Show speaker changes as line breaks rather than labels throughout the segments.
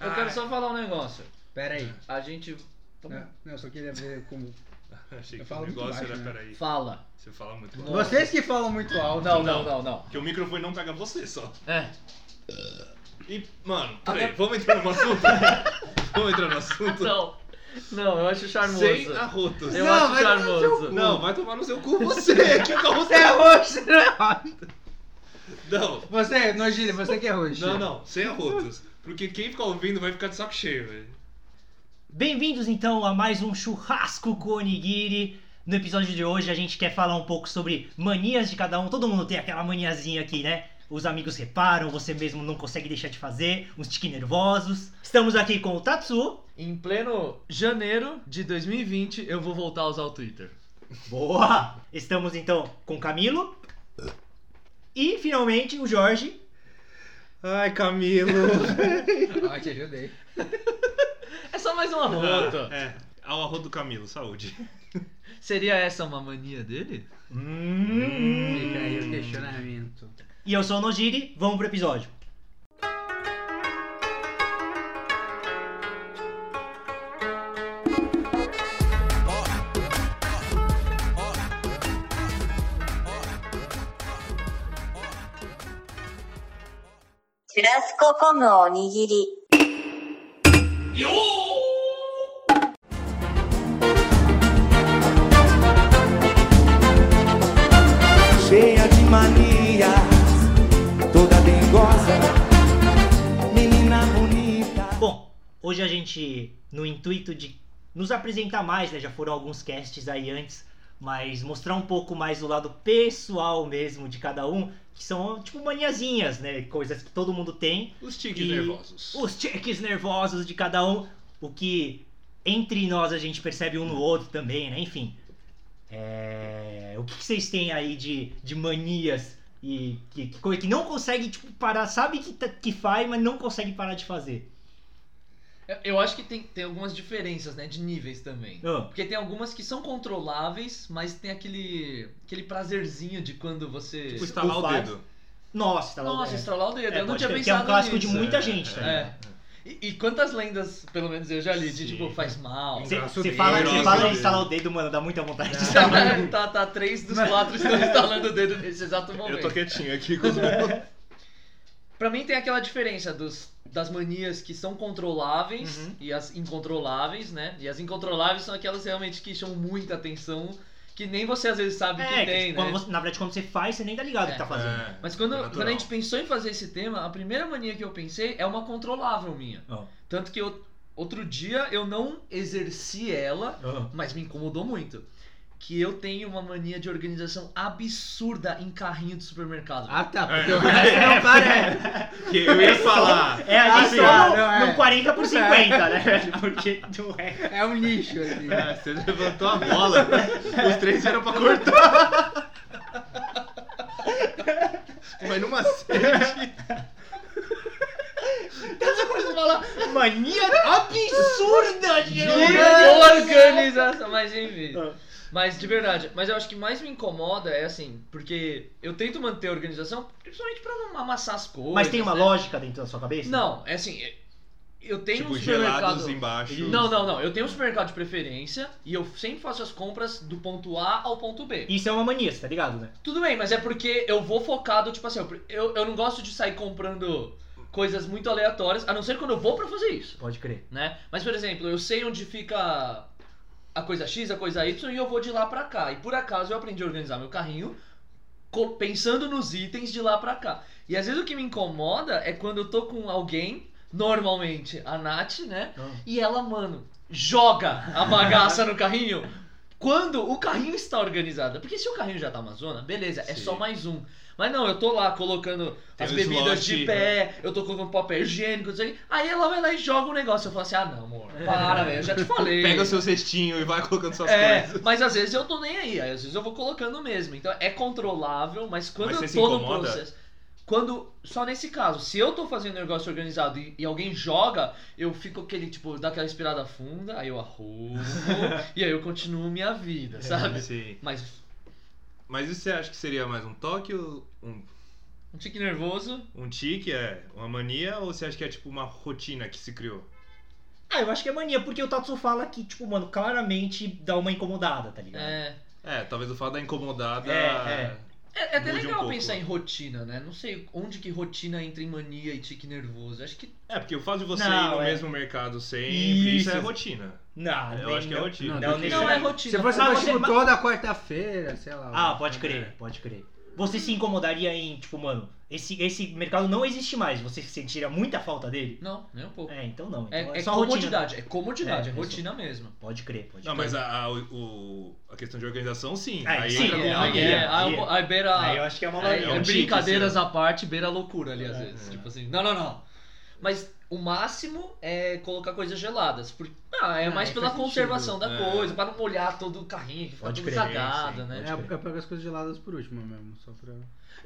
Eu quero só falar um negócio.
Pera aí.
A gente
Não, não, eu só queria ver como.
Achei
Eu
que o
falo muito
negócio
baixo,
era,
né?
peraí,
fala.
você fala muito baixo.
Nossa.
Vocês que falam muito alto.
Não, não, não, não.
Porque o microfone não pega você só.
É.
E, mano,
Ah,
peraí, vamos entrar no assunto? vamos entrar no assunto?
Não. Não, eu acho charmoso.
Sem arrotos.
Eu
Não,
acho
vai tomar no
charmoso.
seu
Não, vai tomar no seu cu você, que é o carrossel.
É roxo, né?
Não,
Você, Nogília, você que é roxo.
não, não, sem arrotos. Porque quem ficar ouvindo vai ficar de saco cheio, velho.
Bem-vindos então a mais um churrasco com onigiri. No episódio de hoje a gente quer falar um pouco sobre manias de cada um. Todo mundo tem aquela maniazinha aqui, né? Os amigos reparam, você mesmo não consegue deixar de fazer, uns tiques nervosos. Estamos aqui com o Tatsu.
Em pleno janeiro de 2020, eu vou voltar a usar o Twitter.
Boa! Estamos então com o Camilo. E finalmente o Jorge.
Ai, Camilo. Ai, te ajudei.
É só mais um arroto.
É, ao arroto do Camilo, saúde.
Seria essa uma mania dele?
Fica aí o questionamento.
E eu sou o Nogiri. Vamos pro episódio.
Churrasco com onigiri.
cheia de manias, toda dengosa, menina bonita.
Bom, hoje a gente, no intuito de nos apresentar mais, né? Já foram alguns casts aí antes, mas mostrar um pouco mais o lado pessoal mesmo de cada um, que são tipo maniazinhas, né? Coisas que todo mundo tem.
Os tiques
E-
nervosos.
Os tiques nervosos de cada um, o que entre nós a gente percebe um no outro também, né? Enfim. É, O que que vocês têm aí de, de manias e que, que, coisa que não consegue tipo, parar, sabe que, tá- que faz, mas não consegue parar de fazer?
Eu- Eu acho que tem, tem algumas diferenças, né? De níveis também.
Ah.
Porque tem algumas que são controláveis, mas tem aquele, aquele prazerzinho de quando você.
Tipo, estalar o
faz.
dedo.
Nossa, tá
Nossa,
é.
estralar o dedo.
É,
eu não
pode
tinha
crer,
pensado
que é um clássico de
nisso.
muita gente, tá
É. E, e quantas lendas, pelo menos eu já li, de
Sim.
tipo, faz mal.
Sim.
Você
Engraçado
você
dele.
fala, você
Engraçado
fala em
dele.
instalar o dedo, mano, dá muita vontade de instalar.
tá, tá, três dos quatro estão instalando o dedo nesse exato momento.
Eu tô quietinho aqui com os
É.
meus.
Pra mim tem aquela diferença dos, das manias que são controláveis
Uhum.
e as incontroláveis, né? E as incontroláveis são aquelas realmente que chamam muita atenção, que nem você às vezes sabe
É,
que
que,
tem,
tipo,
né?
quando você- na verdade, quando você faz, você nem tá ligado o
É.
que tá fazendo.
É,
Mas quando,
é
quando a
natural.
gente pensou em fazer esse tema, a primeira mania que eu pensei é uma controlável minha.
Ah.
Tanto que eu- outro dia eu não exerci ela,
Ah.
mas me incomodou muito. Que eu tenho uma mania de organização absurda em carrinho de supermercado.
Ah, tá. Porque
É.
o resto não parece.
Que eu ia falar.
É a
Ah,
gente
sim,
só no,
não, é.
no 40 por 50, né? velho? Porque não é.
É um nicho, assim.
É, você levantou a bola. Os três eram pra cortar. Mas numa sede.
Mania absurda,
De
gente!
organização, mas enfim.
Ah.
Mas de verdade, mas eu acho que mais me incomoda é assim, porque eu tento manter a organização, principalmente pra não amassar as coisas.
Mas tem uma
né?
lógica dentro da sua cabeça?
Não, é assim, eu tenho
Tipo,
um
gelados
supermercado.
embaixo.
Não, não, não. Eu tenho um supermercado de preferência e eu sempre faço as compras do ponto A ao ponto B.
Isso é uma mania, você tá ligado, né?
Tudo bem, mas é porque eu vou focado, tipo assim, eu- eu, eu não gosto de sair comprando coisas muito aleatórias, a não ser quando eu vou pra fazer isso,
Pode crer.
né? Mas, por exemplo, eu sei onde fica a coisa X, a coisa Y, e eu vou de lá pra cá. E por acaso eu aprendi a organizar meu carrinho co- pensando nos itens de lá pra cá. E às vezes o que me incomoda é quando eu tô com alguém, normalmente a Nath, né? E ela, mano, joga a bagaça no carrinho quando o carrinho está organizado. Porque se o carrinho já tá uma zona, beleza, é
Sim.
só mais um. Mas não, eu tô lá colocando
Tem
as
um
bebidas
slot,
de pé, eu tô colocando papel higiênico, não sei o quê. Aí ela vai lá e joga o negócio. Eu falo assim, ah não, amor, para, velho, eu já te falei.
Pega o seu cestinho e vai colocando suas
É,
coisas.
mas às vezes eu tô nem aí, aí às vezes eu vou colocando mesmo. Então é controlável, mas quando
Mas você
eu
se
tô no
incomoda?
processo. Quando. Só nesse caso, se eu tô fazendo um negócio organizado e, e alguém joga, eu fico aquele, tipo, dá aquela respirada funda, aí eu arrumo e aí eu continuo minha
É.
vida, sabe?
Sim.
Mas
Mas isso você acha que seria mais um toque ou um
Um tique nervoso.
Um tique é uma mania ou você acha que é tipo uma rotina que se criou?
Ah, eu acho que é mania, porque o Tatsu fala que, tipo, mano, claramente dá uma incomodada, tá ligado?
É.
É, talvez o fato da incomodada.
É,
É, é até
Mude um
legal
pouco.
pensar em rotina, né? Não sei onde que rotina entra em mania e tique nervoso. Acho que.
É, porque o fato de você
Não,
ir no
é.
mesmo mercado sempre, isso,
Isso.
é rotina.
Não,
Eu
nem-
acho que é
não-
rotina.
Não,
porque-
não,
Não, é
não.
rotina.
Se você
Ah,
vai
você-
tipo, toda quarta-feira, sei lá.
Ah, pode crer, pode crer. Você se incomodaria em, tipo, mano, esse, esse mercado não existe mais, você sentiria muita falta dele?
Não, nem um pouco. É,
É, então não. Então
é,
só rotina.
comodidade, é comodidade,
É,
é,
é
rotina mesmo.
Pode crer, pode
Não,
crer.
mas a, a, o- a questão de organização, sim.
É,
aí
sim,
entra
Aí é,
como
aí
mania.
é, aí
mania.
aí beira.
Aí eu acho que é uma
Aí,
mania.
É um tique,
brincadeiras
assim,
à parte, beira a loucura ali, às
É,
vezes.
é.
Tipo assim, não, não, não. Mas o máximo é colocar coisas geladas. Porque, ah, é
Ah,
mais
é,
pela
faz sentido.
conservação da
É.
coisa, pra não molhar todo o carrinho, que fica
Pode
tudo
crer,
cagado,
sim.
né?
Pode crer.
É, eu pego as coisas geladas por último mesmo, só pra.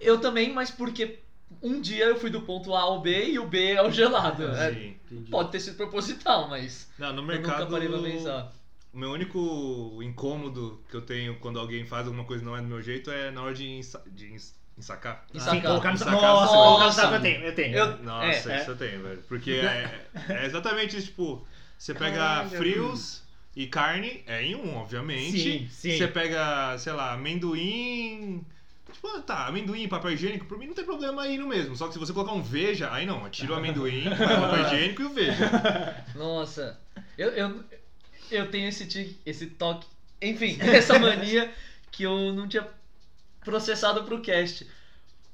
Eu também, mas porque um dia eu fui do ponto A ao B e o B é o gelado. né?
Sim.
Entendi.
Pode ter sido proposital, mas
Não, no
eu nunca
mercado.
parei pra pensar.
O meu único incômodo que eu tenho quando alguém faz alguma coisa e não é do meu jeito é na hora de, ensa de ens- ensacar.
E
Sim,
sacar.
colocar no
Sacar,
saco. Nossa,
sacar.
colocar no saco eu tenho, eu tenho.
Eu-
Nossa,
É,
isso eu tenho, velho. Porque é, é exatamente isso, tipo, você pega frios e carne, é em um, obviamente.
Sim, sim.
Você pega, sei lá, amendoim. Tipo, ah, tá, amendoim, papel higiênico, por mim não tem problema aí no mesmo. Só que se você colocar um veja, aí não, tira o amendoim, vai o papel higiênico e o veja.
Nossa, eu, eu, eu tenho esse, tique, esse toque, enfim, essa mania que eu não tinha processado pro cast.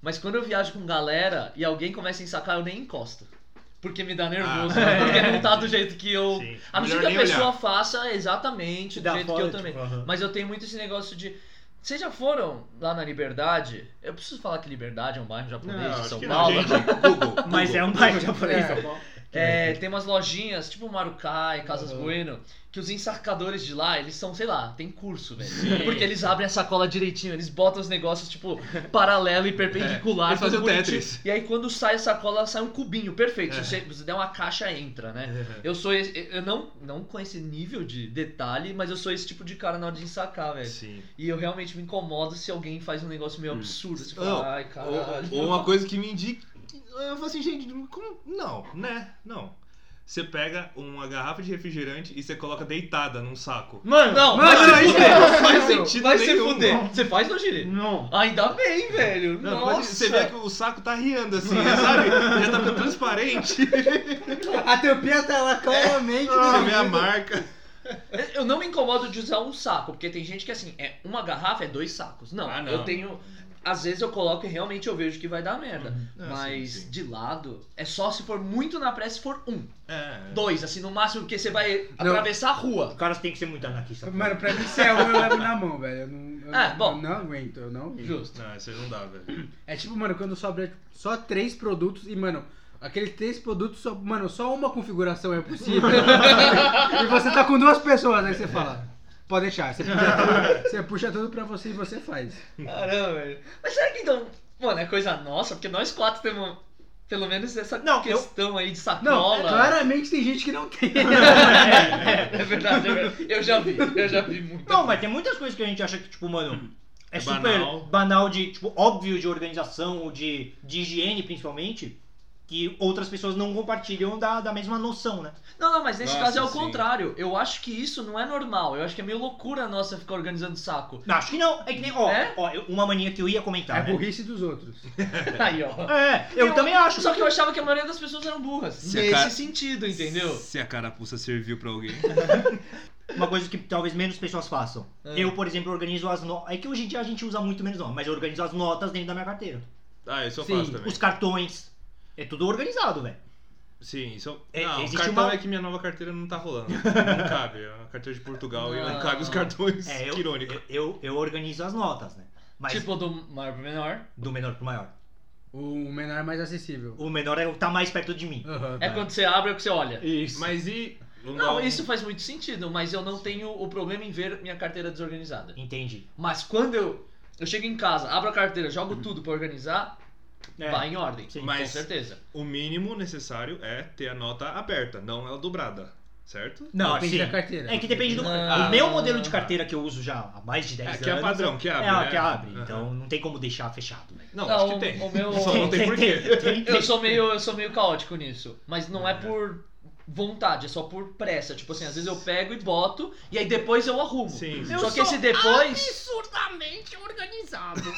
Mas quando eu viajo com galera e alguém começa a ensacar, eu nem encosto. Porque me dá nervoso,
Ah,
porque
é.
não tá do jeito que eu.
Sim.
A não ser
Melhor
que a
nem
pessoa
olhar.
faça exatamente
Te
do
dá
jeito
fora,
que eu
tipo,
também.
aham.
Mas eu tenho muito esse negócio de. Vocês já foram lá na Liberdade? Eu preciso falar que Liberdade é um bairro japonês de
acho
São
que
Paulo.
gente. Google, Google.
Mas é um bairro japonês, São Paulo.
É, tem umas lojinhas, tipo Marucai, Casas
Aham.
Bueno, que os ensacadores de lá, eles são, sei lá, tem curso, velho.
Sim.
Porque eles abrem a sacola direitinho, eles botam os negócios, tipo, paralelo e perpendicular.
É, eles fazem
tudo
o
bonitinho.
Tetris.
E aí quando sai a sacola, sai um cubinho, perfeito.
É.
Se você, você der uma caixa, entra, né? Eu sou esse, eu não, não com esse nível de detalhe, mas eu sou esse tipo de cara na hora de ensacar, velho.
É, Sim. Hum.
E eu realmente me incomodo se alguém faz um negócio meio absurdo. Você fala,
Não,
ai, caralho.
Ou, ou uma coisa que me indica. Eu falo assim, gente, como. Não, né? Não. Você pega uma garrafa de refrigerante e você coloca deitada num saco.
Mano, não,
mano,
vai se
isso
fuder.
é
Não faz
horrível.
sentido Vai se
nenhum.
fuder. Você faz, Nojiri?
Não.
Ainda bem, velho.
Não,
Nossa.
pode- você vê que o saco tá riando assim, sabe? Já tá ficando transparente.
A teopia tá lá claramente.
Você
né?
vê a marca.
Eu não me incomodo de usar um saco, porque tem gente que assim, é uma garrafa é dois sacos. Não,
Ah, não.
eu tenho. Às vezes eu coloco e realmente eu vejo que vai dar merda.
Ah,
Mas
sim, sim.
de lado, é só se for muito na pressa, se for um.
É.
Dois, assim, no máximo, porque você vai
Não.
atravessar a
Os
rua.
caras têm que ser muito anarquista. pô.
Mano, pra mim, se é ruim, eu levo na mão, velho. Eu não, eu,
Ah, bom.
eu não aguento, eu não aguento.
Justo.
Não, isso aí não dá, velho.
É tipo, mano, quando sobra só três produtos e, mano, aqueles três produtos, só, mano, só uma configuração é possível. e você tá com duas pessoas, aí você fala, pode deixar. Você puxa, tudo, você puxa tudo pra você e você faz.
Caramba, velho. Mas será que então. Mano, é coisa nossa, porque nós quatro temos pelo menos essa
Não, eu-
questão aí de
Não,
sacola.
é
claramente tem gente que não tem.
É verdade, é verdade. Eu já vi, eu já vi muito.
Não, mas tem muitas coisas que a gente acha que, tipo, mano, é,
É
super banal.
banal.
de, tipo, óbvio de organização, ou de, de higiene principalmente, que outras pessoas não compartilham da, da mesma noção, né?
Não, não, mas nesse
Nossa,
caso é o
sim.
contrário. Eu acho que isso não é normal. Eu acho que é meio loucura nossa ficar organizando saco.
Não, acho que não. É que nem, ó,
É?
ó, eu- uma mania que eu ia comentar.
É
né?
burrice dos outros.
Aí, ó.
É, eu, também acho.
Só que eu achava que a maioria das pessoas eram burras.
Se a
nesse
cara-
sentido, entendeu?
Se a carapuça serviu pra alguém.
Uma coisa que talvez menos pessoas façam.
É.
Eu, por exemplo, organizo as notas. É que hoje em dia a gente usa muito menos nome, mas eu organizo as notas dentro da minha carteira.
Ah, isso eu
Sim.
faço também.
Os cartões. É tudo organizado, velho.
Sim, isso eu.
É,
não, o
existe
cartão
uma-
é que minha nova carteira não tá rolando. Não cabe. É uma carteira de Portugal e
Não.
não cabe os cartões.
É,
que irônico.
eu, eu, eu organizo as notas, né? Mas
Tipo, do maior pro menor.
do menor pro maior.
O menor é mais acessível.
O menor é o que tá mais perto de mim.
Aham.
É quando você abre, é o que você olha.
Isso.
Mas Tá. e. vamos dar
Não,
um-
isso faz muito sentido, mas eu não tenho o problema em ver minha carteira desorganizada.
Entendi.
Mas quando eu, eu chego em casa, abro a carteira, jogo tudo pra organizar,
É.
vai em ordem.
Sim,
com
Uhum. mas-
certeza.
O mínimo necessário é ter a nota aberta, não ela dobrada. certo?
Não,
Depende
sim.
da carteira.
É que depende do.
Não.
O meu modelo de carteira que eu uso já há mais de 10
É,
anos.
que é padrão, que abre,
É,
né?
que abre.
Aham.
Então não tem como deixar fechado. né?
Não,
Não,
acho que
o-
tem.
o meu-
Só não tem porquê.
Tem- tem-
Eu sou meio, eu sou meio caótico nisso, mas não é por vontade, é só por pressa. Tipo assim, às vezes eu pego e boto e aí depois eu arrumo.
Sim, sim.
Só que esse depois,
absurdamente organizado.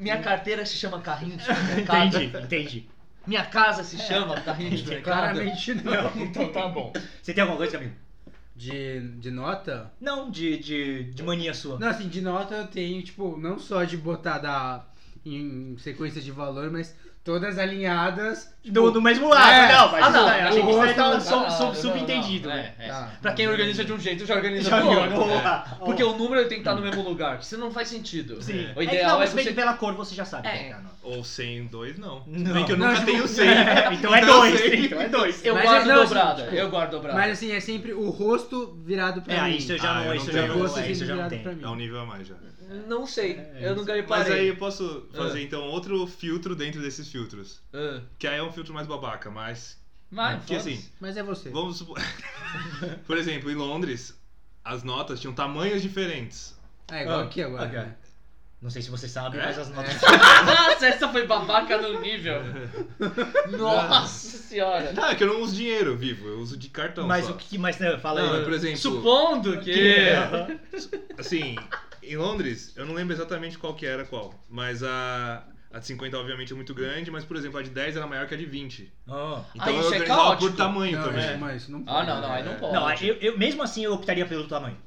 minha carteira se chama carrinho de supermercado.
Entendi, entendi.
Minha casa se chama carrinho de supermercado.
Claramente não.
Então tá bom.
Você tem alguma coisa, amigo?
De, de nota?
Não, de, de, de mania sua.
Não, assim, de nota eu tenho, tipo, não só de botar da, em sequência de valor, mas todas alinhadas. Tipo,
Do, do mesmo lado,
É.
não, mas
Ah, não,
é, achei que
o
você
rosto-
tava
não,
sub-
não,
sub-
um não,
subentendido,
não,
né?
é,
tá.
Pra quem organiza de um jeito, já organiza
Já
do
viu,
outro.
não,
né?
ah,
Porque
oh,
o número tem que estar no mesmo lugar, isso não faz sentido.
Sim.
O
É que
ideal
não,
é
mas bem
você...
que pela cor você já sabe.
É.
qual que a nota.
Ou 102, não.
Não.
Bem que eu
Não,
nunca
tipo,
tenho 100.
então é
eu
dois,
sei.
então é dois.
Eu
Mas é-
guardo
não, assim,
dobrada,
tipo,
eu guardo dobrada.
Mas assim, é sempre o rosto virado pra
É,
mim.
isso eu já
Ah,
não,
eu
isso
não
eu já
tenho.
não, é,
Vocês
isso eu já
viraram
não
assim pra
tenho.
É
mim.
um nível a mais já.
Não sei, eu nunca me
Mas aí
parei.
eu posso fazer então outro filtro dentro desses filtros.
Ah,
Que aí é um filtro mais babaca, mas.
Mas,
Porque
foda-se.
assim,
Mas é você.
vamos supor. Por exemplo, em Londres, as notas tinham tamanhos diferentes.
É igual
Ah,
aqui agora.
ok.
né?
Não sei se você sabe,
É?
mas as notas.
Nossa, essa foi babaca do nível. Nossa senhora.
Não, é que eu não uso dinheiro vivo, eu uso de cartão.
mas
só.
o que mais. Não, fala
Não,
aí.
mas, por exemplo.
Supondo que. é.
Aham.
Assim, em Londres, eu não lembro exatamente qual que era qual. Mas a. A de 50, obviamente, é muito grande, mas, por exemplo, a de 10 era maior que a de 20.
Ah.
Então
Ah,
eu
isso é
organizava
caótico.
por tamanho
Não,
também.
isso, mas isso não
Ah,
pode,
não, não,
né?
aí não pode.
Não, eu, eu- mesmo assim eu optaria pelo tamanho.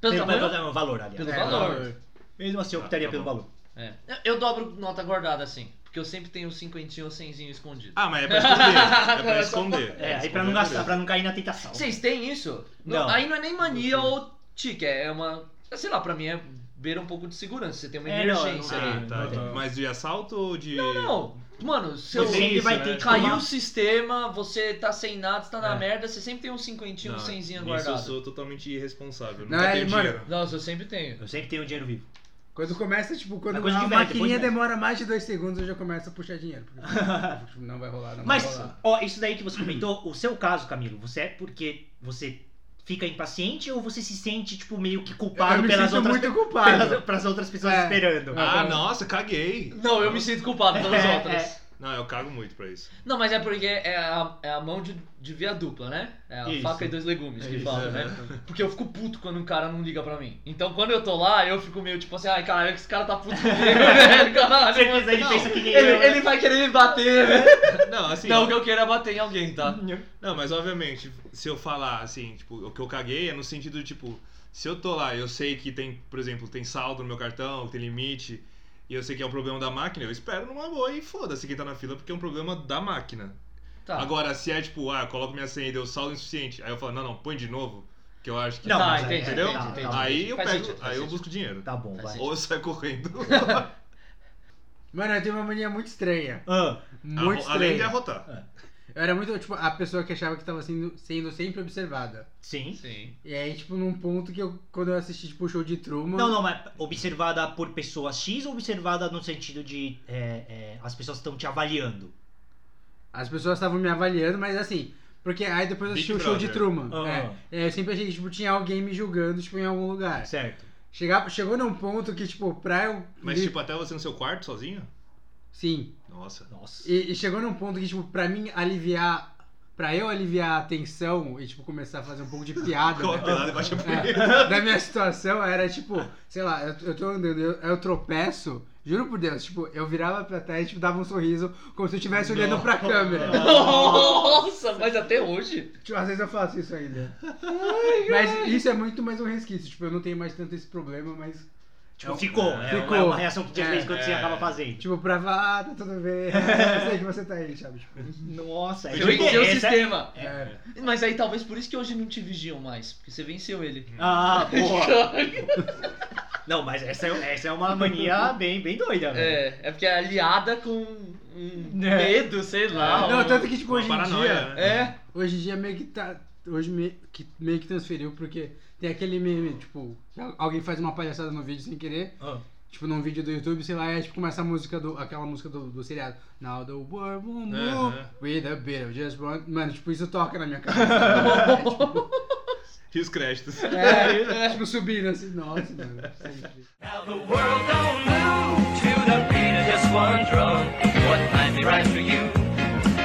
Pelo tamanho?
valor, aliás.
Pelo
É,
valor.
Mesmo assim eu
Ah,
Tá,
optaria
tá
pelo
bom.
valor.
É. Eu dobro nota guardada assim. Porque eu sempre tenho um cinquentinho ou cenzinho escondido.
Ah, mas é pra esconder. É pra esconder.
É, aí
esconder
pra não
é
gastar,
beleza.
pra não cair na tentação.
Vocês têm isso?
Não.
Aí não é nem mania ou tique, é uma. Sei lá, pra mim é beira um pouco de segurança. Você tem uma
É, não,
emergência.
não
ali.
Ah, tá.
Não.
Mas de assalto ou de. Não,
não, mano, seu.
Você sempre
isso,
vai
né?
ter tipo, que
Caiu
tomar-
o sistema, você tá sem nada, você tá na
É.
merda, você sempre tem um cinquentinho, um cenzinho
isso eu
guardado.
sou totalmente irresponsável.
Não,
Não, nunca
é,
tenho
mano,
dinheiro.
Nossa, eu sempre tenho.
Eu sempre tenho um dinheiro vivo.
Quando começa, tipo, quando
Mas É coisa
a
de velho,
maquininha
depois de
demora mais de dois segundos, eu já começo a puxar dinheiro. porque, tipo, não vai rolar, não
Mas,
vai rolar.
ó, isso daí que você comentou, o seu caso, Camilo, você é porque você fica impaciente ou você se sente, tipo, meio que
eu
culpado
me
pelas
sinto
outras,
muito culpado.
pelas, pras outras pessoas
É.
esperando?
Ah, nossa, caguei.
Não, eu me sinto culpado pelas
É,
outras.
Não, eu cago muito pra isso.
Não, mas é porque é a, é a mão de, de via dupla, né? É a
Isso.
faca e dois legumes que
Isso,
fala, né? Porque eu fico puto quando um cara não liga pra mim. Então quando eu tô lá, eu fico meio tipo assim, ai caralho, esse cara tá puto comigo, velho,
Com
caralho. mano.
certeza ele
Não,
pensa que nem eu,
Ele,
né?
ele vai querer me bater, velho.
Não, assim.
Não que eu queira bater em alguém, tá?
Não, mas obviamente, se eu falar assim, tipo, o que eu caguei é no sentido de, tipo, se eu tô lá, eu sei que tem, por exemplo, tem saldo no meu cartão, tem limite, e eu sei que é um problema da máquina, eu espero numa boa e foda-se quem tá na fila, porque é um problema da máquina.
Tá.
Agora, se é tipo, ah, eu coloco minha senha e deu saldo insuficiente, aí eu falo, não, não, põe de novo, que eu acho que.
Não,
tá,
mas aí-
entendi,
entendeu?
entendi, entendi.
Aí eu
Faz
pego,
sentido, faz
aí eu
sentido.
busco dinheiro.
Tá bom,
Faz
vai.
sentido.
Ou sai correndo.
Mano, eu tenho uma mania muito estranha.
Ah,
Muito
Arro- Além de
estranha.
arrotar.
Eu era muito, tipo, a pessoa que achava que tava sendo, sendo sempre observada.
sim.
Sim.
E aí, tipo, num ponto que eu, quando eu assisti, tipo, o show de Truman...
Não, não, mas observada por pessoas X ou observada no sentido de é, é, as pessoas estão te avaliando?
As pessoas estavam me avaliando, mas assim... Porque aí depois eu
Big
assisti o show de
Brother.
Truman.
Ah.
É. E aí eu sempre achei que, tipo, tinha alguém me julgando, tipo, em algum lugar.
Ah, Certo.
Chegava, chegou num ponto que, tipo, pra eu...
Mas, tipo, até você no seu quarto sozinho?
Sim.
Nossa.
Nossa.
E, e chegou num ponto que, tipo, pra mim aliviar... Pra eu aliviar a tensão e, tipo, começar a fazer um pouco de piada...
Ficou
né?
pelado debaixo da punheta.
É, da minha situação era tipo, sei lá, eu, eu tô andando, eu, eu tropeço, juro por Deus, tipo, eu virava pra trás e tipo, dava um sorriso como se eu estivesse olhando pra câmera.
Nossa, mas até hoje.
Tipo, às vezes eu faço isso ainda. mas isso é muito mais um resquício, tipo, eu não tenho mais tanto esse problema, mas.
Tipo, ficou. É,
Ficou.
é uma reação que de vez em quando você
É.
acaba fazendo.
Tipo, pra falar, ah, tá tudo bem, eu sei que você tá aí, sabe? Tipo,
Nossa, é
Eu venci o
tipo, essa-
sistema.
é.
Mas aí talvez por isso que hoje não te vigiam mais. Porque você venceu ele.
Ah, boa. Não, mas essa é, essa é uma mania bem, bem doida, né? velho.
É, é porque é aliada com um
É.
medo, sei lá.
Não,
um-
tanto que, tipo,
Uma
hoje em
Ah, paranoia,
dia.
né?
É.
Hoje em dia meio que tá. Hoje meio que, meio que transferiu, porque tem aquele meme, tipo, alguém faz uma palhaçada no vídeo sem querer.
Ah.
Tipo, num vídeo do YouTube, sei lá, é tipo, começa a música do. aquela música do, do seriado. Now the world will move
Aham.
with a bit of just one. Mano, tipo, isso toca na minha cabeça. é, tipo,
E os créditos.
é, é, tipo, subindo assim. Nossa, mano. sempre.
Now the world don't move to the beat of just one drum. What might be right for you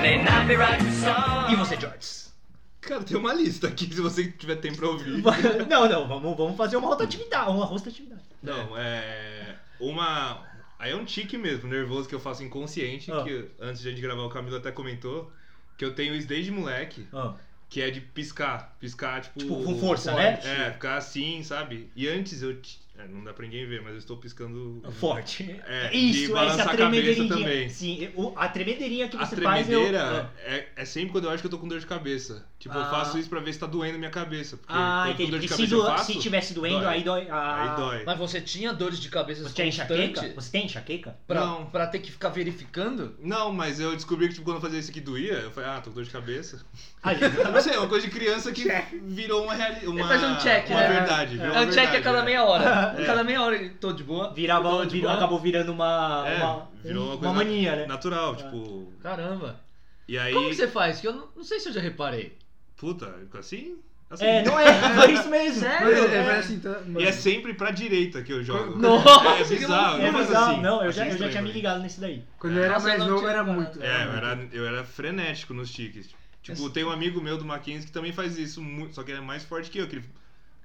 may not be right for some.
E você, George?
Cara, tem uma lista aqui se você tiver tempo pra ouvir.
não, não, vamos, vamos fazer uma rotatividade, uma rotatividade.
Não, é. Uma. Aí é um tique mesmo, nervoso que eu faço inconsciente,
Ah.
que antes de a gente gravar o Camilo até comentou, que eu tenho isso desde moleque,
Ah,
que é de piscar. Piscar, tipo.
Tipo, com força, né?
É, ficar assim, sabe? E antes eu. ti- é, não dá pra ninguém ver, mas eu estou piscando.
forte.
É, de
Isso, essa
balançar a cabeça
tremedeirinha.
também.
Sim, o- a tremedeirinha que
A
você faz. eu-
tremedeira é, é sempre quando eu acho que eu tô com dor de cabeça. Tipo, eu
Ah.
faço isso pra ver se tá doendo minha cabeça. Porque quando
Ah,
com
entendi.
dor de
Porque se,
cabeça
do-
eu faço,
se tivesse doendo,
dói.
aí dói. Ah,
aí dói.
Mas você tinha dores de cabeça
Você tem enxaqueca?
constantes
Você tem enxaqueca?
pra,
Não.
pra ter que ficar verificando?
Não, mas eu descobri que tipo, quando eu fazia isso aqui doía, eu falei, ah, tô com dor de cabeça.
Aí,
Eu não sei, é uma coisa de criança que virou uma realidade. Uma,
faz um check,
uma
né?
verdade. virou
É
uma
um check
verdade,
a cada
é.
meia hora. A cada meia hora ele tô de boa. tô
virava,
de
virou,
boa.
acabou virando uma,
É,
uma,
virou uma
uma
coisa
mania, né?
Natural, tipo.
Caramba.
E aí.
Como que você faz? Que eu não, não sei se eu já reparei.
Puta, fica assim? assim.
É, não é, foi isso mesmo.
Mas
Sério?
é, é, parece assim, tá- mano.
E é sempre pra direita que eu jogo.
Nossa,
é bizarro,
É
eu faço
bizarro,
assim.
não, eu
Achei
já, eu já
estranho
tinha me né?
também.
ligado nesse daí.
Quando eu era
Nossa, eu
mais
não
novo,
tinha
era
reparado.
muito. né?
É, eu era, eu era frenético nos tiques. Tipo, tem um amigo meu do Mackenzie que também faz isso, muito, só que ele é mais forte que eu, que ele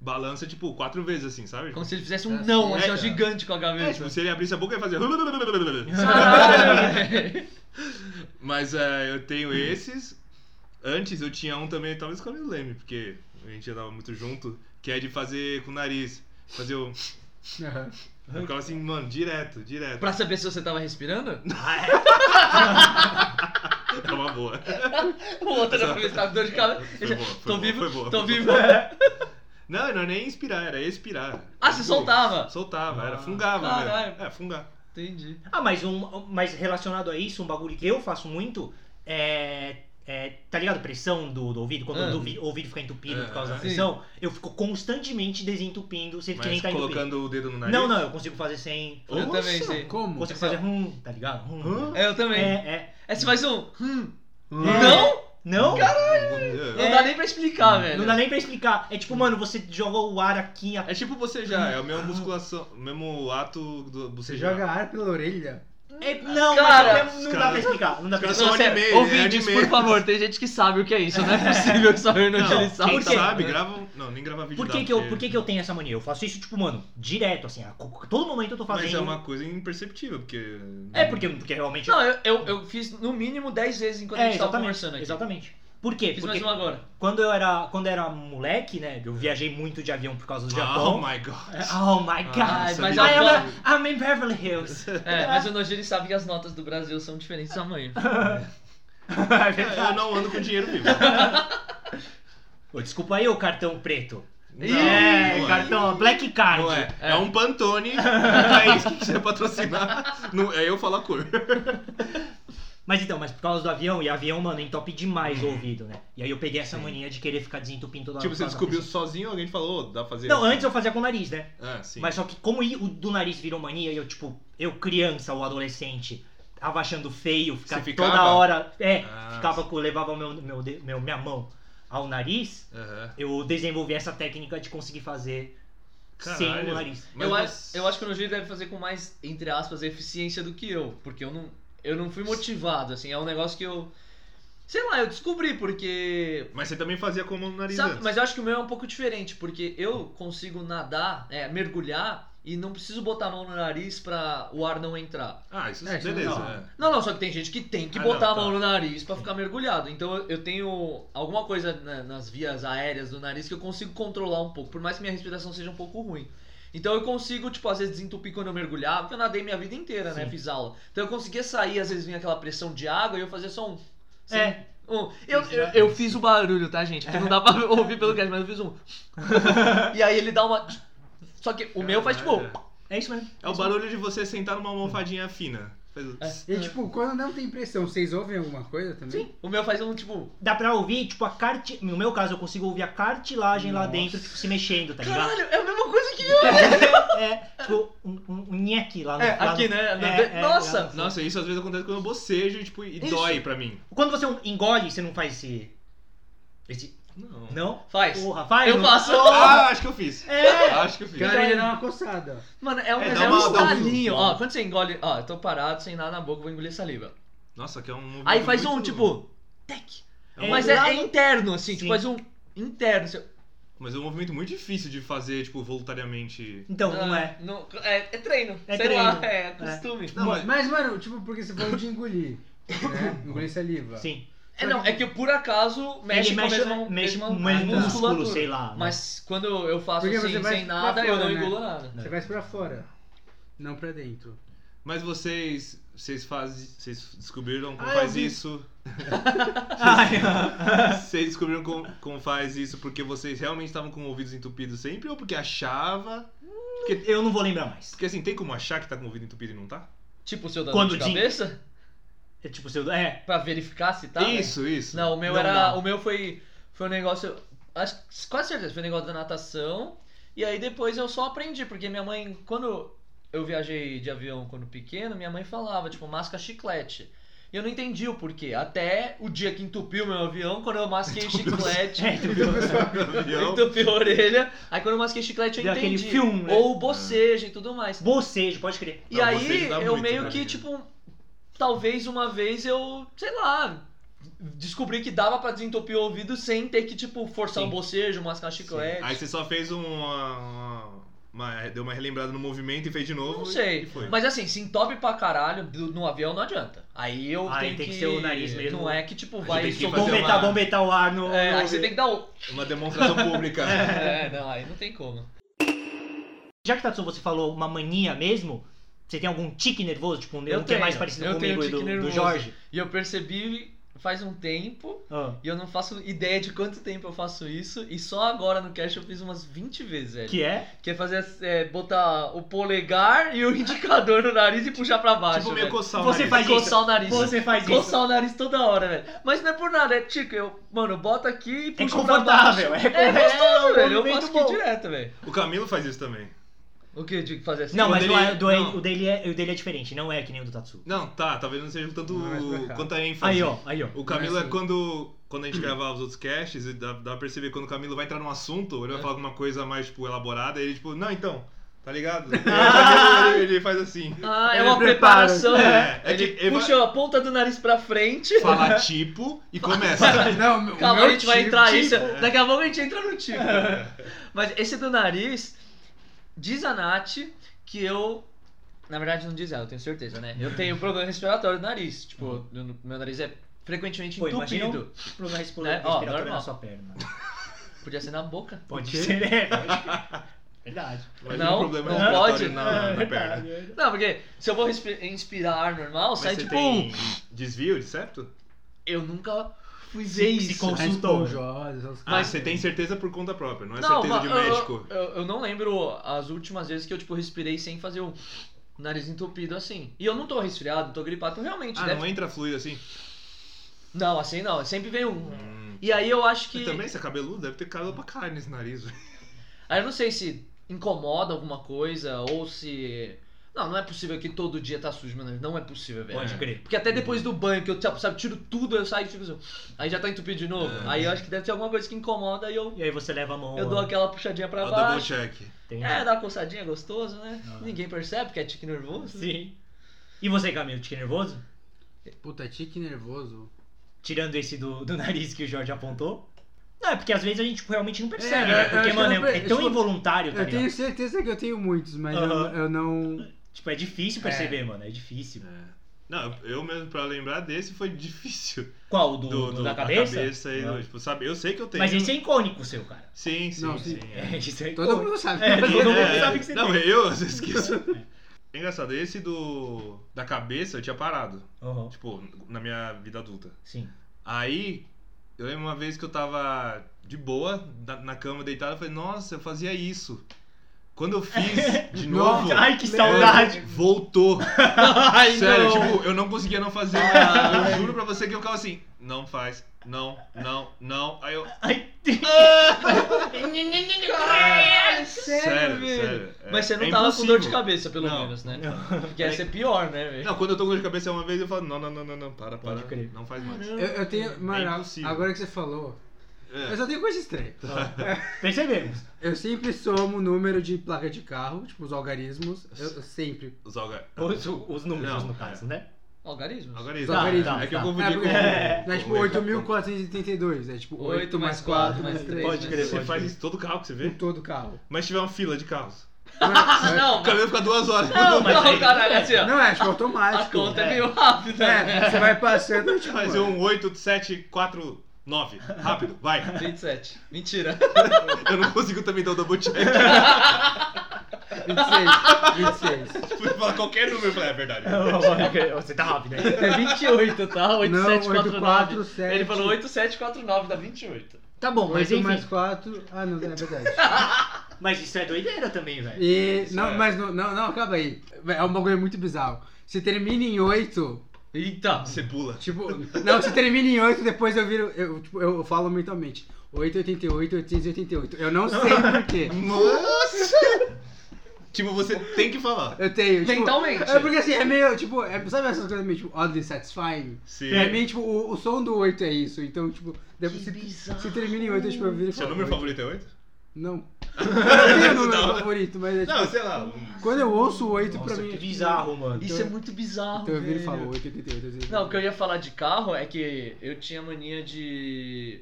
balança, tipo, quatro vezes assim, sabe?
Como se ele fizesse um não, assim,
É,
um gigante com a
É,
cabeça.
tipo, se ele abrisse a boca, ele fazia. Mas é, eu tenho esses. Antes eu tinha um também, talvez que eu me lembre, porque a gente andava muito junto, que é de fazer com o nariz. Fazer o.
Aham.
Eu ficava assim, mano, direto, direto.
pra saber se você tava respirando?
É uma boa.
o outro era pra ver se tava com dor de cabeça.
Foi boa, foi
tô
boa,
vivo,
foi boa.
tô vivo.
Não, não é nem inspirar, era expirar.
Ah, você
Tipo,
soltava?
Soltava, era
Ah.
fungava,
Caralho.
Mesmo. É, fungar.
Entendi.
Ah, mas, um, mas relacionado a isso, um bagulho que eu faço muito é. é, tá ligado? Pressão do, do ouvido, quando
Ah.
o ouvi- o ouvido fica entupido
É,
por causa da
sim.
pressão, eu fico constantemente desentupindo, sempre que nem
Mas
tá entupido.
colocando o dedo no nariz.
Não, não, eu consigo fazer sem.
Eu
Nossa,
também sei.
Como?
Consigo fazer
Então.
hum, tá ligado? Hum.
É, Eu também. É.
É, é.
você faz um. hum.
É.
Não?
Não?
É,
Não dá nem pra explicar, velho.
Não dá nem pra explicar. É tipo, mano, você joga o ar aqui. A...
é tipo você já, é a mesma musculação, o mesmo ato do
Você
bocejar.
joga ar pela orelha?
É, não,
Cara,
mas não dá pra explicar. Não dá pra
Cara,
Não,
explicar.
só
sério,
anime,
ouvintes,
é anime.
por favor, tem gente que sabe o que é isso. Não é possível que só eu não,
Não,
ele sabe.
quem
Por quê?
sabe, grava. um, Não, nem grava vídeo
né? Por
dá,
que que, eu,
porque-
por que que eu tenho essa mania? Eu faço isso, tipo, mano, direto, assim. A co- todo momento eu tô fazendo.
Mas é uma coisa imperceptível, porque.
É, porque, porque realmente.
Não, eu, eu, eu fiz no mínimo 10 vezes enquanto a
é,
gente tava
exatamente.
conversando aqui.
Exatamente. Por quê?
Fiz
Porque
mais um agora.
quando eu era quando eu era moleque, né? Eu viajei muito de avião por causa do
Oh
Japão.
my god.
Oh my god.
Ai, mas
I am
agora-
a- I'm in Beverly Hills.
É, mas o Nojiri sabe que as notas do Brasil são diferentes do tamanho.
É
É,
verdade.
Eu não ando com dinheiro vivo.
Ô, Desculpa aí o cartão preto.
Não,
é,
não
cartão, black card.
Não é. é um Pantone, é isso que quiser patrocinar. Não, é eu falo a cor.
Mas então, mas por causa do avião, e avião, mano, entope demais o ouvido, né? E aí eu peguei essa mania de querer ficar desentupindo toda hora.
Hum. Tipo,
por
você
causa da
descobriu
pressão.
sozinho, alguém te falou, "Ô, dá pra fazer.
Não,
assim."
antes eu fazia com o nariz, né?
Ah, sim.
Mas só que como i- o do nariz virou mania, eu, tipo, eu criança ou adolescente, tava achando feio, ficar
Você
toda
ficava?
hora. É,
Ah,
ficava com. Levava meu, meu, de- meu- minha mão ao nariz,
Aham.
eu desenvolvi essa técnica de conseguir fazer sem
Caralho.
o nariz.
Mas
eu,
você-
acho, eu acho que o Nojiri deve fazer com mais, entre aspas, eficiência do que eu. Porque eu não, eu não fui motivado, assim. É um negócio que eu. Sei lá, eu descobri, porque
Mas você também fazia com a mão no nariz
Sabe,
antes.
mas eu acho que o meu é um pouco diferente, porque eu consigo nadar, é, mergulhar e não preciso botar a mão no nariz pra o ar não entrar.
Ah, isso
É, isso
beleza.
não.
é.
Não, não, só que tem gente que tem que
Ah,
botar
não,
a mão
tá.
no nariz pra ficar mergulhado. Então eu, eu tenho alguma coisa na- nas vias aéreas do nariz que eu consigo controlar um pouco, por mais que minha respiração seja um pouco ruim. Então eu consigo, tipo, às vezes desentupir quando eu mergulhava, porque eu nadei minha vida inteira, né?
Sim.
Fiz aula. Então eu conseguia sair, às vezes vinha aquela pressão de água e eu fazia só um. Sim.
É.
Um. Eu, eu, eu fiz o barulho, tá, gente? Porque não dá pra ouvir pelo cast, mas eu fiz um. e aí ele dá uma. Só que o meu faz tipo.
Caralho.
É isso mesmo.
É o barulho de você sentar numa almofadinha fina. Faz o-
E tipo, quando não tem pressão, vocês ouvem alguma coisa também?
Sim, o meu faz um tipo.
Dá pra ouvir, tipo, a cart... No meu caso, eu consigo ouvir a cartilagem lá
Nossa.
dentro, tipo, se mexendo, tá ligado?
Caralho, é a mesma coisa que eu!
É, tipo, um, um, um nheque lá no
É,
lá
aqui,
no-
né? Na-
é,
de-
é,
Nossa!
lá no-
Nossa, isso às vezes acontece quando eu bocejo e, tipo, e
Isso.
dói pra mim.
Quando você engole, você não faz esse. Esse.
Não.
Não?
Faz.
Porra, faz?
Eu
não?
faço.
Ah, acho que eu fiz.
É!
Acho que eu fiz.
Porque a
Então-
orelha dá uma coçada. ó.
Mano, é um,
É,
mas
dá
é um
uma- dá um-
estalinho. Ó, quando você engole. Ó, eu tô parado, sem nada na boca, vou engolir saliva.
Nossa, que é um movimento
Aí faz um
muito-
tipo. Tec.
É um-
Mas
É,
é,
lá
é
no-
interno, assim,
Sim.
tipo, faz um. Interno. Assim,
Mas é um movimento muito difícil de fazer, tipo, voluntariamente.
Então, não é.
Não, é, é treino.
É
sei lá,
treino.
é costume.
Não, mas-
Mas, mano, tipo, porque você falou de engolir, né? Engolir saliva.
Sim.
É, não, é que por acaso mexe,
Ele
com a
mexe-
mesma,
mexe
mesma
com o mesmo
musculatura.
músculo, sei lá, né?
Mas quando eu faço
Porque você
assim,
vai
sem
pra
nada, eu
fora,
não
né?
engulo nada.
Você vai pra fora, não pra dentro.
Mas vocês. Vocês fazem. Vocês descobriram como
Ah, eu
faz
vi.
isso.
Ai, ah.
Vocês descobriram como, como faz isso porque vocês realmente estavam com ouvidos entupidos sempre ou porque achava.
eu não vou lembrar mais.
Porque assim, tem como achar que tá com o ouvido entupido e não tá?
Tipo o seu da
Quando
dor de
diz-
cabeça?
É tipo, seu. É.
Pra verificar se tá. né?
isso, isso.
Não, o meu
Não
era.
dá.
O meu foi. Foi um negócio. Acho, quase certeza, foi um negócio da natação. E aí depois eu só aprendi, porque minha mãe, quando eu viajei de avião quando pequeno, minha mãe falava, tipo, masca chiclete. E eu não entendi o porquê. Até o dia que entupiu meu avião, quando eu masquei chiclete.
É, entendeu?
Avião.
Entupiu a orelha. Aí quando eu masquei chiclete, eu
Deu aquele
entendi.
filme, né?
Ou bocejo e tudo mais.
Bocejo, pode crer.
E
Não,
aí
bocejo dá
eu
muito,
meio
né,
que,
amigo?
tipo, talvez uma vez eu, sei lá, descobri que dava pra desentupir o ouvido sem ter que, tipo, forçar
Sim.
um bocejo, mascar chiclete.
Aí você só fez uma. uma- uma- deu uma relembrada no movimento e fez de novo.
Não
e-
sei.
E foi.
Mas assim, se entope pra caralho do- no avião não adianta. Aí eu
Aí
tenho
tem que ser o nariz mesmo.
Não é que, tipo,
Aí
vai
tem que
soltar-
fazer
Bombetar,
uma-
bombetar o ar no.
É,
no-
aí você tem que dar o.
Uma demonstração pública. Tipo,
É, não, aí não tem como.
Já que Tatsu, você falou uma mania mesmo, você tem algum tique nervoso? Tipo, um
Eu
que é
tenho.
mais parecido
Eu tenho
comigo e
tique
do, do
nervoso.
Jorge?
E eu percebi faz um tempo
Ah,
E eu não faço ideia de quanto tempo eu faço isso. E só agora no cast eu fiz umas 20 vezes, velho.
que é?
Que é fazer é, botar o polegar e o indicador no nariz e puxar pra baixo.
tipo, meio
velho.
coçar o
Você
nariz.
faz isso.
coçar o nariz.
Você faz isso.
Coçar o nariz toda hora, velho. Mas não é por nada, é tico. Eu, mano, boto aqui e
É
puxo pra baixo.
confortável. É,
É gostoso,
um
velho. Eu
movimento
faço aqui
bom.
direto, velho.
O Camilo faz isso também.
O que eu digo que fazer assim?
Não, mas
dele
não é-
é-
do-
não.
o, dele é, o dele é diferente, não é que nem o do Tatsu.
Não, tá, talvez não seja tanto
Não, mas pra cá.
quanto a ênfase.
Aí, ó, aí, ó.
O Camilo é
assim.
quando, quando a gente gravar os outros casts, e dá, dá pra perceber quando o Camilo vai entrar num assunto,
É.
ele vai falar alguma coisa mais, tipo, elaborada, e ele, tipo, não, então, tá ligado? O Camilo, ele, ele faz assim.
Ah, é
Ele
uma
prepara.
preparação. né?
É, é
ele
que ele
puxa a ponta do nariz pra frente.
Fala tipo e começa.
Não, meu,
Calma,
meu
a gente vai
tipo-
entrar isso. Daqui a pouco a gente entra no tipo. Mas esse do nariz, diz a Nath que eu. Na verdade, não diz ela, eu tenho certeza, né? Eu tenho problema respiratório no nariz. Tipo, eu- meu nariz é frequentemente
Pô, imagina
entupido.
um problema respiro-
Né? Ó,
respiratório
normal.
na sua perna.
Podia ser na boca.
Pode ser, né? Verdade. Ah,
Mas
Não,
um problema
não
respiratório
pode. É
Na, na perna.
verdade.
Não, porque se eu vou respi- inspirar ar normal,
Mas
sai
você
tipo.
tem desvio de septo?
Eu nunca fizei
Se- se
isso.
cons-
A
Consultor.
esponjosa, essas
Ah,
coisas.
você tem certeza por conta própria, não é
Não,
certeza
mas
de
eu-
médico.
Eu, eu não lembro as últimas vezes que eu, tipo, respirei sem fazer o nariz entupido assim. E eu não tô resfriado, tô gripado, então realmente
Ah,
deve
não entra fluido assim?
Não, assim não. Sempre vem um.
Hum.
E aí eu acho que.
E também, você é cabeludo, deve ter cabelo pra carne nesse nariz. velho.
Aí eu não sei se incomoda alguma coisa ou se. Não, não é possível que todo dia tá sujo, mano. Não é possível, velho.
Pode crer.
Porque até depois do banho, que eu tipo, sabe, tiro tudo, eu saio tipo assim. Aí já tá entupido de novo. Aí eu acho que deve ter alguma coisa que incomoda e eu,
E aí você leva a mão.
eu dou aquela puxadinha pra
Ó, double
baixo.
check.
Entende?
É, dá uma coçadinha, é gostoso, né?
Ah.
Ninguém percebe porque é tique nervoso.
Sim. E você, Camilo, tique nervoso?
Puta, tique nervoso.
Tirando esse do, do nariz que o Jorge apontou? Não, é porque às vezes a gente tipo, realmente não
É,
percebe,
eu
né?
acho
Porque,
que
mano,
eu não
é, é tão
per-
involuntário, tá
Eu
ligado?
tenho certeza que eu tenho muitos, mas eu-
Aham.
eu não...
Tipo, é difícil perceber, mano. É difícil.
Não, eu mesmo pra lembrar desse foi difícil.
Qual? O do,
Do,
do-
do-
da cabeça?
e do-
Não.
tipo, sabe? Eu sei que eu tenho.
Mas esse é icônico seu, cara.
Sim, sim,
Não,
sim.
sim.
é.
É, isso é
Todo
icônico.
mundo sabe.
É, todo mundo
É,
sabe que você
não,
tem.
eu às vezes esqueço. É engraçado, esse do da cabeça eu tinha parado,
Aham,
tipo, na minha vida adulta.
Sim.
Aí, eu lembro uma vez que eu tava de boa, na, na cama, deitado, eu falei, nossa, eu fazia isso. Quando eu fiz de
Nossa.
novo. é,
Ai, que saudade.
Voltou.
Ai,
Sério,
não.
tipo, eu não conseguia não fazer. Eu juro pra você que eu ficava assim, não faz, não, não, não. Aí eu.
Ai,
Caralho,
Sério,
velho.
sério, é-
Mas você não
é
tava com dor de
impossível.
cabeça, pelo
Não.
menos, né? Porque ia ser pior, né, velho?
Não, quando eu tô com dor de cabeça uma vez, eu falo, não, não, não, não, não, para, para.
Pode crer.
Não faz mais.
Eu, eu tenho. Mano,
impossível.
agora que você falou,
É.
eu só tenho coisa estranha.
percebemos.
Eu sempre somo o número de placa de carro, tipo os algarismos. Eu, eu sempre.
Os alga-
Os, os números,
Não,
no caso, né?
Algarismos?
algarismos.
Tá,
é,
tá,
é que eu
tá.
confundi
É,
com. tá.
porque, é tipo
com-
8.482. É tipo 8, mais 4 mais 3.
Pode
né?
crer.
Você faz isso todo carro que você vê?
Com todo carro. é,
Mas tiver uma fila de carros.
Ah, Não,
O
mas-
caminhão fica duas horas.
não,
mas aí-
caralho, assim, ó.
Não, é tipo
A
automático.
conta é meio rápida.
É, você vai passando tipo.
Fazer um 8, 7, 4, 9. Rápido, vai.
27. Mentira.
Eu não consigo também dar o double check.
26. 26.
Fui falar qualquer número, eu falei, é verdade.
Você tá rápido, né?
É 28, tá?
Não,
8749.
87.
Ele falou 8749, dá 28.
Tá bom, mas
8
enfim.
mais 4. Ah, não, é verdade.
Mas isso é doideira também, velho.
E.
Isso
Não,
é.
mas não, não, não, acaba aí. É um bagulho muito bizarro. Se termina em 8.
Eita.
Você pula.
Tipo, não, se termina em 8, depois eu viro. Eu, tipo, eu falo mentalmente. 888, 888. Eu não sei porquê.
Nossa! tipo, você tem que falar.
Eu tenho. Tipo,
Mentalmente.
É porque assim, é meio, tipo, é- sabe essas coisas meio, tipo, oddly satisfying?
Sim.
Pra mim, tipo, o, o som do 8 é isso. Então, tipo, depois se,
bizarro.
se termina em 8, eu, tipo, eu viro e
Seu
falo,
número
"Oito".
favorito é 8?
Não. Eu não tenho o número
Não.
favorito, mas é, tipo,
Não, sei lá. um-
quando eu ouço o 8
Nossa,
pra mim.
que
é, tipo,
bizarro, mano.
Isso é muito bizarro,
Então eu viro e
velho.
falo 888. 88.
É. Não, o que eu ia falar de carro é que eu tinha mania de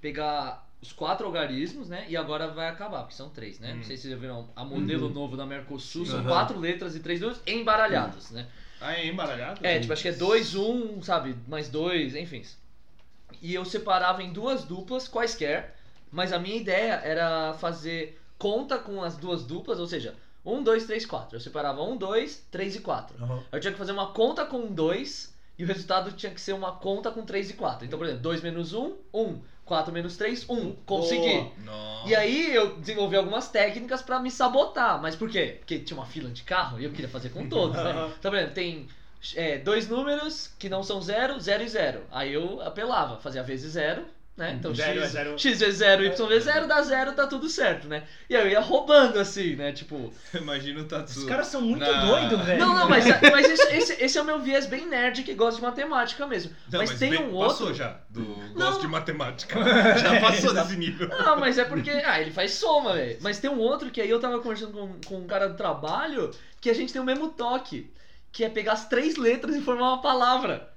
pegar os quatro algarismos, né? E agora vai acabar, porque são três, né? Não sei se vocês viram a modelo
Uhum.
novo da Mercosul, são
Uhum.
quatro letras e três números embaralhados, né?
Ah, é embaralhado?
É, tipo, acho que é 2, 1, um, sabe? Mais dois, enfim. E eu separava em duas duplas, quaisquer, mas a minha ideia era fazer conta com as duas duplas, ou seja, 1, 2, 3, 4. Eu separava 1, 2, 3 e 4.
Aham.
Eu tinha que fazer uma conta com 2 e o resultado tinha que ser uma conta com 3 e 4. Então, por exemplo, 2 menos 1, 1. 4 menos 3, 1. Consegui.
Nossa.
E aí eu desenvolvi algumas técnicas pra me sabotar. Mas por quê? Porque tinha uma fila de carro e eu queria fazer com todos, né? Então, por exemplo, tem é, dois números que não são zero, zero e zero. Aí eu apelava, fazia vezes zero, né? Então
Zero é
x,
zero.
x vezes zero, y vezes zero, dá zero, tá tudo certo, né? E aí eu ia roubando assim, né? Tipo.
Imagina o Tatsu.
Os caras são muito
Não.
doidos, velho.
Não, não, mas, mas esse, esse- esse é o meu viés bem nerd que gosta de matemática mesmo.
Não,
mas, tem
bem-
um outro.
Passou já do gosto
Não.
de matemática. Já passou desse nível.
Não, mas é porque. Ah, ele faz soma, velho. Mas tem um outro que aí eu tava conversando com, com um cara do trabalho que a gente tem o mesmo toque. Que é pegar as três letras e formar uma palavra.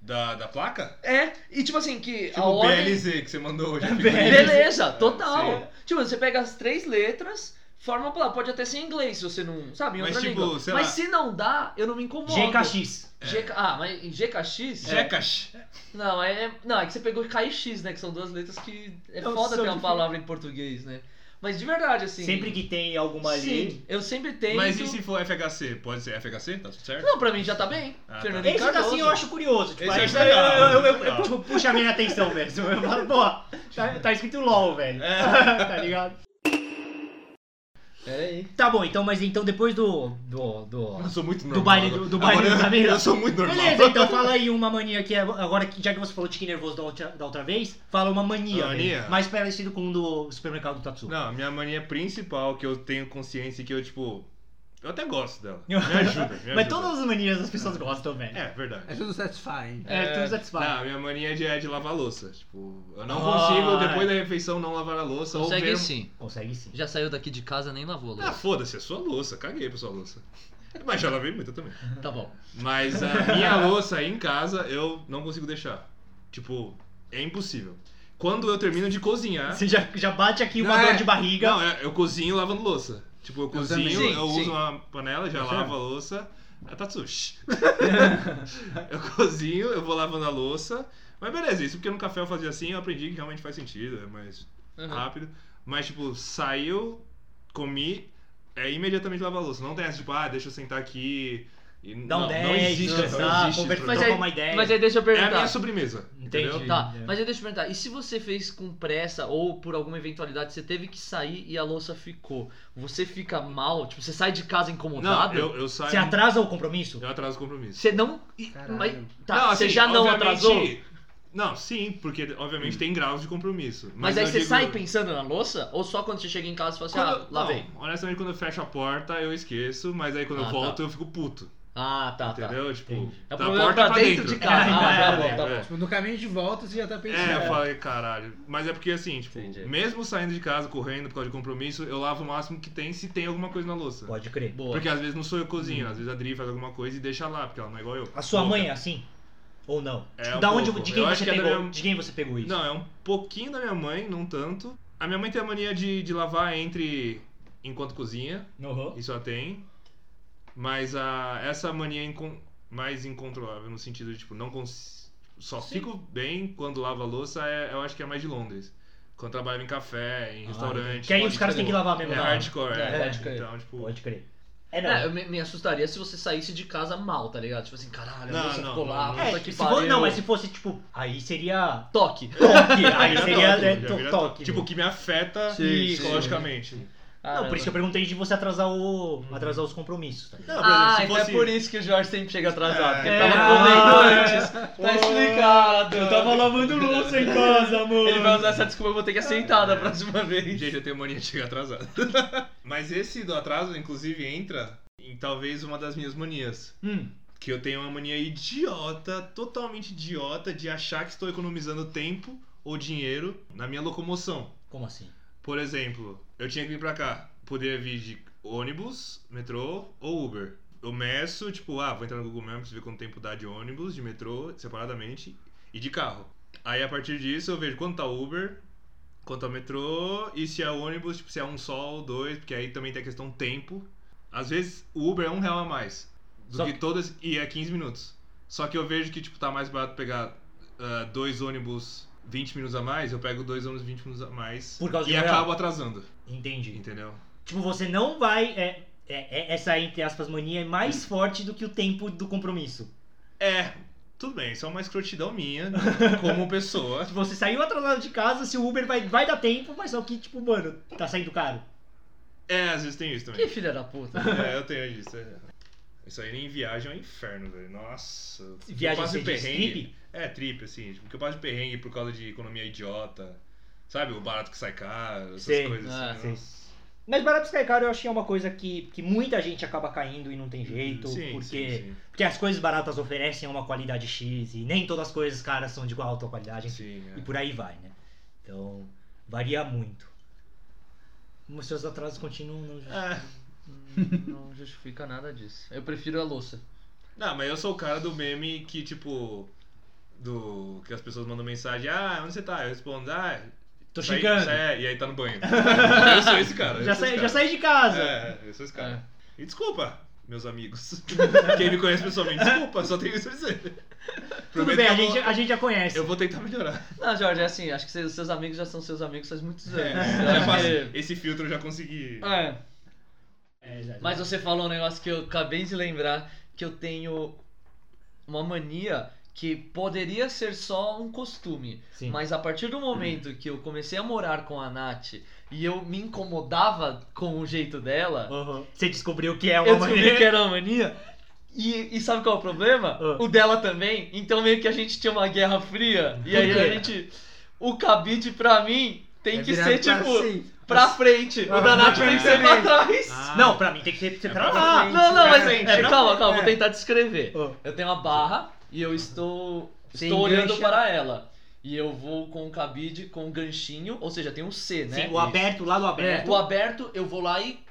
Da, da placa?
É, e tipo assim, que
Tipo
a
o
ordem.
BLZ que você mandou hoje.
Beleza,
É,
total.
sim.
Tipo, você pega as três letras, forma uma palavra. Pode até ser em inglês, se você não. Sabe, em
Mas,
outra
tipo,
língua.
sei
mas
lá.
se não dá, eu não me incomodo.
GKX.
GK Ah, mas em GKX?
Jecas.
É. Não, é, não, é que você pegou KX, né? Que são duas letras que. É
Não,
foda ter
são
uma
difíceis.
palavra em português, né? Mas de verdade, assim.
Sempre que tem alguma lei.
Sim, eu sempre tenho.
Mas e se for FHC? Pode ser FHC? Tá tudo certo?
Não, pra mim já tá bem.
Ah, tá.
Fernando
Esse
Cardoso.
assim eu acho curioso. Tipo,
Esse
aí
eu acho legal,
eu- eu- eu-
legal.
eu- tipo, puxa a minha atenção mesmo. Eu falo, pô, tá, tá escrito LOL, velho. tá ligado?
Pera aí.
Tá bom, então, mas então depois do. do. do.
Eu sou muito normal. né?
do baile do, do baile
Agora
dos
eu-
amigos.
Eu sou muito normal.
Beleza, então fala aí uma mania que é- agora, que- já que você falou tique nervoso da outra, da outra vez, fala uma mania.
Uma
velho.
mania?
Mais parecido com o do supermercado do Tatsu.
Não, a minha mania principal que eu tenho consciência e que eu, tipo. Eu até gosto dela. Me ajuda. Me ajuda.
Mas todas as manias as pessoas gostam, velho.
É, verdade.
É tudo satisfying.
É, tudo satisfaz.
Não, a minha mania de- é de lavar louça. Tipo, eu não
Ah,
consigo,
é.
depois da refeição, não lavar a louça. ou ver...
sim.
Consegue sim.
assim. Já saiu daqui de casa, nem lavou,
Ah, foda-se, é sua louça. Caguei pra sua louça. Mas já lavei muita também.
Tá bom.
Mas a minha louça aí em casa, eu não consigo deixar. Tipo, é impossível. Quando eu termino de cozinhar...
Você já, já bate aqui uma
Não, é.
dor de barriga.
Não, é, eu cozinho lavando louça. Tipo, eu cozinho,
também. Sim,
eu
sim.
uso uma panela, já
Eu
lavo a louça. Ah, Tatsushi. eu cozinho, eu vou lavando a louça. Mas beleza, isso porque no café eu fazia assim, eu aprendi que realmente faz sentido, é mais
Uhum. Ah,
rápido. Mas, tipo, saiu, comi, é imediatamente lavar a louça. Não tem essa, tipo, ah, deixa eu sentar aqui, E
Dá um
não, não
10,
existe, não
dançar,
existe.
conversar,
programa.
trocar uma ideia.
Mas aí deixa eu
É a
perguntar.
minha sobremesa. entendeu?
Entendi.
Tá,
É.
mas aí deixa eu perguntar, e se você fez com pressa ou por alguma eventualidade você teve que sair e a louça ficou, você fica mal? Tipo, você sai de casa
Não,
incomodado?
eu, eu saio.
Você atrasa o compromisso?
Eu atraso o compromisso.
Você não. e-
Caralho.
Mas, tá,
Não,
você
assim,
já não
obviamente-
atrasou?
Não, sim, porque obviamente tem graus de compromisso.
Mas, aí
eu
você
digo-
sai pensando na louça? Ou só quando você chega em casa e fala assim,
Quando-
ah, lá
não,
vem?
Honestamente, quando eu fecho a porta, eu esqueço, mas aí quando
Ah,
eu
tá.
volto, eu fico puto.
Ah, tá, tá.
entendeu? Tipo,
Entendi.
É o
da
problema
porta
tá
pra
dentro, de casa. Ah,
É,
tá
é,
bom, tá bom.
é.
Tipo, no caminho de volta você já tá pensando.
É, eu falei, caralho. Mas é porque assim, tipo,
Entendi.
mesmo saindo de casa, correndo por causa de compromisso, eu lavo o máximo que tem se tem alguma coisa na louça.
Pode crer.
Boa.
Porque às vezes não sou eu que cozinho, às vezes a Dri faz alguma coisa e deixa lá, porque ela não é igual eu.
A sua
Louca.
mãe é assim? Ou não?
É,
Tipo,
um
da onde,
pouco.
de quem
Eu
você
acho que é da
pegou?
minha-
De quem você pegou isso?
Não, é um pouquinho da minha mãe, não tanto. A minha mãe tem a mania de, de lavar entre enquanto cozinha,
Uhum.
isso ela tem. Mas a, essa mania é incon- mais incontrolável, no sentido de, tipo, não cons... Só fico bem quando lavo a louça, é- eu acho que é mais de Londres. Quando trabalho em café, em restaurante.
Ah, Que aí os
pode,
caras têm
tipo,
que lavar mesmo.
É
na hora.
hardcore, é.
É, pode crer.
Então, tipo.
Pode crer. É, não.
É, eu me, me assustaria se você saísse de casa mal, tá ligado? Tipo assim, caralho, a
Não,
louça
não,
ficou lá,
não,
a
É,
puta que
se
pariu.
for- não, mas se fosse, tipo, aí seria
Toque.
toque. aí
Já
seria
toque,
né,
já
to-
vira
toque.
Tipo, que me afeta
Sim, sim.
psicologicamente.
Não, por isso que eu perguntei de você atrasar o.
Uhum.
atrasar os compromissos. Tá? ligado?
Não, por
Ah,
exemplo,
então
se
é
fosse-
por isso que o Jorge sempre chega atrasado. porque
É.
ele tava comendo antes. Tá explicado. Eu tava lavando louça em casa, mano. Ele vai usar essa desculpa, eu vou ter que aceitar da próxima vez.
Gente, eu tenho mania de chegar atrasado. Mas esse do atraso, inclusive, entra em talvez uma das minhas manias.
Hum.
Que eu tenho uma mania idiota, totalmente idiota, de achar que estou economizando tempo ou dinheiro na minha locomoção.
Como assim?
Por exemplo, eu tinha que vir pra cá. Poderia vir de ônibus, metrô ou Uber. Eu meço, tipo, ah, vou entrar no Google Maps, ver quanto tempo dá de ônibus, de metrô, separadamente, e de carro. Aí a partir disso eu vejo quanto tá o Uber, quanto tá o metrô, e se é ônibus, tipo, se é um só ou dois, porque aí também tem a questão tempo. Às vezes o Uber é um real a mais do
Só
que
que-
todas, e é 15 minutos. Só que eu vejo que, tipo, tá mais barato pegar ah, dois ônibus 20 minutos a mais, eu pego dois ônibus 20 minutos a mais
Por causa
e
de um real.
acabo atrasando,
Entendi.
entendeu?
Tipo, você não vai. É, é- é- essa, entre aspas, mania é mais forte do que o tempo do compromisso.
É, tudo bem, isso é uma escrotidão minha como pessoa.
Se Tipo, você saiu atrasado de casa, se o Uber vai, vai dar tempo, mas só que, tipo, mano, tá saindo caro.
É, às vezes tem isso
Que
também.
filha da puta.
É, eu tenho disso. é. Isso aí em viagem é um inferno, velho. Nossa.
Viagem
eu passo
você
de
diz,
perrengue.
trip?
É, trip, assim. Tipo, que eu passo de perrengue por causa de economia idiota. Sabe? O barato que sai caro, essas
Sei,
coisas
ah,
assim.
sei.
nossa.
Mas barato cair caro eu acho que é uma coisa que, que muita gente acaba caindo e não tem jeito,
Sim,
porque,
sim,
porque as coisas baratas oferecem uma qualidade X e nem todas as coisas caras são de igual alta qualidade,
sim. sim
e
é.
por aí vai, né? Então, varia muito. Mas seus atrasos continuam não
É.
É.
justificam.
Hum, Não justifica nada disso. Eu prefiro a louça.
Não, mas eu sou o cara do meme que, tipo. Do. Que as pessoas mandam mensagem, ah, onde você tá? Eu respondo, ah,
Tô
saí-
chegando!
saí- e aí tá no banho. eu sou esse cara. eu
já,
sou
saí,
esse cara.
já saí de casa!
É, eu sou esse cara. E desculpa, meus amigos. Quem me conhece pessoalmente, desculpa, só tenho isso a dizer.
Tudo
Prometo
bem,
que
a
eu
gente,
vou-
a gente já conhece.
Eu vou tentar melhorar.
Não, Jorge, é assim, acho que seus seus amigos já são seus amigos faz muitos anos. Eu
É, já
acho
faço-
que-
esse filtro eu já consegui.
É.
É, exato.
Mas você falou um negócio que eu acabei de lembrar, que eu tenho uma mania que poderia ser só um costume.
Sim.
Mas a partir do momento que eu comecei a morar com a Nath e eu me incomodava com o jeito dela,
Uhum. Você descobriu que é uma
eu descobri
maneira.
que era uma mania. E, e sabe qual é o problema?
Ah.
O dela também. Então meio que a gente tinha uma guerra fria. E aí a
quê?
gente. O cabide pra mim tem
É
que
virado
ser
pra
tipo
sim.
pra frente. O
Ah,
da Nath tem que ser pra trás.
Não, pra mim tem que ser ser pra
Ah. É pra né?
lá.
não, não,
pra
mas.
frente.
é,
Ah, Não,
calma, calma,
é.
vou tentar descrever.
Ah.
Eu tenho uma barra e eu estou,
Você
estou olhando
engancha.
para ela. E eu vou com o cabide, com o ganchinho, ou seja, tem um C, né?
Sim, o aberto, o lado aberto.
O aberto, eu vou lá e.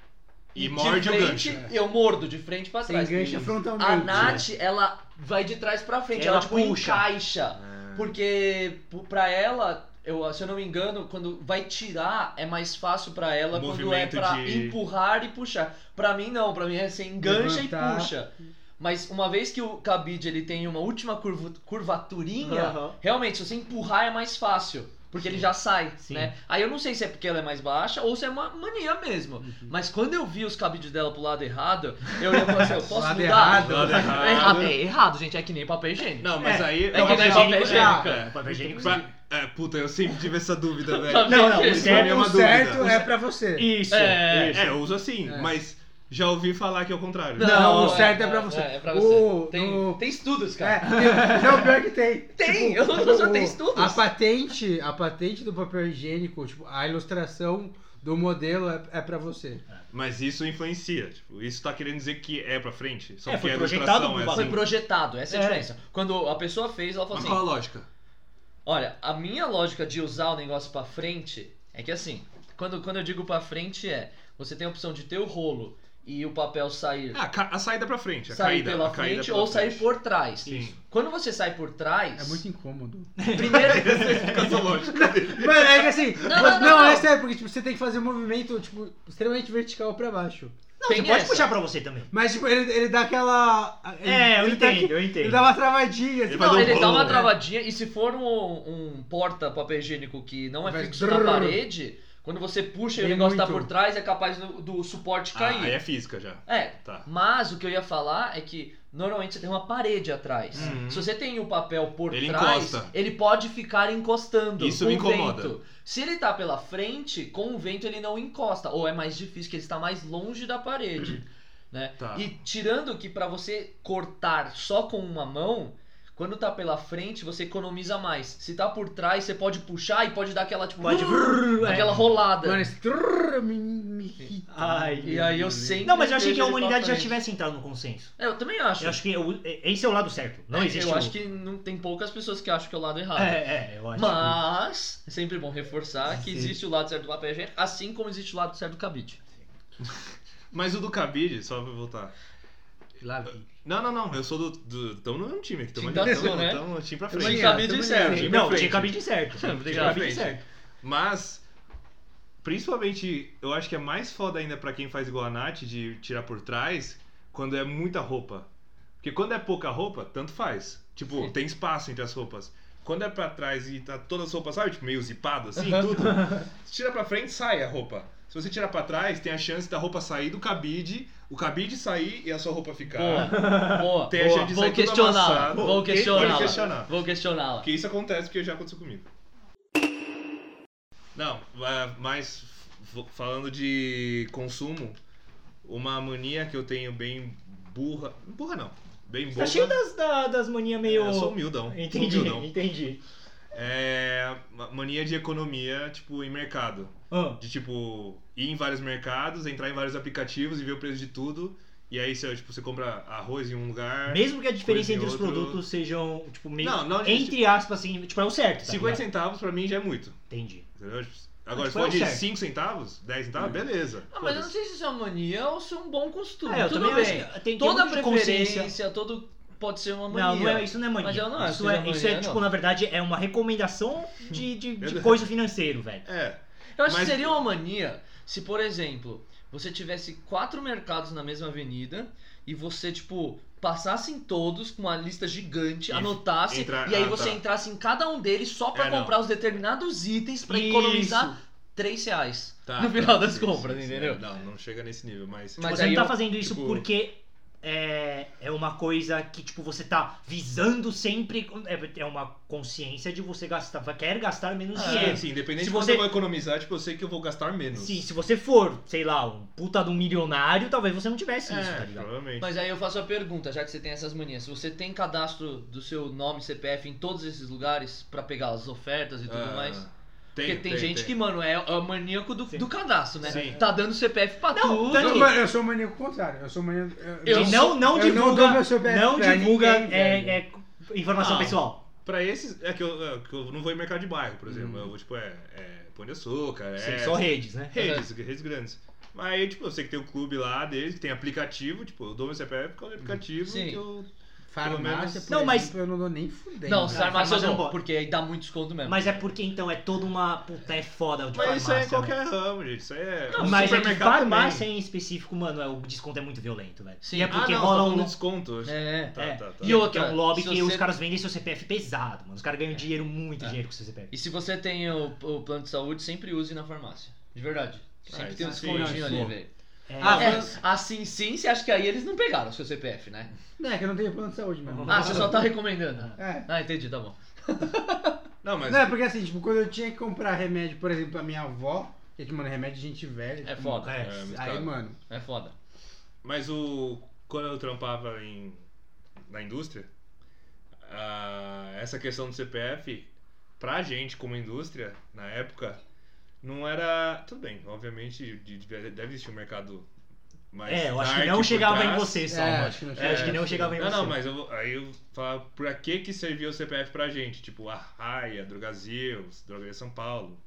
E
de
morde o
frente,
gancho.
Eu mordo de frente pra
Você
trás.
engancha frontalmente.
A Nath, ela vai de trás pra frente, ela,
Ela
tipo
puxa.
encaixa. Porque pu- pra ela, eu, se eu não me engano, quando vai tirar é mais fácil pra ela
O
quando é
movimento
pra
de-
empurrar e puxar. Pra mim não, pra mim é você engancha
Levantar.
e puxa. Mas uma vez que o cabide ele tem uma última curvo- curvaturinha,
Aham.
realmente se você empurrar é mais fácil. Porque ele já sai,
Sim.
né? Aí eu não sei se é porque ela é mais baixa ou se é uma mania mesmo. Mas quando eu vi os cabides dela pro lado errado, eu ia falar assim, eu posso
Lado
mudar?
errado.
Lado errado.
É errado, é errado, gente. É que nem papel higiênico.
Não, mas aí.
É que nem
Não,
papel higiênico.
cara.
Papel higiênico,
Pra- É, puta, eu sempre tive essa dúvida, velho.
Tá
Não, não, o
Isso
Certo,
é
certo.
uma
o certo
dúvida.
é pra você.
Isso.
É,
isso.
É, eu uso assim, mas já ouvi falar que é o contrário.
Não, o certo é pra você.
É, pra você.
O-
tem,
no-
tem estudos,
É,
cara.
tem- não, pior que tem. Tipo,
Tem, eu não tô-
o-
tem estudos.
A patente, a patente do papel higiênico, tipo, a ilustração do modelo é, é pra você.
Mas isso influencia. Tipo, isso tá querendo dizer que é pra frente. Só
É,
que
foi
a
projetado
ilustração
pro
é
bagulho.
Foi
assim.
projetado, essa é a
É.
diferença. Quando a pessoa fez, ela falou
Mas
assim:
qual a lógica?
Olha, a minha lógica de usar o negócio pra frente é que assim, quando, quando eu digo pra frente é, você tem a opção de ter o rolo e o papel sair,
Ah, ca- a saída pra frente. A
sair
caída.
pela
a caída
frente
pela
ou
frente.
sair por trás.
Sim.
Quando você sai por trás,
É muito incômodo.
primeiro
Essa é a explicação lógica dele.
Mano, é que assim,
Não,
você-
não, não, não.
é sério, porque tipo, você tem que fazer um movimento tipo, extremamente vertical pra baixo.
Não,
tem
você pode
essa.
puxar pra você também.
Mas tipo, ele, ele dá aquela. ele-
É, eu
ele dá
entendo,
aqui-
eu entendo.
Ele tá dá uma travadinha.
Ele
Assim,
vai dar
Não,
um
ele dá uma
rolo.
travadinha e se for um, um porta papel higiênico que não é
Vai
fixo
drrr.
na parede, quando você puxa e o
Tem
negócio tá
muito.
por trás, é capaz do, do suporte
Ah, aí
cair.
é física já.
é,
Tá.
Mas o que eu ia falar é que normalmente você tem uma parede atrás.
Uhum.
Se você tem o papel por
Ele
trás,
encosta.
ele pode ficar encostando.
Isso
com
me
o
incomoda.
Vento. Se ele tá pela frente, com o vento ele não encosta. Ou é mais difícil, que ele está mais longe da parede. né?
Tá.
E tirando que pra você cortar só com uma mão. Quando tá pela frente, você economiza mais. Se tá por trás, você pode puxar e pode dar aquela, tipo,
Pode-
aquela rolada.
Mano, esse trrr, me, me irrita.
Ai,
e aí eu sempre.
Não, mas eu achei que a
deixo ele pra
humanidade já
frente.
tivesse entrado no consenso.
É, Eu também acho.
Eu acho que o- esse é o lado certo. Não
É,
existe.
Eu
o-
acho que não tem poucas pessoas que acham que é o lado errado.
É, é, eu acho.
Mas, é sempre bom reforçar que
Sim.
existe o lado certo do papel higiênico, assim como existe o lado certo do cabide.
Mas o do cabide, só pra voltar.
Lá vem.
Não, não, não. Eu sou do. do tamo no mesmo time aqui. Tamo
Time da
tamo-
Zona, né?
tamo time pra
Mas
frente.
de
Tinha,
cabide
também
serve.
que.
tinha
Não,
pra
tinha
frente.
cabide certo. Tinha
pra
cabide
frente.
certo.
Mas, principalmente, eu acho que é mais foda ainda pra quem faz igual a Nath de tirar por trás quando é muita roupa. Porque quando é pouca roupa, tanto faz. Tipo,
Sim.
tem espaço entre as roupas. Quando é pra trás e tá todas as roupas, sabe? Tipo, meio zipado assim, tudo. Se tira pra frente, sai a roupa. Se você tirar pra trás, tem a chance da roupa sair do cabide, o cabide sair e a sua roupa ficar.
Boa, boa,
Tem a
boa.
gente de
Vou
sair tudo
questioná-la,
amassado.
vou
Quem
questioná-la,
pode questionar?
vou questioná-la.
Porque isso acontece porque já aconteceu comigo. Não, ah, mas f- falando de consumo, uma mania que eu tenho bem burra. Burra não. Bem
Tá
burra.
cheio das, da- das manias
É,
meio.
Eu sou humildão. sou
Entendi,
humildão.
entendi.
É. ma- Mania de economia, tipo, em mercado.
Ah,
De tipo, ir em vários mercados, entrar em vários aplicativos e ver o preço de tudo. E aí você, tipo, você compra arroz em um lugar.
Mesmo que a diferença
Coisa em
entre os
outro.
produtos sejam, tipo, meio.
Não, não, gente.
entre aspas, assim, tipo, é o certo. tá
50
ligado?
centavos pra mim já é muito.
Entendi.
Entendeu? Tipo, Agora, se
Tipo, é
for
o
de
certo.
5 centavos, 10 centavos, beleza.
Ah, mas eu não
Foda-se.
sei se isso é uma mania ou se é um bom costume.
É, eu
Tudo
também
bem.
acho que tem- tem
Toda
um tipo de
preferência,
consciência.
todo pode ser uma mania.
Não, não é, isso não é mania.
Mas eu não acho
isso
que
é,
seja
isso é
mania,
tipo,
não.
na verdade, é uma recomendação de, de, de
Verdade.
coisa financeiro, velho.
É.
Eu acho
Mas-
que seria uma mania se, por exemplo, você tivesse quatro mercados na mesma avenida e você, tipo, passasse em todos com uma lista gigante,
E
anotasse
entrar-
e aí
ah,
você
tá.
entrasse em cada um deles só pra
É, não.
comprar os determinados itens pra
Isso.
economizar três reais
Tá,
no final das compras, entendeu?
Não, não chega nesse nível, mas.
Mas
você
aí
não tá
eu-
fazendo isso
tipo-
porque é, é uma coisa que, tipo, você tá visando sempre. É, é uma consciência de você gastar. Quer gastar menos
Ah,
dinheiro.
assim, Sim, sim, independente
Se
de quanto
você-
eu vou economizar, tipo, eu sei que eu vou gastar menos.
Sim, se você for, sei lá, um puta de um milionário, talvez você não tivesse isso,
É,
tá ligado?
provavelmente.
Mas aí eu faço a pergunta, já que você tem essas manias, se você tem cadastro do seu nome e CPF em todos esses lugares pra pegar as ofertas e tudo
Ah,
mais?
Tem,
Porque tem, gente que,
tem.
mano, é, é o maníaco do,
Sim.
do cadastro, né?
Sim.
Tá dando CPF pra
Não,
tudo.
tanto
Não,
que-
mano, eu sou maníaco contrário. Eu sou maníaco.
Eu sou-
De não,
eu
não
não
divulga,
dou
não,
meu CPF pra
divulga
ninguém,
é,
velho.
é, informação
Ah,
Não.
pessoal.
Pra esses, é que eu, é que eu não vou em mercado de bairro, por exemplo. Eu vou, tipo, é, é Pão de Açúcar, é.
Sim, só redes, né?
Redes, redes grandes. Mas um aí, tipo, eu sei que tem o clube lá deles, que tem aplicativo, tipo, eu dou meu CPF por causa do aplicativo
Sim.
que eu
Farmácia, por
Não, mas-
exemplo, eu não dou nem fudendo.
Não,
cara.
farmácia eu
é
farmácia não
não,
pode.
porque aí dá muito desconto mesmo.
Mas é porque então é toda uma. Puta, é foda o de
Mas isso aí é
farmácia,
em
né?
qualquer ramo, gente. Isso aí é.
Mas é que
supermercado também.
farmácia em específico, mano, é- o desconto é muito violento, velho.
Sim.
E é porque
ah, não,
rola
tá falando
um.
de desconto.
É.
Tá,
É.
tá, tá.
E outra,
É um lobby
se
que
você-
os caras vendem seu CPF pesado, mano. Os caras ganham dinheiro, muito
É.
dinheiro com seu CPF.
E se você tem o, o plano de saúde, sempre use na farmácia. De verdade. Sempre
isso
tem um
sim,
descontinho
isso
ali,
sim.
velho.
É,
Ah,
É,
mas-
assim sim, você acha que aí eles não pegaram o seu CPF, né?
Não, é que eu não tenho plano de saúde mesmo.
Ah, você só tá recomendando.
É.
Ah, entendi, tá bom.
Não, mas.
Não,
Né?
é porque assim, tipo, quando eu tinha que comprar remédio, por exemplo, pra minha avó, que, mano, remédio de gente velha.
É
tipo,
foda,
é.
É, muito
Aí,
caro.
mano.
é foda.
Mas o. Quando eu trampava em. na indústria, ah, essa questão do CPF, pra gente como indústria, na época, não era. Tudo bem, obviamente de- de- deve existir um mercado mais.
É, eu acho que
dark
não
por
chegava em
trás.
você, só.
É,
mano.
acho que não
É, acho que não chegava em
Não,
você.
não, mas eu, vou- aí eu falava pra que que servia o CPF pra gente? Tipo, a Raia, Drogazil, Drogaria São Paulo.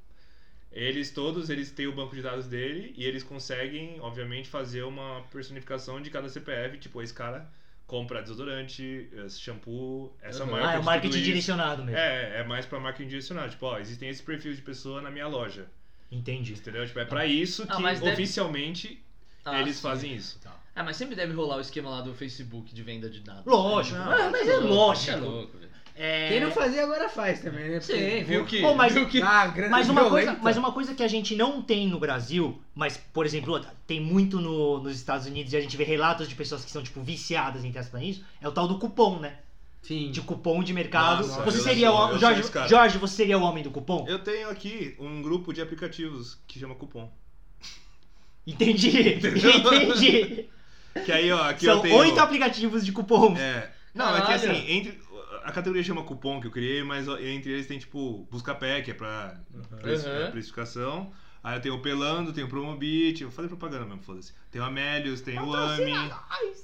Eles todos, eles têm o banco de dados dele e eles conseguem, obviamente, fazer uma personificação de cada CPF. Tipo, esse cara compra desodorante, esse shampoo, essa
Uhum.
marca
Ah, é
de
o
tudo
marketing
isso.
direcionado mesmo.
É, é mais pra marketing direcionado. Tipo, ó, existem esse perfil de pessoa na minha loja.
Entendi.
Entendeu? Tipo, é
Tá.
pra isso que
Ah, mas deve-
oficialmente
Ah,
eles
sim.
fazem isso.
Ah, mas sempre deve rolar o esquema lá do Facebook de venda de dados.
Lógico,
Ah,
mas é lógico.
É louco, velho.
É...
Quem não fazia agora faz também, né?
Sim, viu que.
Pô, mas-
viu que...
Ah,
É
grande
Mas uma, coisa, um
violenta.
mas uma coisa que a gente não tem no Brasil, mas, por exemplo, tem muito no- nos Estados Unidos e a gente vê relatos de pessoas que são, tipo, viciadas em testar isso, é o tal do cupom, né?
Sim.
De cupom de mercado.
Nossa,
você
eu
seria
sou-
o
eu sou
Jorge,
esse cara.
Jorge, você seria o homem do cupom?
Eu tenho aqui um grupo de aplicativos que chama Cupom.
Entendi.
Entendeu?
Entendi.
Que aí, ó, aqui eu
são
tenho.
oito aplicativos de cupom.
É. Não, é que
Caralho.
assim, entre. A categoria chama cupom que eu criei, mas ó, entre eles tem tipo Buscapé, que é pra, pra isso-
Uhum.
pra precificação. Aí eu tenho o Pelando, tenho o Promobit, eu vou fazer propaganda mesmo, foda-se. Tem o Amélios, tem o Ami,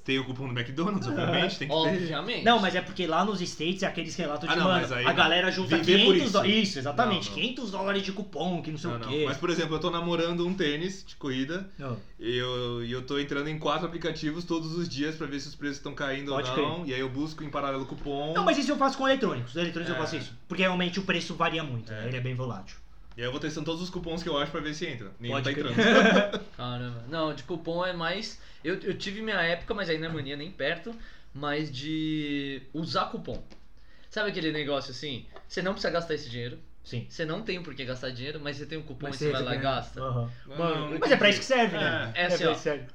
tem o cupom do McDonald's, obviamente, tem que ter.
Obviamente.
Não, mas é porque lá nos States é aqueles relatos de,
Ah, não,
mano,
mas aí
a
não.
galera junta
Viver por
500
isso.
dólares. Isso, exatamente.
Não, não.
500 dólares de cupom, que não sei
Não,
o
não.
quê.
Mas, por exemplo, eu tô namorando um tênis de corrida
Não.
e eu, e eu tô entrando em quatro aplicativos todos os dias pra ver se os preços estão caindo
Pode
ou não. E aí eu busco em paralelo cupom.
Não, mas isso eu faço com eletrônicos. Os eletrônicos
É.
eu faço isso. Porque realmente o preço varia muito, né?
É.
Ele é bem volátil.
E aí eu vou testando todos os cupons que eu acho pra ver se entra. Nenhum
Pode
tá
crer.
entrando.
Caramba. Não, de cupom é mais. Eu, eu tive minha época, mas aí não é mania nem perto. Mas de usar cupom. Sabe aquele negócio assim? Você não precisa gastar esse dinheiro.
Sim.
Você não tem por que gastar dinheiro, mas você tem um cupom
Mas
e você
você
vai lá e
ganha.
gasta.
Não, não
Mas é pra
entendi.
isso que serve, né?
É, é assim,
pra
ó.
isso que serve.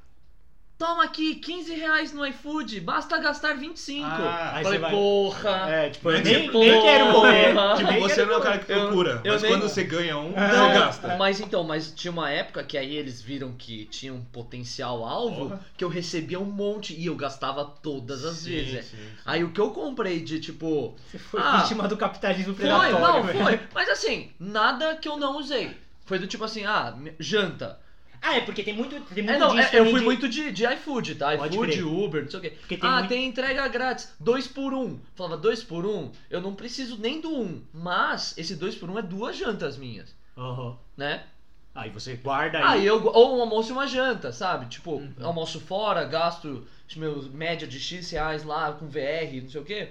Toma aqui, 15 reais no iFood, basta gastar 25.
Ah,
aí
Falei,
você vai-
porra.
É, tipo, eu
Mas
nem,
tipo,
nem quero comer.
porra.
Tipo,
Tipo,
nem
você
quero
não é o cara que
Eu-
procura,
eu
mas
nem-
quando você ganha um,
Não,
você
É,
gasta.
Mas então, mas tinha uma época que aí eles viram que tinha um potencial alvo que eu recebia um monte e eu gastava todas as
Sim,
é.
vezes.
sim, sim.
Aí o que eu comprei de tipo.
Você foi
Ah,
vítima do capitalismo
Foi,
predatório.
não,
velho.
foi. Mas assim, nada que eu não usei. Foi do tipo assim, ah, me- janta.
Ah, é porque tem muito, tem muito
É, não, é,
disso
eu
também
fui
de-
muito de, de iFood, tá?
Pode
iFood,
crer.
Uber, não sei o quê.
Porque tem
ah,
muito...
tem entrega grátis, dois por um. Falava, dois por um, eu não preciso nem do um. Mas esse dois por um é duas jantas minhas,
Aham.
né?
Aí você guarda
Ah,
aí. Uhum.
eu, ou um almoço e uma janta, sabe? Tipo, almoço fora, gasto meu média de X reais lá com VR, não sei o quê.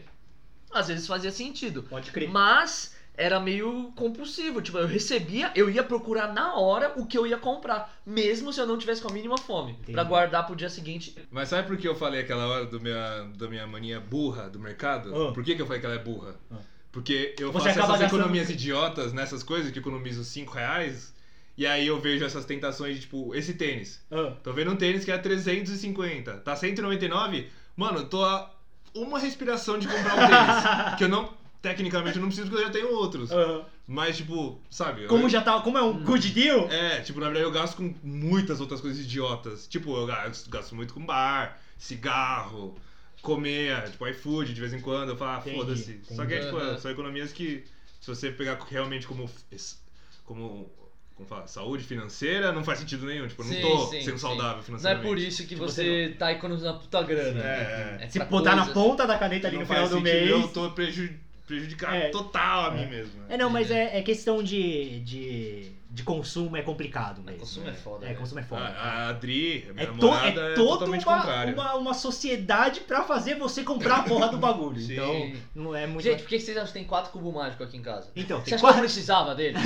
Às vezes fazia sentido.
Pode crer.
Mas era meio compulsivo. Tipo, eu recebia, eu ia procurar na hora o que eu ia comprar. Mesmo se eu não tivesse com a mínima fome.
Entendi.
Pra guardar pro dia seguinte.
Mas sabe por que eu falei aquela hora do minha, da minha mania burra do mercado?
Ah.
Por que, que eu falei que ela é burra?
Ah.
Porque eu
Você
faço
acaba
essas
gastando-
economias idiotas nessas coisas, que economizo 5 reais, e aí eu vejo essas tentações de tipo, esse tênis.
Ah,
Tô vendo um tênis que é 350, tá 199? Mano, eu tô a uma respiração de comprar um tênis. que eu não, tecnicamente, eu não preciso porque eu já tenho outros.
ah.
Mas, tipo, sabe? eu-
Como já tá... Como é
Hum.
um good deal...
É, tipo, na verdade eu gasto com muitas outras coisas idiotas. Tipo, eu gasto, gasto muito com bar, cigarro, comer, tipo, iFood de vez em quando. Eu falo, ah,
Entendi,
foda-se. Só que é, tipo,
Aham.
são economias que, se você pegar realmente como. es- como como fala, saúde financeira, não faz sentido nenhum. Tipo, eu não
Sim,
tô
sim, sim.
sendo saudável
Não é
financeiramente.
por isso que você,
você
tá economizando a puta grana.
É, é.
É
Se
pra
botar na
coisas.
ponta da caneta Tá ali
não
no
faz
final do
sentido,
mês...
Eu tô preju- prejudicar
É.
total a mim mesmo. né?
É, não, mas é, é questão de, de, de consumo, é complicado mesmo.
consumo é foda,
É,
né?
consumo é
A,
foda.
a Adri, minha
É, to,
namorada,
é
é
toda
totalmente
uma,
contrária.
uma, uma sociedade pra fazer você comprar a porra do bagulho.
Sim.
Então, não é muito.
Gente, por que vocês acham que tem quatro cubos mágicos aqui em casa?
então,
Você achou que
tem
eu
quatro.
precisava deles?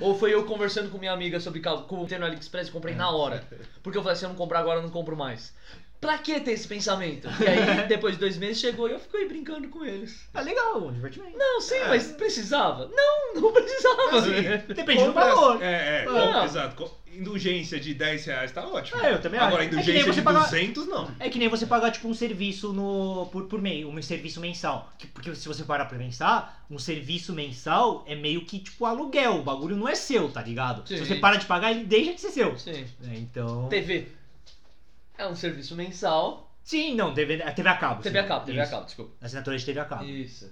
Ou foi eu conversando com minha amiga sobre carro, cubo ter no AliExpress e comprei na hora? Porque eu falei, se eu não comprar agora, eu não compro mais. Pra que ter esse pensamento? E aí, depois de dois meses, chegou e eu fiquei brincando com eles.
Tá legal, um divertimento.
Não, sim, mas precisava? Não, não precisava.
Assim,
né?
Depende do
Compras-
valor.
É, é,
Ah.
com- exato. Com- Indulgência de 10 reais tá ótimo.
É, eu também
Agora,
acho. É que nem
indulgência
você
de
pagar-
200, não.
É que nem você pagar, tipo, um serviço no, por, por meio, um serviço mensal. Que- porque se você parar pra pensar, um serviço mensal é meio que, tipo, aluguel. O bagulho não é seu, tá ligado? Se
Sim.
você para de pagar, ele deixa de ser seu.
Sim.
É, então.
TV. É um serviço mensal.
Sim, não, TV, é TV a cabo.
TV
sim.
a cabo, TV a
Isso.
cabo, desculpa.
Assinatura de TV a
Ah.
cabo.
Isso.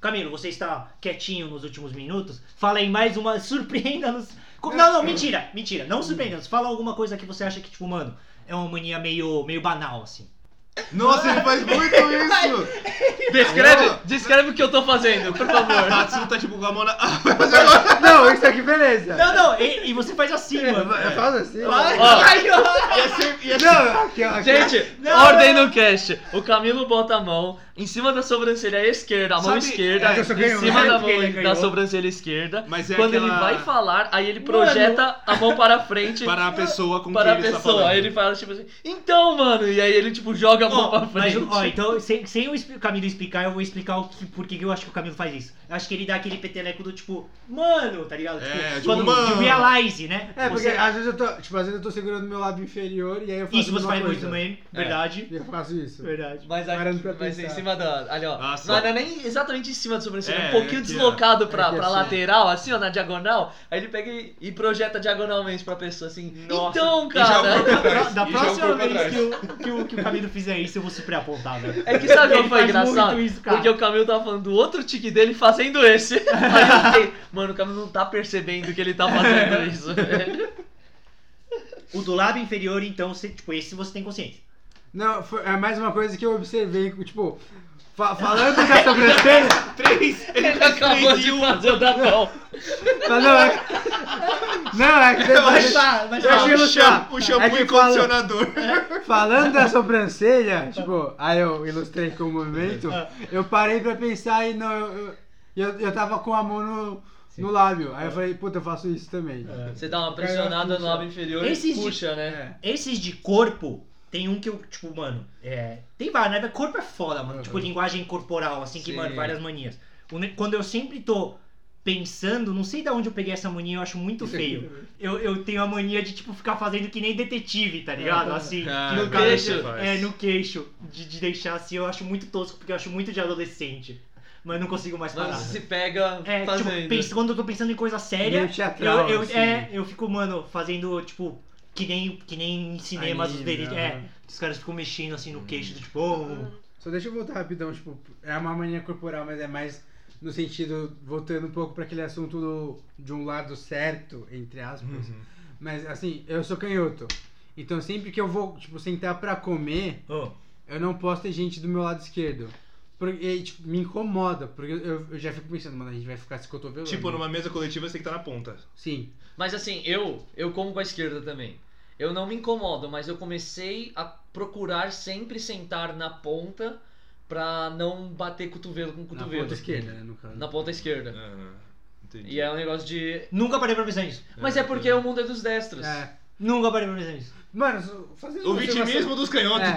Camilo, você está quietinho nos últimos minutos. Fala aí mais uma. Surpreenda-nos. Co- Não, não, mentira, mentira. Não surpreenda-nos. Fala alguma coisa que você acha que, tipo, mano, é uma mania meio, meio banal, assim.
Nossa, ele faz muito isso!
Descreve, descreve o que eu tô fazendo, por favor.
Matsu tá tipo com a mão na... Ah,
Não, isso aqui, beleza.
Não, não, e, e você faz assim, mano.
É, Eu faço assim.
assim,
Não, aqui, ó, aqui.
Gente,
Não,
ordem no cast. O Camilo bota a mão em cima da sobrancelha esquerda, a mão
Sabe,
esquerda,
é,
eu só
em
ganhei um,
cima
né?
da
Porque ele
mão da
ganhou.
sobrancelha esquerda.
Mas é
Quando ele
aquela-
vai falar, aí ele projeta a mão para frente
Para a pessoa com
para a
quem ele
tá
está
pessoa.
falando.
aí ele fala tipo assim, então, mano, e aí ele tipo joga a mão
Ó,
pra
mas,
frente.
ó, então, sem, sem o expli- Camilo explicar, eu vou explicar o que, por que que eu acho que o Camilo faz isso. Eu acho que ele dá aquele peteleco do tipo, mano, tá ligado?
É, tipo,
quando
mano.
de realize, né?
É, porque
Você-
às vezes eu tô. Tipo, às vezes eu tô segurando meu lábio inferior e aí eu faço.
Isso você
alguma
faz muito
coisa.
também, É. verdade.
E eu faço isso.
Verdade.
Mas, aqui-
Parando pra
mas em
pensar.
cima da. Ali, ó.
Nossa.
Não, não é nem exatamente em cima do sobrancelha, é, um
É,
pouquinho
aqui, ó.
deslocado pra,
Aqui,
pra
assim.
lateral, assim, ó, na diagonal. Aí ele pega e, e projeta diagonalmente pra pessoa, assim.
Nossa.
Então,
E já o corpo
cara.
atrás,
Da
e já o
próxima
corpo
vez
atrás.
que o, que, o, que o Camilo fizer isso, eu vou super apontar, velho.
É que sabe o
Ele
que foi
faz
engraçado?
muito isso, cara.
Porque o Camilo tava falando do outro tique dele fazendo esse. Aí eu fiquei, mano, o Camilo não tá percebendo que ele tá fazendo isso.
O do lábio inferior, então, você, tipo, esse você tem consciência.
Não, foi- é mais uma coisa que eu observei, tipo, fa- falando da sobrancelha.
Três, ele
Ele acabou de
um."
fazer o da mão.
mas não, é. Não, é que depois,
tá, mas
eu
tá.
achei-
O shampoo, o shampoo
É que
e condicionador.
É.
falando da sobrancelha, tipo, aí eu ilustrei com o movimento,
Ah.
eu parei pra pensar e não, eu, eu, eu, eu tava com a mão no, no lábio. Aí eu falei, puta, eu faço isso também.
É.
Você dá uma pressionada no lábio inferior
Esses
e
de-
puxa,
É.
né?
Esses de corpo, tem um que eu, tipo, mano, é, tem várias, né? Corpo é foda, mano. Tipo, linguagem corporal, assim, que,
Sim.
mano, várias manias. O ne- Quando eu sempre tô pensando, não sei de onde eu peguei essa mania, eu acho muito feio. Eu, eu tenho a mania de, tipo, ficar fazendo que nem detetive, tá ligado? Assim,
Ah,
no
no
queixo.
queixo.
É, no queixo. De, de deixar assim, eu acho muito tosco, porque eu acho muito de adolescente. Mas não consigo mais parar.
Mas você se pega
É, tipo,
fazendo.
pens- quando eu tô pensando em coisa séria,
Meio teatral,
eu, eu,
assim.
é, eu fico, mano, fazendo, tipo, que nem, que nem em cinemas os
Anime,
dele. É,
aham.
os caras ficam mexendo assim no queixo, do tipo, oh,
Só deixa eu voltar rapidão, tipo, é uma mania corporal, mas é mais no sentido, voltando um pouco pra aquele assunto do, de um lado certo, entre aspas.
Uhum.
Mas assim, eu sou canhoto. Então sempre que eu vou, tipo, sentar pra comer,
oh,
eu não posso ter gente do meu lado esquerdo. Porque, e, tipo, me incomoda, porque eu, eu já fico pensando, mano, a gente vai ficar se
Uhum.
cotovelando.
Tipo, numa mesa coletiva você tem que estar na ponta.
Sim.
Mas assim, eu, eu como com a esquerda também. Eu não me incomodo, mas eu comecei a procurar sempre sentar na ponta pra não bater cotovelo com
Na
cotovelo.
ponta esquerda, né, É. no caso.
Na ponta esquerda.
Ah, entendi.
E é um negócio de.
Nunca parei pra pensar nisso.
Mas é porque o mundo é dos destros.
É.
Nunca parei pra pensar nisso.
Mano, so- fazendo
O
uma observação- É.
vitimismo é dos canhotos.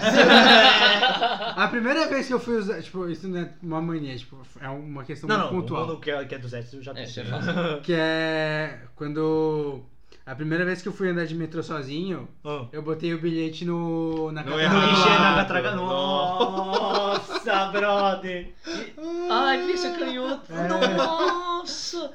A primeira vez que eu fui usar, tipo, isso não é uma mania, tipo, é uma questão
Não,
muito
não,
pontual.
o mundo que é, que é do Zé, eu já
É,
tenho.
isso é fácil.
Que é quando. A primeira vez que eu fui andar de metrô sozinho,
Ah.
eu botei o bilhete no. na
No
catraca
No
errado.
do
guichê na
lado.
catraca. é Nossa, brother!
Ai, pensa canhoto.
É.
Nossa!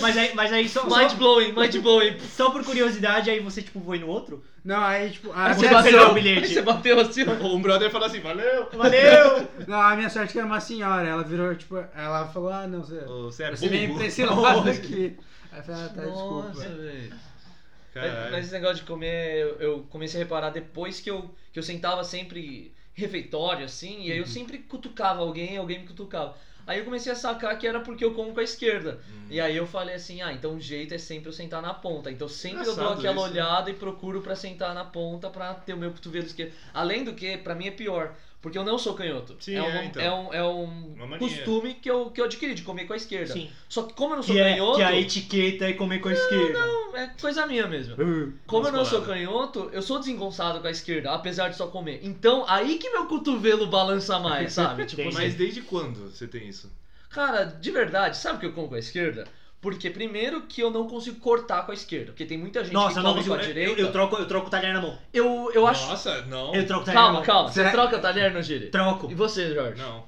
Mas aí, mas aí só,
Mind
só,
blowing, mind blowing.
só por curiosidade, aí você, tipo, foi no outro?
Não, aí, tipo, a,
Aí você
você
minha-
perdeu
bateu
o bilhete.
Você bateu assim, ó.
Um brother falou assim, valeu!
Valeu!
não, a minha sorte que era uma senhora. Ela virou, tipo, ela falou, ah, não, você.
Ô, Você é
você vem
burro.
pra esse lado aqui. Aí eu falei, ah, tá,
Nossa,
desculpa.
velho. Mas-
Caralho.
Mas esse negócio de comer, eu, eu comecei a reparar depois que eu, que eu sentava sempre refeitório, assim, e aí
Uhum.
eu sempre cutucava alguém, alguém me cutucava. Aí eu comecei a sacar que era porque eu como com a esquerda.
Hum.
E
Uhum.
aí eu falei assim, ah, então o jeito é sempre eu sentar na ponta. Então sempre eu dou
Engraçado
aquela
isso, né?
olhada e procuro pra sentar na ponta pra ter o meu cotovelo esquerdo. Além do que, pra mim é pior, porque eu não sou canhoto.
Sim,
é, um,
é, então.
é um, é um
Uma mania.
costume que eu, que eu adquiri de comer com a esquerda.
Sim.
Só que como eu não sou
Que é,
canhoto,
que a etiqueta é comer com a esquerda.
é coisa minha mesmo.
Uh,
Como eu não sou
Descolado.
canhoto, eu sou desengonçado com a esquerda, apesar de só comer. Então, aí que meu cotovelo balança mais, sabe? Tipo,
Entendi.
mas,
Mas desde quando você tem isso?
cara, de verdade, sabe o que eu como com a esquerda? Porque primeiro que eu não consigo cortar com a esquerda, porque tem muita gente
Nossa,
que
eu não
come com
consigo.
a
Eu,
direita.
eu troco, eu troco o talher na mão.
eu, eu acho...
Nossa, não.
Eu troco o talher na
Calma,
mão.
calma. Você
Será-
troca o talher no gire?
Troco.
E você, Jorge?
Não,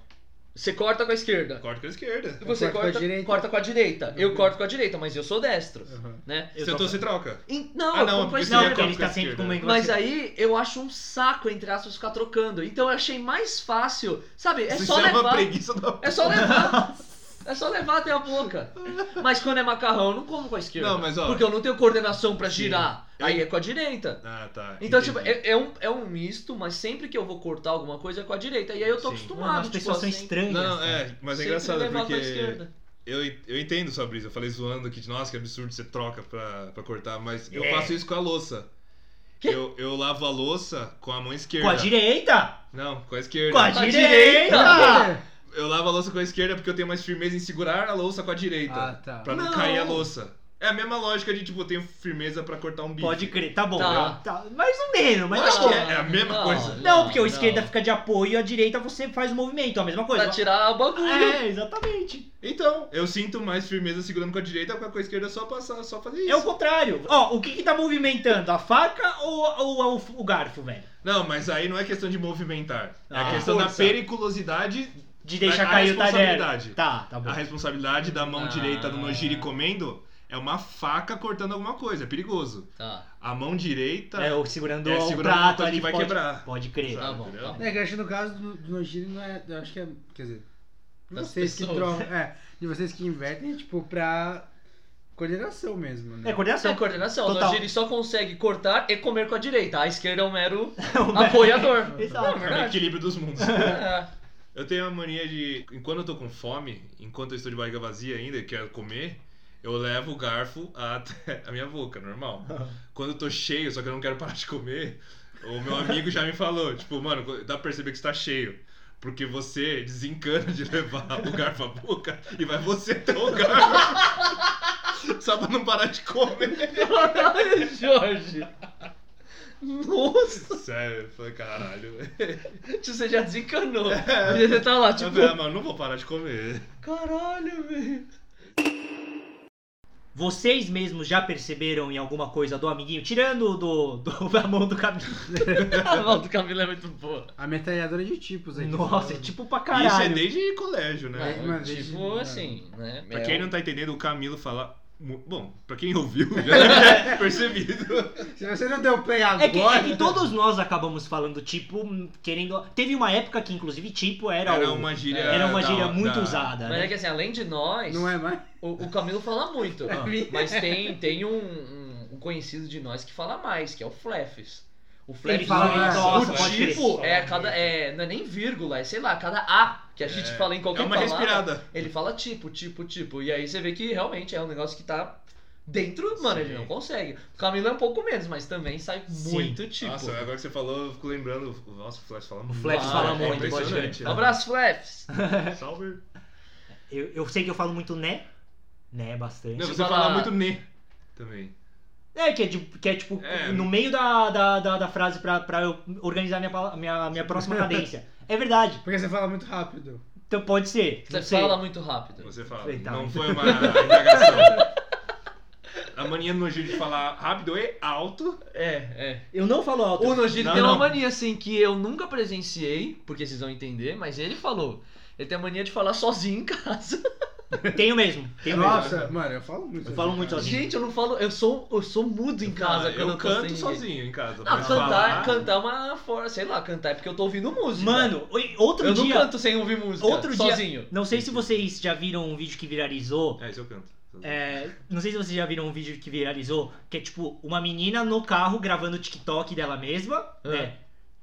Você corta com a esquerda.
corta com a esquerda.
E Você
Eu corto com a
corta,
direita.
corta com a direita. Eu corto com a direita, mas eu sou destro,
Aham.
né?
Eu
Você
troco.
você troca.
E- não,
Ah,
eu como
não,
com a
porque
esquerda.
você
Não, porque
troca
ele
com
tá
a
sempre
esquerda.
comendo com a
Mas
esquerda.
aí eu acho um saco, entre aspas, ficar trocando. Então eu achei mais fácil, sabe? É
Isso
só
é uma
levar.
preguiça da...
É só levar. É só levar até a boca. Mas quando é macarrão, eu não como com a esquerda.
Não, mas, ó.
Porque eu não tenho coordenação pra
Sim.
girar.
Eu-
Aí é com a direita.
Ah, tá.
Então,
entendi.
tipo, é, é um, é um misto, mas sempre que eu vou cortar alguma coisa é com a direita. E aí eu tô
Sim.
acostumado.
Mano, as
tipo,
pessoas são
assim,
estranhas.
Não,
cara.
é, mas é
sempre
engraçado
levar pra
porque
esquerda.
eu, eu entendo sua brisa. Eu falei zoando aqui de nossa, que absurdo você troca pra, pra cortar, mas eu
É.
faço isso com a louça.
Quê?
Eu, eu lavo a louça com a mão esquerda.
Com a direita?
Não, é com a esquerda.
Com a
Com a
direita!
Eu lavo a louça com a esquerda porque eu tenho mais firmeza em segurar a louça com a direita.
Ah, tá.
Pra não,
Não.
cair a louça. É a mesma lógica de, tipo, eu tenho firmeza pra cortar um bife.
Pode crer, tá bom.
Tá.
Tá, Mais ou menos, mas
Eu
tá
acho
bom.
que é, é a mesma
Não,
coisa.
Não, porque o
Não,
esquerda
não.
fica de apoio e a direita você faz o movimento, a mesma coisa.
Pra tirar o bagulho.
É, exatamente.
Então, eu sinto mais firmeza segurando com a direita, porque com a esquerda é só passar, só fazer isso.
É o contrário. Ó, o que que tá movimentando? A faca ou, ou- ou o garfo, velho?
Não, mas aí não é questão de movimentar. É
Ah,
a questão da
força.
periculosidade,
De deixar
A
cair o talher.
responsabilidade.
Tá, tá bom.
a responsabilidade da mão
Ah.
direita do Nojiri comendo é uma faca cortando alguma coisa, é perigoso.
Tá.
A mão direita
É, ou segurando
É,
o
segurando uma
prato
coisa
ali
que vai
pode,
quebrar.
Pode crer.
Tá bom.
Entendeu?
Tá bom.
É, que eu acho que no caso do, do Nojiri não é. Eu acho que é. Quer dizer. De
Das
vocês que
pessoas.
trocam. É, de vocês que invertem, é, tipo, pra coordenação mesmo, né?
É coordenação.
É coordenação.
Total.
O Nojiri só consegue cortar e comer com a direita. A esquerda é um mero apoiador.
Exato.
Não, é
É o
verdade.
equilíbrio dos mundos.
É.
Eu tenho a mania de, enquanto eu tô com fome, enquanto eu estou de barriga vazia ainda e quero comer, eu levo o garfo até a minha boca, normal. Quando eu tô cheio, só que eu não quero parar de comer, o meu amigo já me falou, tipo, mano, dá pra perceber que você tá cheio. Porque você desencana de levar o garfo à boca e vai você ter o garfo. Só pra não parar de comer.
Caralho, Jorge. Nossa,
Sério, eu falei, caralho.
Tipo, você já desencanou. E Você tá lá,
Eu
tipo,
falei, ah, mano, não vou parar de comer.
caralho, velho.
Vocês mesmos já perceberam em alguma coisa do amiguinho, tirando do, do- da mão do caminho.
A volta do Camilo é muito boa.
A metralhadora é de tipos aí.
Nossa, é tipo pra
E Isso é
caralho.
desde colégio, né?
É, uma vez-
Tipo assim, né?
Pra
É
quem
um-
não tá entendendo, o Camilo fala. mu- Bom, pra quem ouviu, já deve ter percebido.
Se você não deu play agora.
É que, é que todos nós acabamos falando tipo, hum, querendo. Teve uma época que, inclusive, tipo era,
Era
o-
uma gíria.
era uma
da-
gíria
da-
muito usada.
Mas
né?
é que assim, além de nós,
Não é mais.
o, o Camilo fala muito.
Ah.
É minha.
mas tem, tem um, um- um conhecido de nós que fala mais, que é o Flefes. O
Ele
Flefes
fala,
Nossa,
nossa,
O
pode crer.
tipo é cada. É, não é nem vírgula, é sei lá, cada A que a gente fala em
É
qualquer
uma
palavra.
respirada.
Ele fala tipo, tipo, tipo. E aí você vê que realmente é um negócio que tá dentro, mano, ele
Sim.
não consegue. O Camilo é um pouco menos, mas também sai
Sim.
muito tipo.
Nossa, agora que você falou, eu fico lembrando. Nossa, o Flash fala muito.
Flash fala
é
muito, pode
impressionante.
Um abraço, Flaps!
né? Salve.
Eu, eu sei que eu falo muito né. Né, bastante.
Não,
Deixa eu
você fala
falar.
muito ne também.
É, que é, de- que é, tipo,
É.
no meio da, da, da, da frase pra, pra eu organizar minha, pala- minha, minha próxima cadência. É verdade.
Porque você fala muito rápido.
Então pode ser.
Você
não sei.
fala muito rápido.
Você fala.
Foi, tá.
Não foi uma indagação. A mania no Gil de falar rápido e alto.
É, é.
Eu não falo alto.
O Nojiri
Não,
tem uma
não.
mania assim que eu nunca presenciei, porque vocês vão entender, mas ele falou. Ele tem a mania de falar sozinho em casa.
Tenho É mesmo. Tenho mesmo.
Nossa, mano, eu falo muito.
Eu falo muito
cara.
sozinho.
Gente, eu não falo, eu sou, eu sou mudo em casa
Ah,
quando eu,
eu
tô sem
canto
ninguém.
sozinho "Ah." em casa.
Não,
mas
cantar,
falar-
cantar é uma força, sei lá, cantar é porque eu tô ouvindo
Tipo,
música.
Mano, oi- outro
eu
dia.
não canto sem ouvir música.
outro dia-
sozinho.
Não sei se vocês já viram um vídeo que viralizou.
É, isso eu canto.
É, não sei se vocês já viram um vídeo que viralizou, que é tipo uma menina no carro gravando o TikTok dela mesma,
Ah.
né?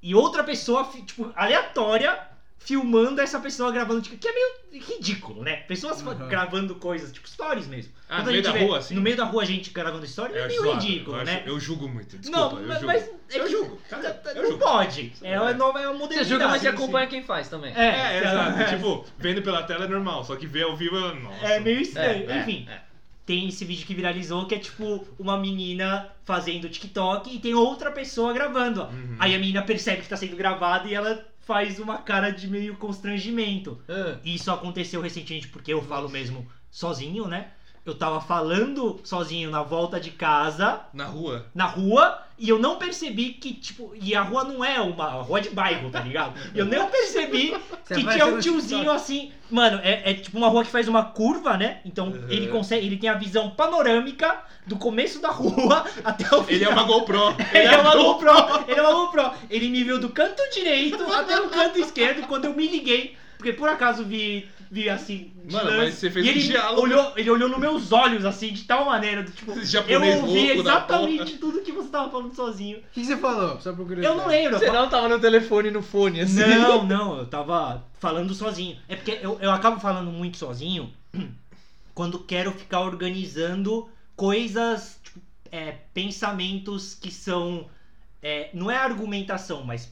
e outra pessoa, fi- tipo, aleatória, filmando essa pessoa gravando, tipo, que é meio ridículo, né? Pessoas fa-
Aham.
gravando coisas, tipo, stories mesmo.
Ah,
Quando
no
a
meio
gente
da
vê
rua, assim?
No meio da rua a gente gravando stories
Eu
é
acho
meio
zoado,
ridículo,
eu acho-
né?
Eu julgo muito, desculpa.
não,
eu
mas,
julgo.
mas é
Eu
que-
julgo,
tá-
cara,
tá-
eu
não
julgo.
pode. É uma nova é uma
Você
modernidade.
julga, mas você
sim,
acompanha
sim.
quem faz também.
É,
É,
sei lá.
exato. tipo, vendo pela tela é normal, só que ver ao vivo é. Nossa.
É meio estranho.
É, é,
Enfim,
é.
tem esse vídeo que viralizou que é tipo uma menina fazendo TikTok e tem outra pessoa gravando. ó.
Uhum.
Aí a menina percebe que tá sendo gravada e ela faz uma cara de meio constrangimento.
Ah,
Isso aconteceu recentemente porque eu falo mesmo sozinho, né? Eu tava falando sozinho na volta de casa,
Na rua.
na rua, e eu não percebi que, tipo, e a rua não é uma a rua de bairro, tá ligado? Eu nem percebi
Você
que
vai
tinha
ver
um
no
tiozinho assim. Mano, é, é tipo uma rua que faz uma curva, né? Então
Uhum.
ele consegue. Ele tem a visão panorâmica do começo da rua até o final.
Ele um é uma GoPro.
Ele é uma GoPro, ele é uma GoPro. Ele me viu do canto direito até o canto esquerdo quando eu me liguei. Porque por acaso vi, vi assim. de
Mano, mas
lance,
você fez
e
um
ele
diálogo.
Olhou, ele olhou nos meus olhos, assim, de tal maneira, do tipo.
Esse
Eu
japonês
ouvi
louco da porra.
exatamente tudo que você tava falando sozinho.
O que que você falou? Só procurando.
Eu não lembro. eu
Você não tava no telefone no fone, assim.
Não, não, eu tava falando sozinho. É porque eu, eu acabo falando muito sozinho quando quero ficar organizando coisas, tipo, é, pensamentos que são. é, não é argumentação, mas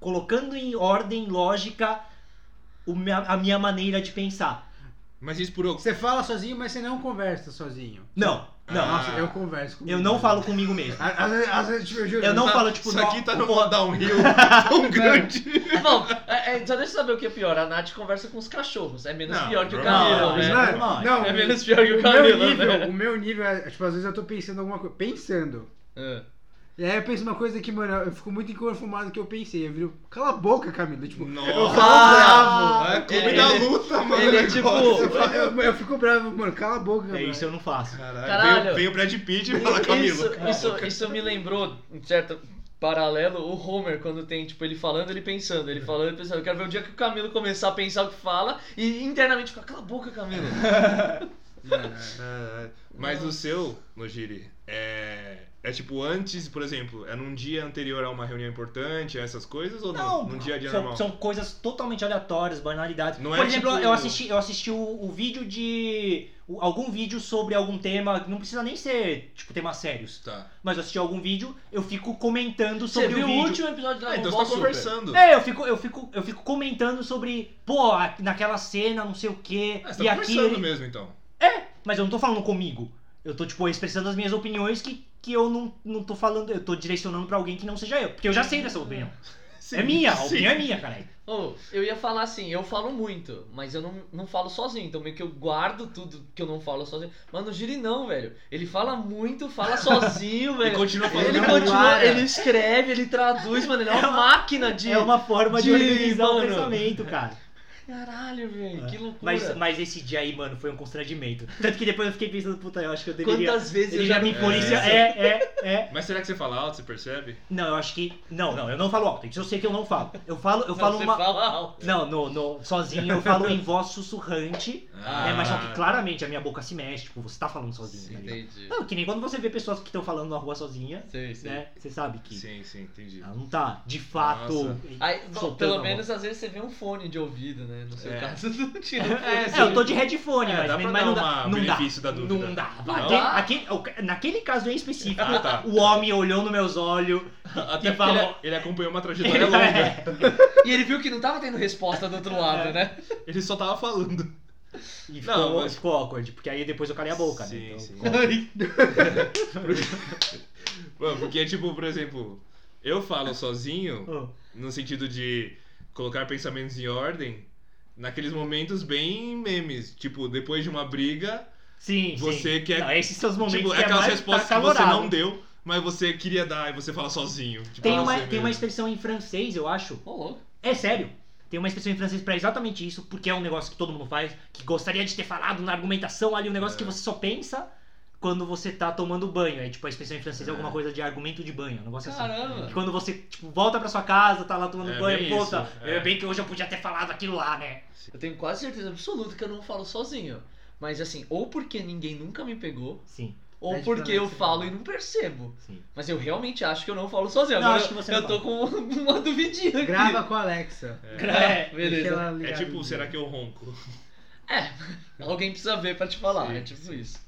colocando em ordem lógica o minha- a minha maneira de pensar.
Mas isso por algum.
Você fala sozinho, mas você não conversa sozinho.
Não, não.
Ah.
Nossa, eu converso comigo.
Eu não falo comigo mesmo.
Às às vezes, às vezes, tipo, eu juro.
Eu não
Tá-
falo, tipo,
Isso
no-
aqui tá num
porra,
downhill tão grande.
Bom, é, é, só deixa eu saber o que é pior. A Nath conversa com os cachorros. É menos
Não,
pior que o
normal,
Camilo,
não,
né?
não.
Mano,
normal.
não,
É menos pior que o
o meu
Camilo,
nível,
né?
o meu nível é, tipo, às vezes eu tô pensando em alguma coisa, pensando.
Ah.
E aí eu penso uma coisa que, mano, eu fico muito inconformado do que eu pensei. Eu viro, cala a boca, Camilo. Tipo, eu
Nossa.
falo bravo.
É clube
ele-
da luta, mano.
ele é tipo-
Eu, falo- eu- eu fico bravo, mano, cala a boca,
É
mano.
isso eu não faço.
Caralho.
Caralho. Veio, veio o Brad Pitt e fala, Camilo.
Isso, isso, isso me lembrou, em certo paralelo, o Homer, quando tem, tipo, ele falando, ele pensando, ele falando, ele pensando. Eu quero ver o dia que o Camilo começar a pensar o que fala e internamente ficar, cala a boca, Camilo.
Caralho. É, Mas o seu, Nojiri, é. É tipo antes, por exemplo, é num dia anterior a uma reunião importante, a essas coisas, ou não?
Não,
Num dia a dia
são,
normal?
são coisas totalmente aleatórias, banalidades.
Não
Por
é
exemplo,
tipo-
eu assisti, eu assisti o, o vídeo de. o- algum vídeo sobre algum tema, não precisa nem ser, tipo, temas sérios.
Tá.
Mas eu assisti algum vídeo, eu fico comentando
Você
sobre
viu
o
o
vídeo.
último episódio da
Ah, então
Dragon
você
Ball
tá
Super?
conversando.
É, eu fico, eu, fico, eu fico comentando sobre, pô, a- naquela cena, não sei o quê,
Ah, você
e
tá
aqui.
conversando mesmo, então.
Mas eu não tô falando comigo. Eu tô, tipo, expressando as minhas opiniões que, que eu não, não tô falando, eu tô direcionando pra alguém que não seja eu. Porque eu já sei dessa opinião. é minha, a opinião é minha, caralho.
Ô, eu ia falar assim, eu falo muito, mas eu não, não falo sozinho, então meio que eu guardo tudo que eu não falo sozinho. Mas no Giri não, velho. Ele fala muito, fala sozinho,
é-
Ele
velho.
continua falando.
Ele
Não
continua,
para.
ele escreve, ele traduz, mano, ele é
É
uma
uma-
máquina de.
É uma forma de,
de-
organizar
mano.
o pensamento, cara.
Caralho, velho, que loucura.
É. Mas, mas esse dia aí, mano, foi um constrangimento. Tanto que depois eu fiquei pensando, puta, eu acho que eu deveria.
Quantas vezes
Ele
eu
já me
fiz isso?
polícia. É, é, é.
Mas será que você fala alto, você percebe?
Não, eu acho que. Não, não, eu não falo alto. Isso eu sei que eu não falo. Eu falo, eu falo
Você
uma.
fala alto.
Não, no, no, sozinho eu falo em voz sussurrante.
Ah.
né, mas só
Ah,
que claramente a minha boca se mexe, tipo, você tá falando sozinho, tá ligado?
Entendi.
Não, que nem quando você vê pessoas que estão falando na rua sozinha,
Sei, sei.
né? Você sabe que
Sim, sim, entendi.
ela não tá, de fato.
Nossa.
Aí,
soltando a
pelo
mão.
menos às vezes você vê um fone de ouvido, né? No seu
É.
caso, não tira o fone.
É, eu tô de headphone,
É,
mas,
dá pra
mas
dar
não dá.
uma
não dá.
benefício da dúvida.
Não dá.
Não?
Aquele- aquele- o- naquele caso em específico,
Ah, tá.
o homem olhou nos meus olhos.
Até porque ele,
E
é-
falou-
ele acompanhou uma trajetória longa.
E ele viu que não tava tendo resposta do outro
É.
lado, né?
Ele só tava falando. Não,
E ficou,
mas-
ficou awkward, porque aí depois eu calei a boca,
Sim,
né?
sim.
Então,
Mano, porque, tipo, por exemplo, eu falo sozinho
sim.
no sentido de colocar pensamentos em ordem naqueles momentos bem memes. Tipo, depois de uma briga,
Sim,
Você quer-
Não, esses são os momentos
tipo,
que
é aquelas
mais
respostas que
acalorado.
você não deu, mas você queria dar e você fala sozinho. Tipo,
Tem
pra
uma,
você
tem uma
mesmo.
expressão em francês, eu acho.
Ô, louco.
É sério. Tem uma expressão em francês pra exatamente isso, porque é um negócio que todo mundo faz, que gostaria de ter falado na argumentação ali, um negócio
É.
que você só pensa quando você tá tomando banho. É tipo, a expressão em francês é, alguma coisa de argumento de banho, um negócio assim.
Caramba.
Que quando você, tipo, volta pra sua casa, tá lá tomando
É,
banho,
bem
volta.
isso,
É.
é.
bem que hoje eu podia ter falado aquilo lá, né?
Eu tenho quase certeza absoluta que eu não falo sozinho. Mas assim, ou porque ninguém nunca me pegou,
Sim.
Ou
Pede
porque
pra
eu
Alexa.
falo e não percebo.
Sim.
Mas eu realmente acho que eu não falo sozinho.
Não,
Agora
acho
eu-
que você
eu
não
tô com uma duvidinha
um
aqui.
Grava com a Alexa.
É.
Deixa
Beleza.
ela
É
ligada
tipo,
no
será
dia.
que eu ronco?
É, alguém precisa ver pra te falar. é tipo isso.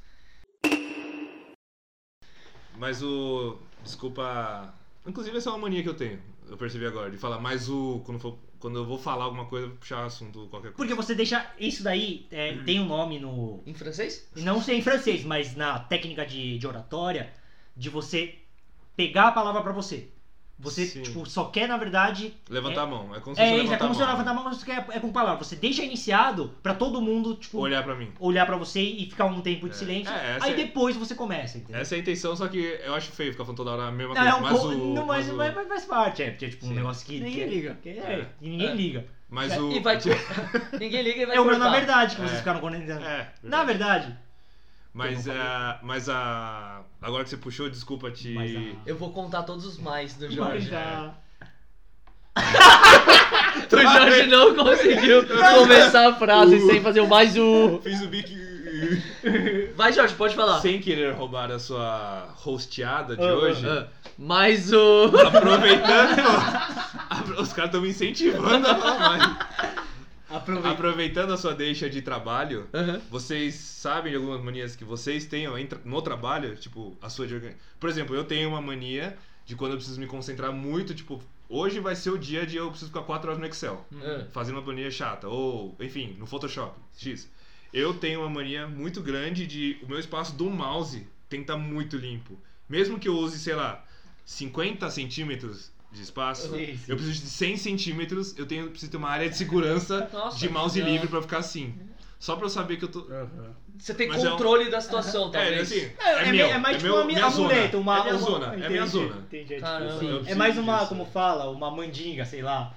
Mas o. Desculpa. Inclusive, essa é uma mania que eu tenho. Eu percebi agora. De falar, mas o. Quando, for- quando eu vou falar alguma coisa, puxar assunto, qualquer coisa.
Porque você deixa. Isso daí é, tem um nome no.
Em francês?
Não sei em francês, mas na técnica de, de oratória, de você pegar a palavra pra você. Você,
Sim.
tipo, só quer, na verdade.
Levantar a mão. É como se
É,
você
isso, é
levantar
como se eu
a mão.
levantar a mão, mas você quer, é com palavra. Você deixa iniciado pra todo mundo, tipo, olhar,
Olhar pra mim.
pra você e ficar um tempo de
É.
silêncio.
É, essa
aí
é-
depois você começa, entendeu?
Essa é a intenção, só que eu acho feio ficar falando toda hora a mesma
Não,
coisa.
é um
mas
pouco.
o.
Não, mas,
mas o-
mas, mas faz parte, é, porque é tipo um
Sim.
negócio que.
Ninguém liga.
que- é,
É.
que ninguém
É.
liga.
Mas
É,
o.
e
tipo-
vai Ninguém liga e vai
É o meu
cortar.
na verdade que vocês
É.
ficaram conectando.
É.
Na verdade.
Mas,
Eu não
a, mas a. Agora que você puxou, desculpa te.
Mas a-
Eu vou contar todos os mais do Jorge. O Jorge não conseguiu começar a frase sem fazer o mais o.
Fiz o bico.
Vai, Jorge, pode falar.
Sem querer roubar a sua hosteada de
Ah,
hoje.
Mais o.
Aproveitando. Apro- Os caras estão me incentivando a falar mais. Aproveitando a sua deixa de trabalho,
Aham.
vocês sabem de algumas manias que vocês tenham em tra- no trabalho? Tipo, a sua de organ- Por exemplo, eu tenho uma mania de quando eu preciso me concentrar muito, tipo, hoje vai ser o dia de eu preciso ficar 4 horas no Excel,
Ah.
fazendo uma planilha chata, ou, enfim, no Photoshop, X. Eu tenho uma mania muito grande de o meu espaço do mouse tem que estar muito limpo. Mesmo que eu use, sei lá, 50 centímetros de espaço,
Sim, sim.
eu preciso de 100 centímetros, eu tenho, preciso ter uma área de segurança
Nossa,
de mouse
não.
livre pra ficar assim. Só pra eu saber que eu tô.
Aham.
Você tem
Mas é um-
controle da situação,
É,
talvez.
assim.
É, é,
meu,
é mais tipo
meu-
uma minha
zona.
amuleta, uma
É minha
uma-
zona, é minha
entendi,
zona.
entendi, é tipo
Caramba.
assim.
Eu
É
preciso
mais uma,
disso.
como fala, uma mandinga, sei lá.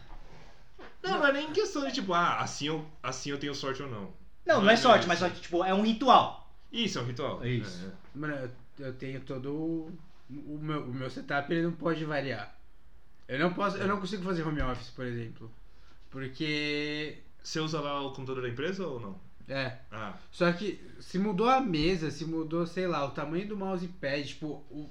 Não, não é nem questão de tipo, ah, assim eu, assim eu tenho sorte ou não.
Não, não é
Mas
sorte,
isso.
mas só que, tipo, é um ritual.
Isso é um ritual.
É isso.
É,
Mano, eu, eu tenho todo o, o meu, o meu setup, ele não pode variar. Eu não posso, eu não consigo fazer home office, por exemplo, porque
Você usa lá o computador da empresa ou não?
é,
Ah,
só que se mudou a mesa, se mudou, sei lá, o tamanho do mousepad, tipo, o,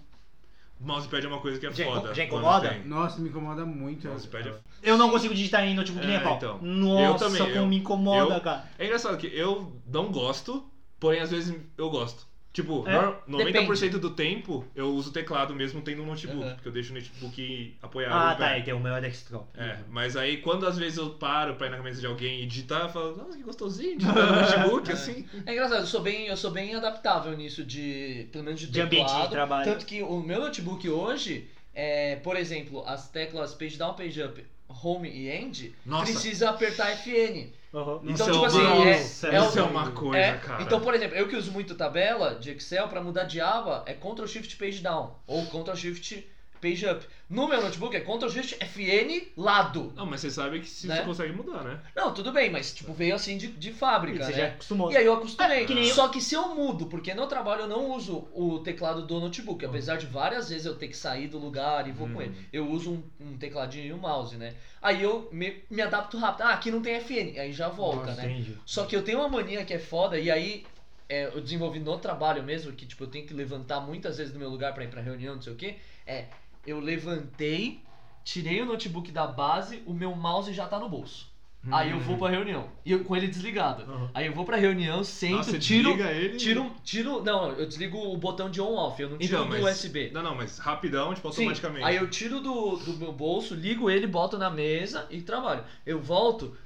o mousepad é uma coisa que é
Já inco-
foda.
já
quando
incomoda?
tem.
nossa, me incomoda muito.
Mousepad é
Eu não consigo digitar em notebook nem a
É,
pau.
então. Eu
Nossa,
também,
como
eu-
me incomoda,
eu-
cara.
É engraçado que eu não gosto, porém às vezes eu gosto. Tipo,
É,
nor- 90%
depende.
do tempo eu uso o teclado mesmo tendo um notebook,
Aham.
porque eu deixo o notebook apoiado.
Ah,
no
tá,
pé.
aí tem o meu desktop.
É, mas aí quando às vezes eu paro pra ir na cabeça de alguém e digitar, eu falo, nossa, que gostosinho, digitar no notebook, assim.
É engraçado, eu sou bem, eu sou bem adaptável nisso de, pelo menos de,
De ambiente de
teclado.
trabalho.
Tanto que o meu notebook hoje, é, por exemplo, as teclas page down, page up, home e end,
Nossa.
precisa apertar FN.
Uhum.
Então,
Isso
tipo
é
assim,
uma-
é, é,
Isso é
um-
uma coisa,
é,
cara.
Então, por exemplo, eu que uso muito tabela de Excel pra mudar de aba é Ctrl Shift Page Down ou Ctrl Shift Page Up. No meu notebook é Ctrl Shift FN lado.
Não, mas você sabe que se
Né?
você consegue mudar, né?
Não, tudo bem, mas tipo veio assim de, de fábrica,
Você
né?
já acostumou.
E aí eu acostumei.
É, que nem eu.
Só que se eu mudo, porque no trabalho eu não uso o teclado do notebook, apesar de várias vezes eu ter que sair do lugar e vou
Hum.
com ele. Eu uso um, um tecladinho e um mouse, né? Aí eu me, me adapto rápido. Ah, aqui não tem FN. Aí já volta,
Nossa,
né?
entendi.
Só que eu tenho uma mania que é foda, e aí é, eu desenvolvi no trabalho mesmo, que tipo, eu tenho que levantar muitas vezes do meu lugar pra ir pra reunião, não sei o quê. É, eu levantei, tirei o notebook da base, o meu mouse já tá no bolso.
Hum.
Aí eu vou pra reunião. E eu, com ele desligado.
Uhum.
Aí eu vou pra reunião, sento,
Nossa, você
tiro.
desliga ele.
Tiro, tiro. Não, eu desligo o botão de on-off, eu não tiro um
Então,
do
mas-
USB.
Não, não, mas rapidão, tipo,
Sim,
automaticamente.
Aí eu tiro do, do meu bolso, ligo ele, boto na mesa e trabalho. Eu volto,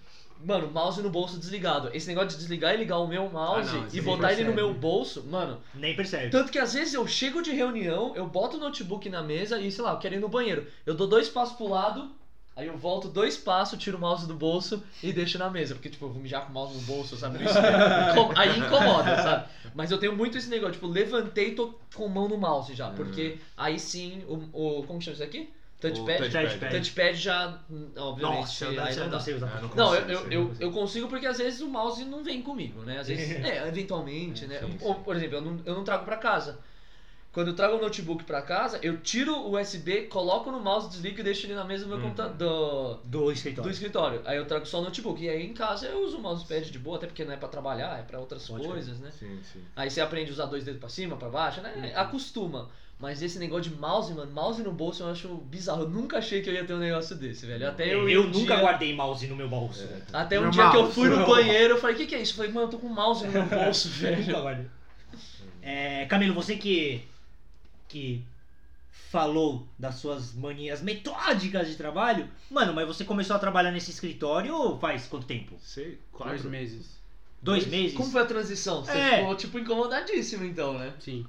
mano, mouse no bolso desligado. Esse negócio de desligar e ligar o meu mouse
Ah, não, isso
e
aí
botar ele no
percebe.
meu bolso, mano.
Nem percebe.
Tanto que às vezes eu chego de reunião, eu boto o notebook na mesa e, sei lá, eu quero ir no banheiro. Eu dou dois passos pro lado. Aí eu volto dois passos, tiro o mouse do bolso e deixo na mesa. Porque, tipo, eu vou mijar com o mouse no bolso, sabe? Isso, é Inco- aí incomoda, sabe? Mas eu tenho muito esse negócio. Tipo, levantei e tô com a mão no mouse já. Porque aí sim, o, o- como chama isso aqui? Touchpad?
O
touchpad.
Touchpad já, hum, obviamente,
Nossa, um eu,
aí
não- eu
não dá.
não sei usar.
Ah, não
Não, eu,
consigo,
eu,
sei.
eu, eu consigo porque às vezes o mouse não vem comigo, né? Às vezes, é, eventualmente, né?
sim, sim.
Ou, por exemplo, eu não, eu não trago pra casa. Quando eu trago o notebook pra casa, eu tiro o USB, coloco no mouse, desligo e deixo ele na mesa do meu computador.
Do
Do,
escritório.
do escritório. Aí eu trago só o notebook. E aí em casa eu uso o mousepad de boa, até porque não é pra trabalhar, é pra outras
Pode crer.
coisas, né?
Sim, sim.
Aí você aprende a usar dois dedos pra cima, pra baixo, né? Acostuma. Mas esse negócio de mouse, mano, mouse no bolso eu acho bizarro. Eu nunca achei que eu ia ter um negócio desse, velho. Até eu.
É, Eu,
ir um
nunca
dia-
guardei mouse no meu bolso.
Até um
Meu
dia que eu
mouse.
fui no banheiro, eu falei, o que, que é isso? Eu falei, mano, eu tô com um mouse no meu bolso, velho.
Nunca guardei. É, Camilo, você que, que falou das suas manias metódicas de trabalho, mano, mas você começou a trabalhar nesse escritório faz quanto tempo?
Sei,
Dois
quatro.
meses.
Dois meses?
Como foi a transição? Você
É.
ficou, tipo, incomodadíssimo então, né?
Sim.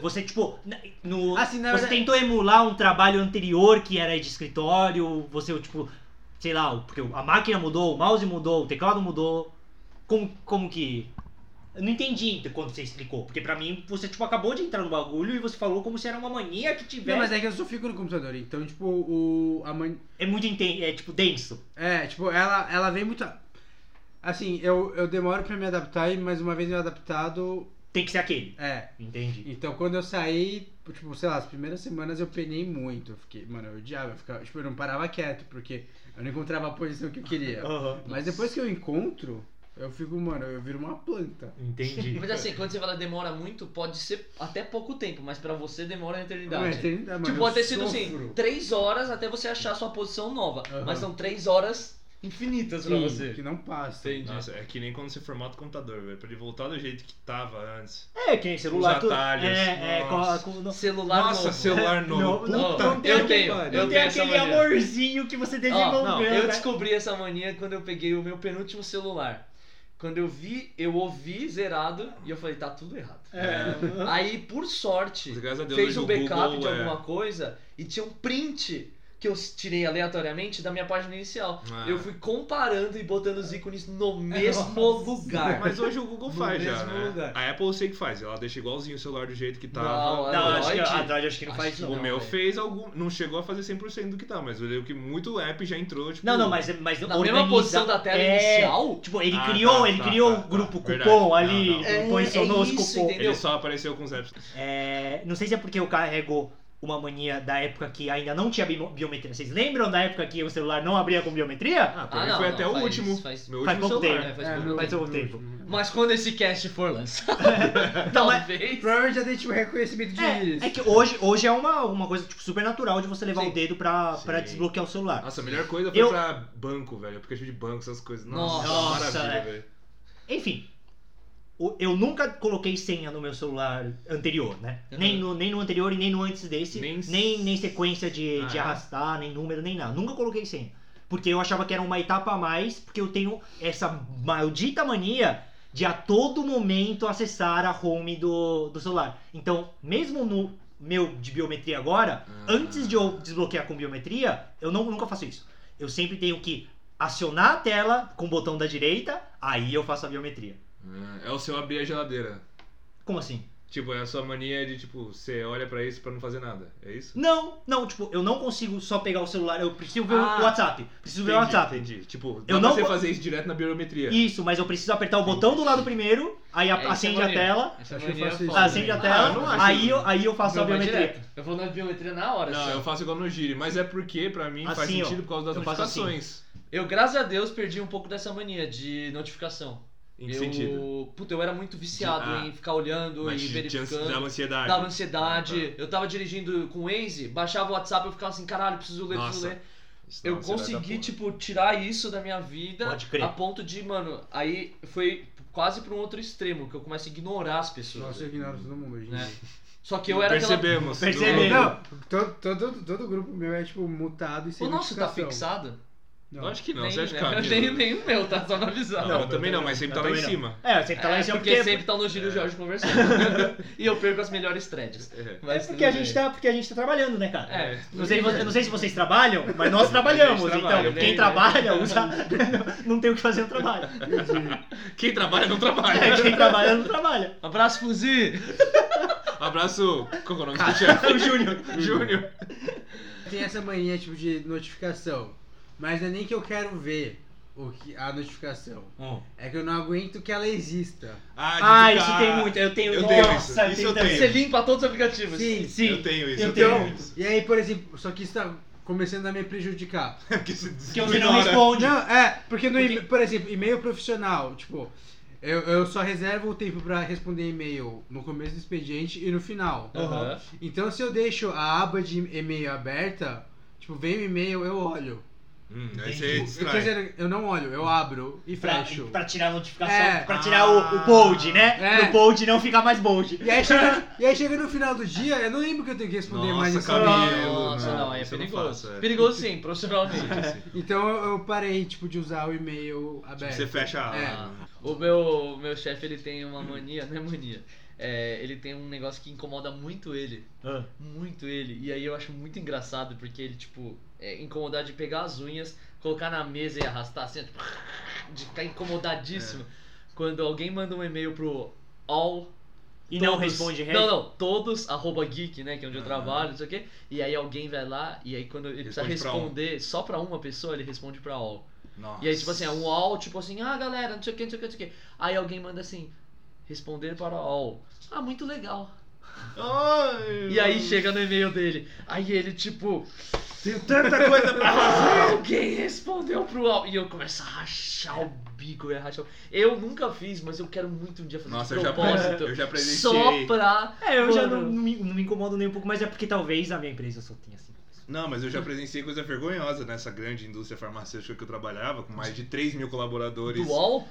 Você, tipo, na- no,
Assim, na
você
verdade-
tentou emular um trabalho anterior que era de escritório, você, tipo, sei lá, porque a máquina mudou, o mouse mudou, o teclado mudou. Como, como que. Eu não entendi quando você explicou, porque pra mim você, tipo, acabou de entrar no bagulho e você falou como se era uma mania que tivesse.
Não, mas é que eu só fico no computador, então, tipo, o. A man...
É muito intenso, é tipo denso.
É, tipo, ela, ela vem muito. a- Assim, eu, eu demoro pra me adaptar, e mas uma vez eu adaptado,
Tem que ser aquele.
é.
Entendi.
Então quando eu saí, tipo, sei lá, as primeiras semanas eu penei muito. Eu fiquei, mano, eu odiava, eu ficava, tipo, eu não parava quieto, porque eu não encontrava a posição que eu queria.
Aham.
Mas depois que eu encontro, eu fico, mano, eu viro uma planta.
Entendi.
Mas assim, quando você fala demora muito, pode ser até pouco tempo, mas pra você demora uma eternidade.
Mas tem- mano,
tipo,
eu
pode ter sido assim,
sofro.
três horas até você achar a sua posição nova. Mas são três horas infinitas pra
Sim,
você.
Que não passa.
Nossa, é que nem quando você formata o computador, velho. Pra ele voltar do jeito que tava antes.
É, que nem celular.
Os
tudo-
atalhos,
É, é, com,
nossa.
com, no-
Celular
Nossa,
novo.
celular novo.
Não, não,
Ó,
não tem
eu
aquele-
tenho,
não
eu
tem
tenho essa
aquele
mania.
amorzinho que você desenvolveu.
Ó, não, eu
né?
descobri essa mania quando eu peguei o meu penúltimo celular. Quando eu vi, eu ouvi zerado e eu falei, tá tudo errado.
É.
Aí, por sorte,
Mas graças a Deus
fez
hoje
um
o
backup
Google
de
é-
alguma coisa e tinha um print que eu tirei aleatoriamente da minha página inicial.
Ah.
Eu fui comparando e botando os ícones no mesmo lugar.
Mas hoje o Google
No
faz já,
mesmo
né?
lugar.
A Apple eu sei que faz, ela deixa igualzinho o celular do jeito que
Não,
tava.
é
Não, acho que,
Android?
a Android acho que não
Acho
faz
que
não.
o
não,
meu
velho.
fez algum, não chegou a fazer 100% do que tá, mas eu lembro que muito app já entrou, tipo...
Não, não, mas, é, mas
Na mesma posição da tela inicial?
Tipo, ele
Ah,
criou,
tá,
ele
tá,
criou
tá,
o
tá,
grupo
verdade.
cupom
Não,
ali,
não.
É,
posicionou
é
os
isso,
cupom.
entendeu?
Ele só apareceu com os apps.
É, não sei se é porque eu carrego uma mania da época que ainda não tinha bi- biometria. Vocês lembram da época que o celular não abria com biometria?
Ah, pra
Ah,
mim
não,
foi
não,
até o
faz-
último.
faz-
meu
faz
último
pouco
celular.
É, faz
É,
pouco
meu-
Faz algum
meu-
tempo.
Mas quando esse cast for lançado, talvez.
Provavelmente já tem tipo reconhecimento de íris.
É, é que hoje, hoje é uma, uma coisa tipo, super natural de você levar
Sim.
o dedo pra,
Sim.
pra desbloquear o celular.
Nossa, a melhor coisa foi
Eu-
pra banco, velho. Aplicativo de banco, essas coisas. Nossa,
Nossa,
maravilha,
né?
velho.
Enfim, o- eu nunca coloquei senha no meu celular anterior, né?
Uhum.
Nem, no, nem no anterior e nem no antes desse.
Nem
Nem,
s-
nem, sequência de, de
Ah, é?
arrastar, nem número, nem nada. Nunca coloquei senha. Porque eu achava que era uma etapa a mais, porque eu tenho essa maldita mania de a todo momento acessar a home do, do celular. Então, mesmo no meu de biometria agora,
Ah.
antes de eu desbloquear com biometria, eu não, nunca faço isso. Eu sempre tenho que acionar a tela com o botão da direita, aí eu faço a biometria.
É o seu abrir a geladeira.
Como assim?
Tipo, é a sua mania de, tipo, você olha pra isso pra não fazer nada. É isso?
Não, não, tipo, eu não consigo só pegar o celular, eu preciso ver
Ah,
o WhatsApp. Preciso ver o WhatsApp.
Entendi. Tipo, dá
Eu
pra
não
você
vou-
fazer isso direto na biometria.
Isso, mas eu preciso apertar o botão do lado primeiro, aí a-
É, isso é
acende a
maneiro.
tela,
Essa
Acho que eu
mania é
faço isso
foda,
acende
né?
a
Ah, eu não
tela,
acho.
aí, eu, aí eu faço a
Não, vai
biometria.
é direto. Eu vou na biometria na hora. assim.
Não,
só.
eu faço igual no gire, mas é porque pra mim faz
Assim, ó.
sentido por causa das
Eu faço assim.
notificações.
Eu, graças a Deus, perdi um pouco dessa mania de notificação.
Em que
eu,
sentido?
Puta, eu era muito viciado
De- ah,
em ficar olhando
Mas
e
de- Ah. de ansi-
verificando.
dava ansiedade.
Dava ansiedade. Eu tava dirigindo com o Waze, baixava o WhatsApp, eu ficava assim, caralho, preciso ler,
Nossa,
preciso ler.
Isso dá
Eu
ansiedade da
consegui,
porra.
tipo, tirar isso da minha vida
Pode crer.
a ponto de, mano, aí foi quase pra um outro extremo, que eu começo a ignorar as pessoas.
Nossa, eu ignoro todo mundo hoje. em
Né?
dia.
Só que eu era aquela.
Percebemos.
Percebemos.
Não,
Não, todo, todo, todo grupo meu é tipo mutado e sem
O nosso tá
notificação.
fixado?
Não.
eu acho que não,
nem,
você acha que é
né?
Camilo-
nem, nem o meu, tá? Só não avisar.
Não, eu também não, mas sempre
eu
tá lá em
também não.
cima.
É, sempre tá lá em
É,
cima
porque,
porque,
sempre tá no giro o Jorge conversando. e eu perco as melhores threads.
É.
é
Mas
porque a
tudo bem.
gente tá, porque a gente tá trabalhando, né, cara?
É.
Não sei, eu não sei se vocês trabalham, mas nós trabalhamos.
trabalha,
então, quem
né?
trabalha usa, não tem o que fazer no trabalho. É,
Quem trabalha, não trabalha.
Quem trabalha não trabalha.
Abraço, Fuzi!
Abraço. Qual que é o nome do chefe? Júnior. Júnior.
Tem essa mania tipo de notificação, mas não é nem que eu quero ver. o que, a notificação.
Hum.
É que eu não aguento que ela exista.
Ah, de
Ah,
ficar-
isso tem muito. Eu tenho. um
Eu tenho isso.
Nossa,
Isso eu
também.
tenho.
Você limpa todos os aplicativos.
Sim, sim.
Eu tenho isso,
Eu
eu
tenho
tenho
muito.
isso.
E aí, por exemplo, só que isso tá começando a me prejudicar.
Que se
Que você não
ignora.
responde.
Não, é, porque no
Porque-
e-mail- por exemplo, e-mail profissional, tipo, eu, eu só reservo o tempo pra responder e-mail no começo do expediente e no final.
Ah.
Aham.
Então se eu deixo a aba de e-mail aberta, tipo, vem o e-mail, eu olho.
Hum, aí
Entendi.
você
Tipo, eu,
distrai.
quer dizer, eu não olho, eu abro e
Pra,
fecho.
pra tirar a notificação,
É.
pra tirar o, o bold, né?
É.
Pro bold não ficar mais bold.
E aí, chega, e aí chega no final do dia, eu não lembro que eu tenho que responder mais
Nossa,
isso.
Camilo.
Nossa, não, é
isso eu não
perigoso.
faço, é.
Perigoso sim, profissionalmente.
Então eu eu parei, tipo, de usar o e-mail
Tipo,
aberto.
Você fecha a.
É.
Ah, O meu, meu chefe, ele tem uma mania, não é mania. É, ele tem um negócio que incomoda muito ele.
Ah.
Muito ele. E aí eu acho muito engraçado, porque ele, tipo, é incomodar de pegar as unhas, colocar na mesa e arrastar assim, tipo, de ficar
É.
incomodadíssimo. Quando alguém manda um e-mail pro all.
E não
todos-
responde
Não, não, todos, arroba geek, né? Que é onde eu
Ah.
trabalho, não sei o quê. E aí alguém vai lá, e aí quando ele precisa
Responde pra um.
responder só pra uma pessoa, ele responde pra all.
Nossa.
E aí, tipo assim, é um all, tipo assim, ah, galera, não sei o que, não sei o que, não sei o que. Aí alguém manda assim, responder para all. Ah, muito legal.
Ai,
E aí chega no e-mail dele. Aí ele, tipo,
Tem tanta coisa pra fazer.
ah, alguém respondeu pro all. E eu começo a rachar o bico, eu ia rachar o... Eu nunca fiz, mas eu quero muito um dia fazer
Nossa,
de
eu já,
propósito.
eu já
só
presenciei.
pra...
É, eu já não,
Mano.
não me, não me incomodo nem um pouco, mas é porque talvez a minha empresa só tenha assim.
Não, mas eu já presenciei coisa vergonhosa nessa grande indústria farmacêutica que eu trabalhava, com mais de 3 mil colaboradores.
Do all?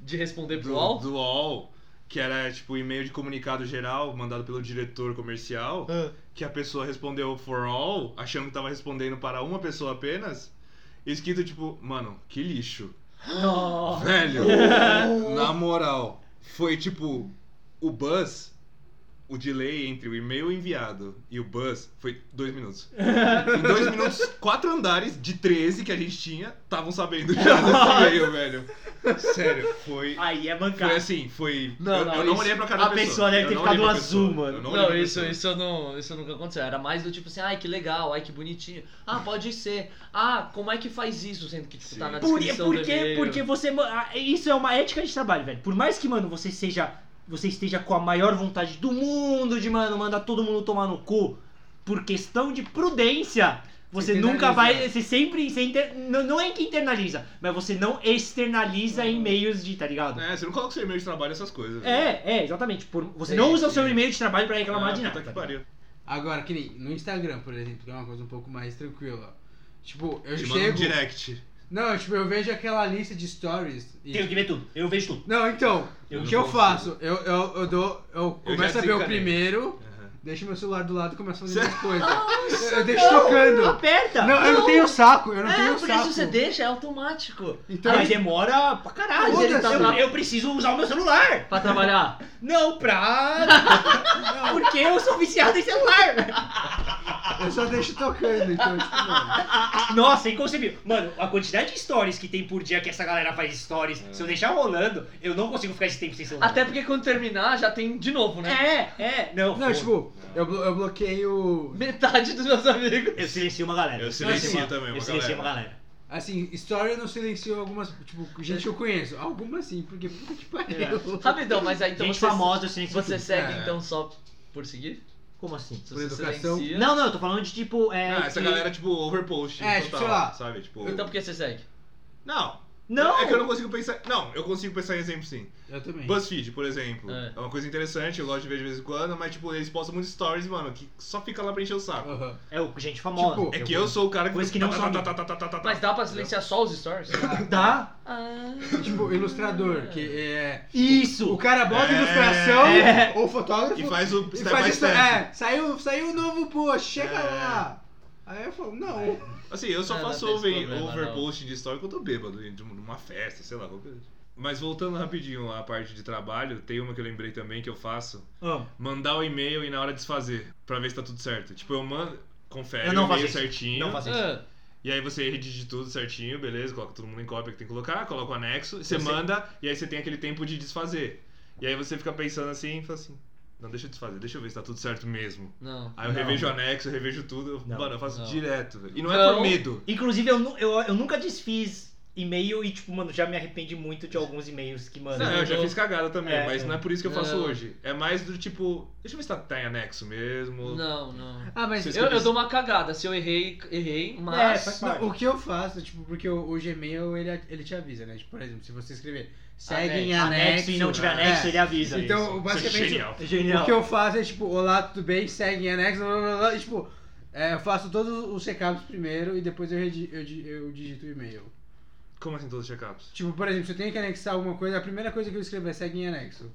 De responder pro all?
do UOL, que era tipo e-mail de comunicado geral mandado pelo diretor comercial, que a pessoa respondeu for all, achando que tava respondendo para uma pessoa apenas. e Escrito tipo, mano, que lixo.
Nossa.
Velho, na moral, foi tipo o buzz, o delay entre o e-mail enviado e o buzz foi dois minutos. em dois minutos, quatro andares de 13 que a gente tinha estavam sabendo já desse e-mail, velho. Sério, foi
Aí é
foi
bancada.
assim, foi.
Não,
eu
não,
eu não
isso-
olhei pra cara da
a pessoa deve
eu
ter
não
ficado
olhei pra
azul,
pessoa,
mano.
eu
Não,
olhei pra
isso,
pessoa.
isso, não, isso nunca aconteceu. Era mais do tipo assim, ai que legal, ai que bonitinho. Ah, pode ser. Ah, como é que faz isso? Sendo que tipo, tá
Sim.
na
Por, é
descrição do
porque,
e-mail.
porque você. ma- ah, Isso é uma ética de trabalho, velho. Por mais que, mano, você seja. Você esteja com a maior vontade do mundo de, mano, mandar todo mundo tomar no cu. Por questão de prudência. Você
Internaliza.
nunca vai. Você sempre. Você inter- não, não é que internaliza, mas você não externaliza e-mails de, tá ligado?
É, você não coloca seu e-mail de trabalho essas coisas. velho.
É, é, exatamente. Por, você
Sim,
não usa o
sim.
seu e-mail de trabalho pra
Ah,
reclamar de nada.
Puta que pariu.
Agora, que nem no Instagram, por exemplo, que é uma coisa um pouco mais tranquila. Tipo, eu
Te manda um
chego.
direct.
Não, tipo, eu vejo aquela lista de stories. E...
Tenho que ver tudo. Eu vejo tudo.
Não, então,
Eu
o
não
que eu
consigo.
faço? Eu, eu, eu dou. Eu começo a ver o
desencanei.
primeiro,
Aham.
deixo meu celular do lado e começo a
Cê-
fazer minhas coisas. Eu- eu deixo tocando.
Aperta!
Não, eu não tenho saco, eu não
É,
tenho
porque
saco.
se você deixa, é automático.
Então,
um Mas é- demora pra caralho.
Mas ele tá
eu,
tra-
eu preciso usar o meu celular.
Pra trabalhar.
Não, pra. Porque eu sou viciado em celular.
eu só deixo tocando, então, tipo, mano.
Nossa, inconcebível. Mano, a quantidade de stories que tem por dia que essa galera faz stories, se eu deixar rolando, eu não consigo ficar esse tempo sem celular.
Até porque quando terminar, já tem de novo, né?
É, é, não.
Não, tipo, eu, blo- eu
É.
bloqueio.
Metade dos meus amigos.
Eu silencio uma galera.
Eu silencio
Não, assim,
também uma
Eu silencio
galera.
uma galera.
Assim, story eu não silencio algumas. Tipo, gente que eu conheço. Algumas sim, porque puta que pariu.
Rapidão, mas aí então
Gente
você,
famosa, eu silencio
você
tudo.
segue
É.
então só por seguir?
Como assim?
Se
Por
você
educação?
silencia.
Não, não, eu tô falando de tipo. É,
Ah, essa
que-
galera, tipo, overpost.
É,
total,
tipo, sei lá.
Sabe? Tipo.
Então por que você segue?
Não.
Não!
É que eu não consigo pensar. Não, eu consigo pensar em exemplo sim.
Eu também.
BuzzFeed, por exemplo.
É.
É. uma coisa interessante, eu gosto de ver de vez em quando, mas, tipo, eles postam muitos stories, mano, que só fica lá pra encher o saco.
Aham.
É o gente famosa.
Tipo,
É que eu sou o cara que.
Coisa que não some.
tá, tá, tá, tá, tá, tá, tá.
Mas dá pra silenciar só os stories?
Dá?
Ah.
Tipo, ilustrador, que é.
Isso!
O cara bota
É.
ilustração,
É.
ou fotógrafo.
E faz o
e
step
faz
by
isso.
step.
É, saiu, saiu um novo post, chega
É.
lá. Aí eu falo, não.
Assim, eu só
Não, não
faço
tem esse
over,
problema, não.
overpost de story quando eu tô bêbado, em- de uma festa, sei lá. qualquer coisa. Mas voltando rapidinho à parte de trabalho, tem uma que eu lembrei também que eu faço.
Ah,
Mandar o e-mail e na hora desfazer, pra ver se tá tudo certo. Tipo, eu mando, confere
Eu não
o e-mail
faço isso.
certinho.
Não faço isso.
Ah,
E aí você redige tudo certinho, beleza? Coloca todo mundo em cópia que tem que colocar, coloca o anexo, você
Eu sei.
manda e aí você tem aquele tempo de desfazer. E aí você fica pensando assim e fala assim, não, deixa eu desfazer, deixa eu ver se tá tudo certo mesmo.
não.
Aí eu
Não.
revejo o anexo, eu revejo tudo, eu-
Não.
mano, eu faço
Não.
direto. velho. E não, é
Não.
por medo.
Inclusive, eu, nu- eu, eu nunca desfiz e-mail e, tipo, mano, já me arrependi muito de alguns e-mails que, mano.
Não, eu já fiz cagada também,
É,
mas
é.
não é por isso que eu faço
Não.
hoje. É mais do tipo, deixa eu ver se tá, tá em anexo mesmo.
Não, não.
Ah, mas
Vocês
Eu, eu dou uma cagada. Se eu errei, errei,
É,
mas.
faz
Não,
parte.
o que eu faço, tipo, porque o, o Gmail, ele, ele te avisa, né? Tipo, por exemplo, se você escrever segue em anexo,
anexo e não tiver anexo,
é.
ele avisa.
Então,
isso.
basicamente,
Isso é genial.
É
o
genial.
que eu faço é tipo, olá, tudo bem, segue em anexo, blá, blá, blá, e, tipo, é, eu faço todos os check-ups primeiro e depois eu, redi- eu, di- eu digito o e-mail.
Como assim todos os check-ups?
Tipo, por exemplo, se eu tenho que anexar alguma coisa, a primeira coisa que eu escrevo é segue em anexo.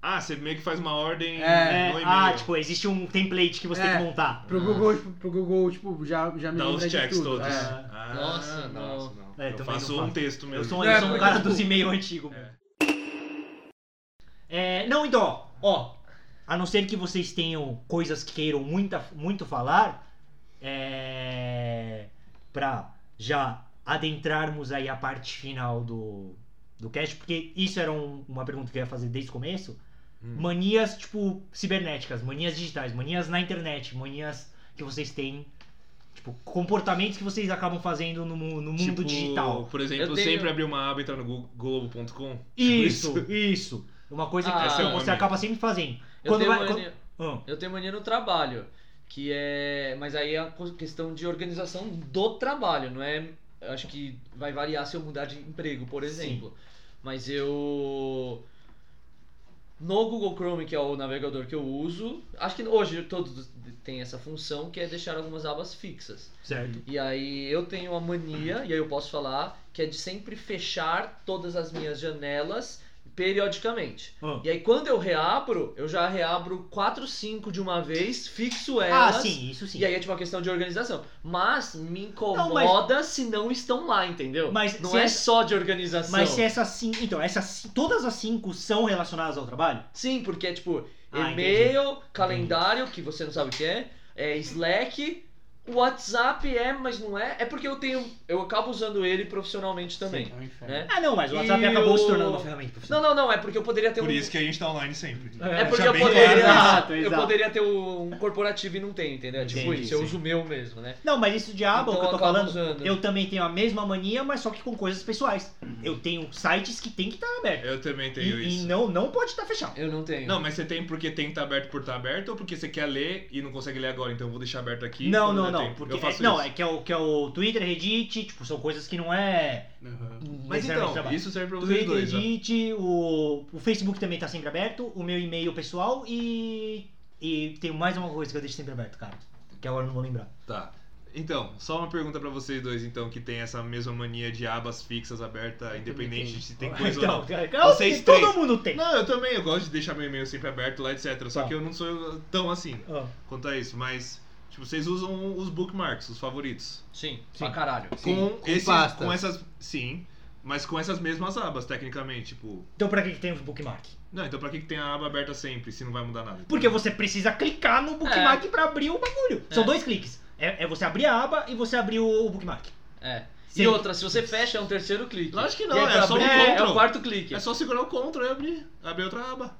Ah, você meio que faz uma ordem
É,
no
É,
e-mail.
ah, tipo, existe um template que você tem
É.
que montar.
Pro Google, tipo, pro Google, tipo, já, já me
Dá os
lembra de
checks
tudo.
todos.
É.
Ah,
Nossa,
nossa, não.
É,
eu
também
faço
não
um
faço.
texto mesmo.
Eu sou,
Não,
eu sou um
porque,
cara
tipo,
dos e-mail antigo. mano. É, não, então, ó, ó, a não ser que vocês tenham coisas que queiram muita, muito falar, é, pra já adentrarmos aí a parte final do, do cast, porque isso era um- uma pergunta que eu ia fazer desde o começo.
Hum.
Manias, tipo, cibernéticas, manias digitais, manias na internet, manias que vocês têm, tipo, comportamentos que vocês acabam fazendo no, mu- no mundo
Tipo,
digital.
Por exemplo,
Eu tenho-
sempre abrir uma aba e entrar no Gu- Globo.com.
Isso, isso. Uma coisa que
Ah,
você-
é uma
você
minha.
acaba sempre fazendo.
Eu
Quando
tenho, um
vai-
mania,
quando- Ah,
eu tenho mania no trabalho. Que é. Mas aí é a co- questão de organização do trabalho, não é. eu Acho que vai variar se eu mudar de emprego, por exemplo. Mas eu. No Google Chrome, que é o navegador que eu uso, acho que hoje todos têm essa função, que é deixar algumas abas fixas.
certo.
E aí eu tenho a mania, e aí eu posso falar, que é de sempre fechar todas as minhas janelas periodicamente.
Ah.
E aí quando eu reabro, eu já reabro 4, 5 de uma vez, fixo
Ah,
elas.
sim, isso sim.
E aí é tipo uma questão de organização. Mas me incomoda
Não, mas-
se não estão lá, entendeu?
Mas
não
se
é
é-
só de organização.
Mas se essas cinco. Então, essas, ci- todas as cinco são relacionadas ao trabalho?
Sim, porque é tipo
Ah,
e-mail, calendário, que você não sabe o que é, é Slack, WhatsApp é, mas não é. É porque eu tenho. Eu acabo usando ele profissionalmente também.
É um inferno.
né?
Ah, não, mas o WhatsApp
E
acabou se
o-
tornando uma ferramenta profissional.
Não, não, não, é porque eu poderia ter
Por
um.
isso que a gente tá online sempre.
É porque
Deixa
eu
bem né?
poderia.
claro. Exato,
Eu
exato.
poderia ter um corporativo e não tenho, entendeu? É tipo
Entendi,
isso, eu
sim.
uso o meu mesmo, né?
Não, mas isso de aba, o
Então
que eu tô
acabo
falando,
usando.
eu também tenho a mesma mania, mas só que com coisas pessoais. Eu tenho sites que tem que estar aberto.
Eu também tenho
e, e
isso.
não, não pode estar fechado.
Eu não tenho.
Não, mas você tem porque tem que estar aberto por estar aberto ou porque você quer ler e não consegue ler agora, então eu vou deixar aberto aqui.
não,
quando
não,
der tempo.
não. Porque
eu faço
é, não,
isso.
é que é o que é o Twitter, Reddit, tipo, são coisas que não é.
Aham.
Mas
necessariamente
então,
trabalho.
isso serve pra vocês
Twitter,
dois. ó.
Reddit, o, o Facebook também tá sempre aberto, o meu e-mail pessoal e. E tem mais uma coisa que eu deixo sempre aberto, cara. Que agora eu não vou lembrar.
Tá. Então, só uma pergunta pra vocês dois, então, que tem essa mesma mania de abas fixas aberta, independente de se tem coisa
então,
ou não.
cara, cara,
Vocês
todo
três.
mundo tem.
Não, eu também, eu gosto de deixar meu e-mail sempre aberto lá, etc. Só
Tá.
que eu não sou tão assim
Ó,
quanto a isso, mas, tipo, vocês usam os bookmarks, os favoritos.
Sim,
Sim.
pra caralho.
Sim,
com,
com
esses-
pastas.
com essas. Sim, mas com essas mesmas abas, tecnicamente, tipo.
Então pra que que tem os bookmark?
Não, então pra que, que tem a aba aberta sempre, se não vai mudar nada? Então,
Porque você precisa clicar no bookmark
É.
pra abrir o bagulho. São dois cliques. É, é você abrir a aba e você abrir o, o bookmark.
É.
Sim.
E outra, se você fecha, é um terceiro clique.
Lógico que não,
E aí
é
pra
só
abrir,
um
é, é
control.
o quarto clique.
É só segurar o Ctrl e abrir, abrir outra aba.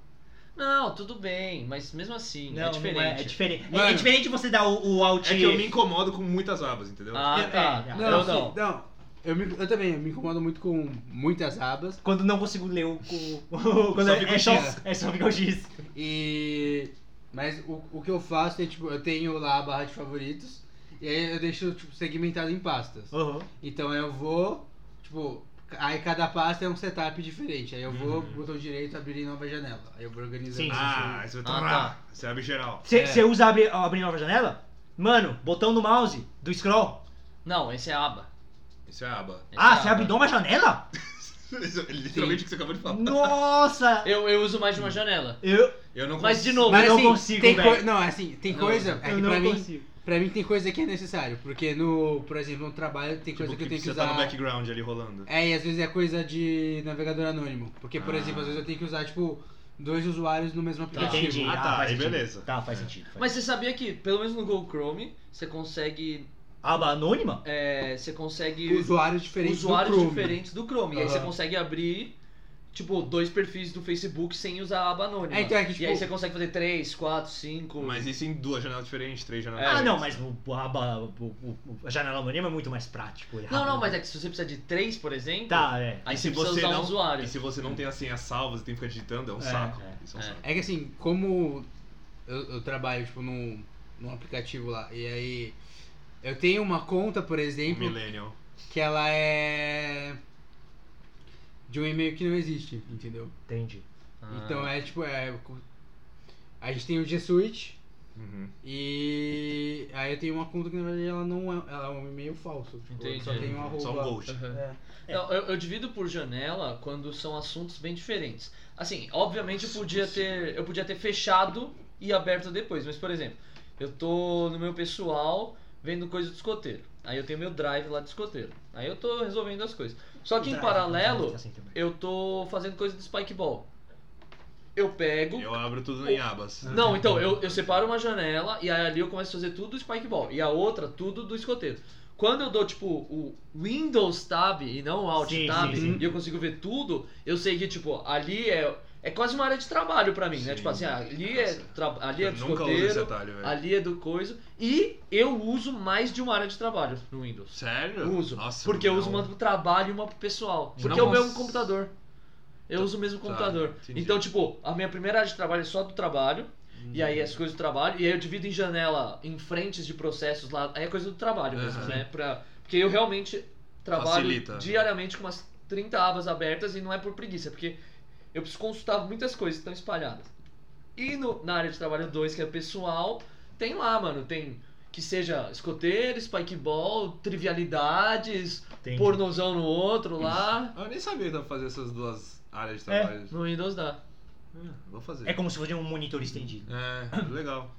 Não, tudo bem, mas mesmo assim,
Não,
é
não
diferente.
é, é diferente. É- É,
Mano.
diferente você dar o, o alt.
É que eu me incomodo com muitas abas, entendeu?
Ah,
É,
tá.
é,
eu não.
sim, Eu, me- eu também, eu me incomodo muito com muitas abas.
Quando não consigo ler o. o- quando
Só
é,
fica o
é, só,
X. né?
é só ficar o X.
E. Mas o, o que eu faço é, tipo, eu tenho lá a barra de favoritos. E aí eu deixo, tipo, segmentado em pastas.
Uhum.
Então eu vou, tipo, aí cada pasta é um setup diferente. Aí eu vou,
Uhum.
botão direito, abrir em nova janela. Aí eu vou organizando.
Sim.
Ah, aí você vai
Ah,
tomar. Você abre geral.
Você
É.
usa abrir, abrir nova janela? Mano, botão do mouse, do scroll.
Não, esse é aba.
Isso é aba.
Esse é
Ah, você
aba.
abre nova janela?
Isso é Literalmente o que você acabou de falar.
Nossa!
Eu, eu uso mais de uma janela.
Eu,
Eu não
Mas
consigo.
de novo,
Mas-
assim,
não consigo,
tem
velho.
coi- Não, assim, tem
Não,
coisa. É
eu
que
não
pra mim,
consigo.
pra mim tem coisa que é necessário. Porque no, por exemplo, no trabalho tem
Tipo,
coisa que eu tenho que
você
usar.
tá no background ali rolando.
É, e às vezes é coisa de navegador anônimo. Porque, por
Ah.
exemplo, às vezes eu tenho que usar, tipo, dois usuários no mesmo aplicativo.
Entendi.
Ah, tá,
faz
aí
sentido.
beleza.
Tá, faz sentido. faz
Mas você sabia que, pelo menos no Google Chrome, você consegue.
Aba anônima?
é, você consegue
Usuários diferentes
usuários
do Chrome.
diferentes do Chrome. E aí você
Aham.
consegue abrir. tipo, dois perfis do Facebook sem usar a aba anônima.
É, então, é que,
E
tipo-
aí você consegue fazer três, quatro, cinco.
Mas isso em duas janelas diferentes, três janelas
Ah,
diferentes.
não, mas o, o aba, o- o- a janela anônima é muito mais prático. olhar.
Não, não, mas é que se você precisa de três, por exemplo,
Tá, é.
aí
E
você precisa usar
não,
um usuário.
E se você não tem assim, a senha salva, você tem que ficar digitando, é um
É,
saco.
é,
Isso é um
é.
saco.
É que assim, como eu, eu trabalho, tipo, num, num aplicativo lá, e aí eu tenho uma conta, por exemplo,
Um Millennial.
que ela é de um e-mail que não existe, entendeu?
Entendi.
Ah.
Então é tipo, é, a gente tem o G Suite
Uhum.
e aí eu tenho uma conta que na verdade ela não é, ela é um e-mail falso. Tipo,
Entendi.
Só tem um arroba.
Só um ghost.
Aham.
É.
Não, eu, eu divido por janela quando são assuntos bem diferentes. Assim, obviamente eu podia ter, eu podia ter fechado e aberto depois, mas por exemplo, eu tô no meu pessoal vendo coisa de escoteiro. Aí eu tenho meu drive lá de escoteiro. Aí eu tô resolvendo as coisas. Só que em
Drive,
paralelo,
assim também.
eu tô fazendo coisa de spikeball. Eu pego,
Eu abro tudo em abas.
não, então, eu, eu separo uma janela e aí ali eu começo a fazer tudo do Spikeball. E a outra, tudo do escoteiro. Quando eu dou, tipo, o Windows Tab e não o Alt
Sim,
Tab,
sim, sim.
e eu consigo ver tudo, eu sei que, tipo, ali é, é quase uma área de trabalho pra mim, né?
Sim.
Tipo assim, ali é,
Nossa.
tra- ali é
eu
do
nunca uso esse
escoteiro,
atalho, velho.
ali é do coisa. E eu uso mais de uma área de trabalho no Windows.
Sério?
Eu uso.
Nossa,
porque eu uso
não.
uma pro trabalho e uma pro pessoal. Porque
Nossa. Tá,
é o mesmo computador. Eu uso o mesmo computador.
entendi.
então, tipo, a minha primeira área de trabalho é só do trabalho. E aí é as coisas do trabalho. E aí eu divido em janela, em frentes de processos lá. Aí é coisa do trabalho mesmo,
Aham.
né? Pra, porque eu realmente trabalho
Facilita. né.
diariamente com umas 30 abas abertas e não é por preguiça, porque eu preciso consultar muitas coisas que estão espalhadas. E no- na área de trabalho 2, que é pessoal, tem lá, mano, tem que seja escoteiro, spikeball, trivialidades,
Entendi.
pornozão no outro lá.
Eu nem sabia que dá pra fazer essas duas áreas de
É.
trabalho.
No Windows dá.
Hum, Vou fazer.
É como se fosse um monitor estendido.
É, legal.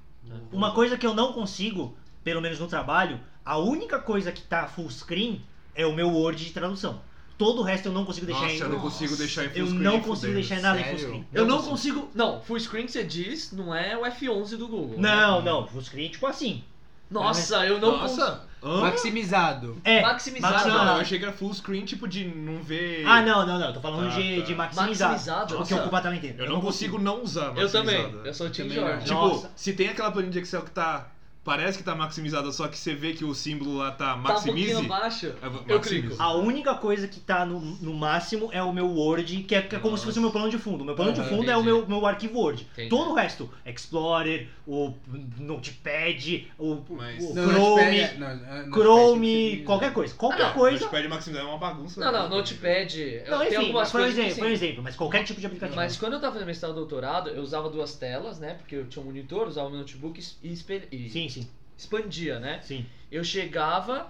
Uma coisa que eu não consigo, pelo menos no trabalho, a única coisa que tá full screen é o meu Word de tradução. Todo o resto eu não consigo deixar
Nossa,
em
eu não consigo deixar em full
Eu
screen,
não consigo
fudeu.
deixar nada em full
Sério?
screen.
Eu não consigo. Não, full screen que você diz não é o F11 do Google. né?
Não, não, full screen tipo assim.
Nossa, eu não consigo.
Nossa! Hã?
Maximizado.
É.
Maximizado.
Ah,
maximizado.
não, eu achei que era full screen, tipo, de não ver.
Ah, não, não, não. Eu tô falando
Tá,
de,
tá.
de maximizar.
Maximizado,
Porque
nossa.
ocupa a tela inteira.
Eu não consigo não usar
Eu também.
maximizada.
Eu sou o time
Também não.
Jorge.
Tipo,
Nossa.
se tem aquela planilha de Excel que tá. Parece que tá maximizada, só que você vê que o símbolo lá tá maximize.
Tá um pouquinho abaixo.
vou-
Eu
maximize.
clico.
A um única coisa que tá no, no máximo é o meu Word, que é, que é como se fosse o meu plano de fundo. O meu plano de
Aham,
fundo é o
entendi.
meu, meu arquivo Word.
Entendi.
Todo o resto, Explorer, o Notepad, o, o
Mas-
o
Não,
Chrome,
Notepad- não, é, não,
Chrome,
Notepad-
qualquer coisa. Qualquer
Ah,
O
coisa.
Notepad maximizado é uma bagunça.
Não,
né?
não, Notepad.
Não,
eu
enfim,
tenho algumas
foi um
coisas. que
exemplo,
sim.
foi um exemplo, mas qualquer tipo de aplicativo.
Mas quando eu tava fazendo mestrado e doutorado, eu usava duas telas, né? Porque eu tinha um monitor, usava o meu notebook e, espe- e
Sim, sim,
expandia, né?
sim.
Eu chegava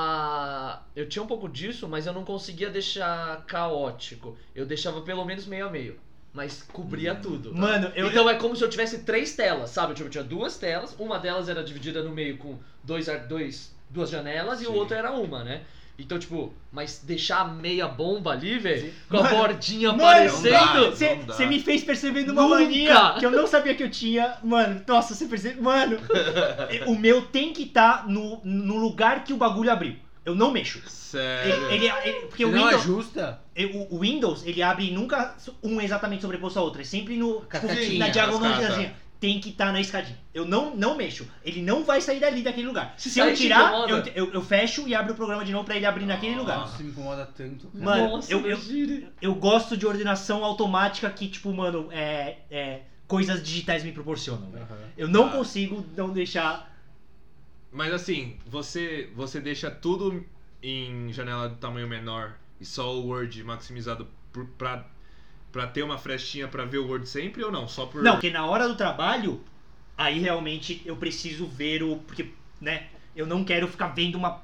a. Eu tinha um pouco disso, mas eu não conseguia deixar caótico. Eu deixava pelo menos meio a meio. Mas cobria
Hum.
tudo.
Mano, eu.
então é como se eu tivesse três telas, sabe? Tipo, eu tinha duas telas, uma delas era dividida no meio com dois, ar- dois, duas janelas e o
Sim.
outro era uma, né? Então, tipo, mas deixar a meia bomba ali, velho, com a bordinha aparecendo.
dá. não
Você me fez perceber numa
Nunca!
mania que eu não sabia que eu tinha. Mano, nossa, você percebeu. Mano, o meu tem que estar no, no lugar que o bagulho abriu. Eu não mexo.
Sério.
Ele, ele- ele- porque o
é
não é
Windows,
ajusta?
o, o Windows, ele abre nunca um exatamente sobreposto ao outro. É sempre no,
Cascadinha,
na
cascata.
diagonalzinha. assim, Tem que estar na escadinha. Eu não, não mexo. Ele não vai sair dali daquele lugar.
Se
Se,
sair,
eu
te
tirar,
incomoda.
eu, eu, eu fecho e abro o programa de novo pra ele abrir naquele lugar.
Nossa, me incomoda tanto. cara.
Mano,
Nossa,
eu, eu,
imagina.
eu gosto de ordenação automática que, tipo, mano, é, é, coisas digitais me proporcionam. velho. Eu não
Ah.
consigo não deixar.
Mas assim, você, você deixa tudo em janela de tamanho menor e só o Word maximizado por- pra, pra ter uma frestinha pra ver o Word sempre ou não? Só por.
Não, porque na hora do trabalho, aí realmente eu preciso ver o. Porque, né? Eu não quero ficar vendo uma.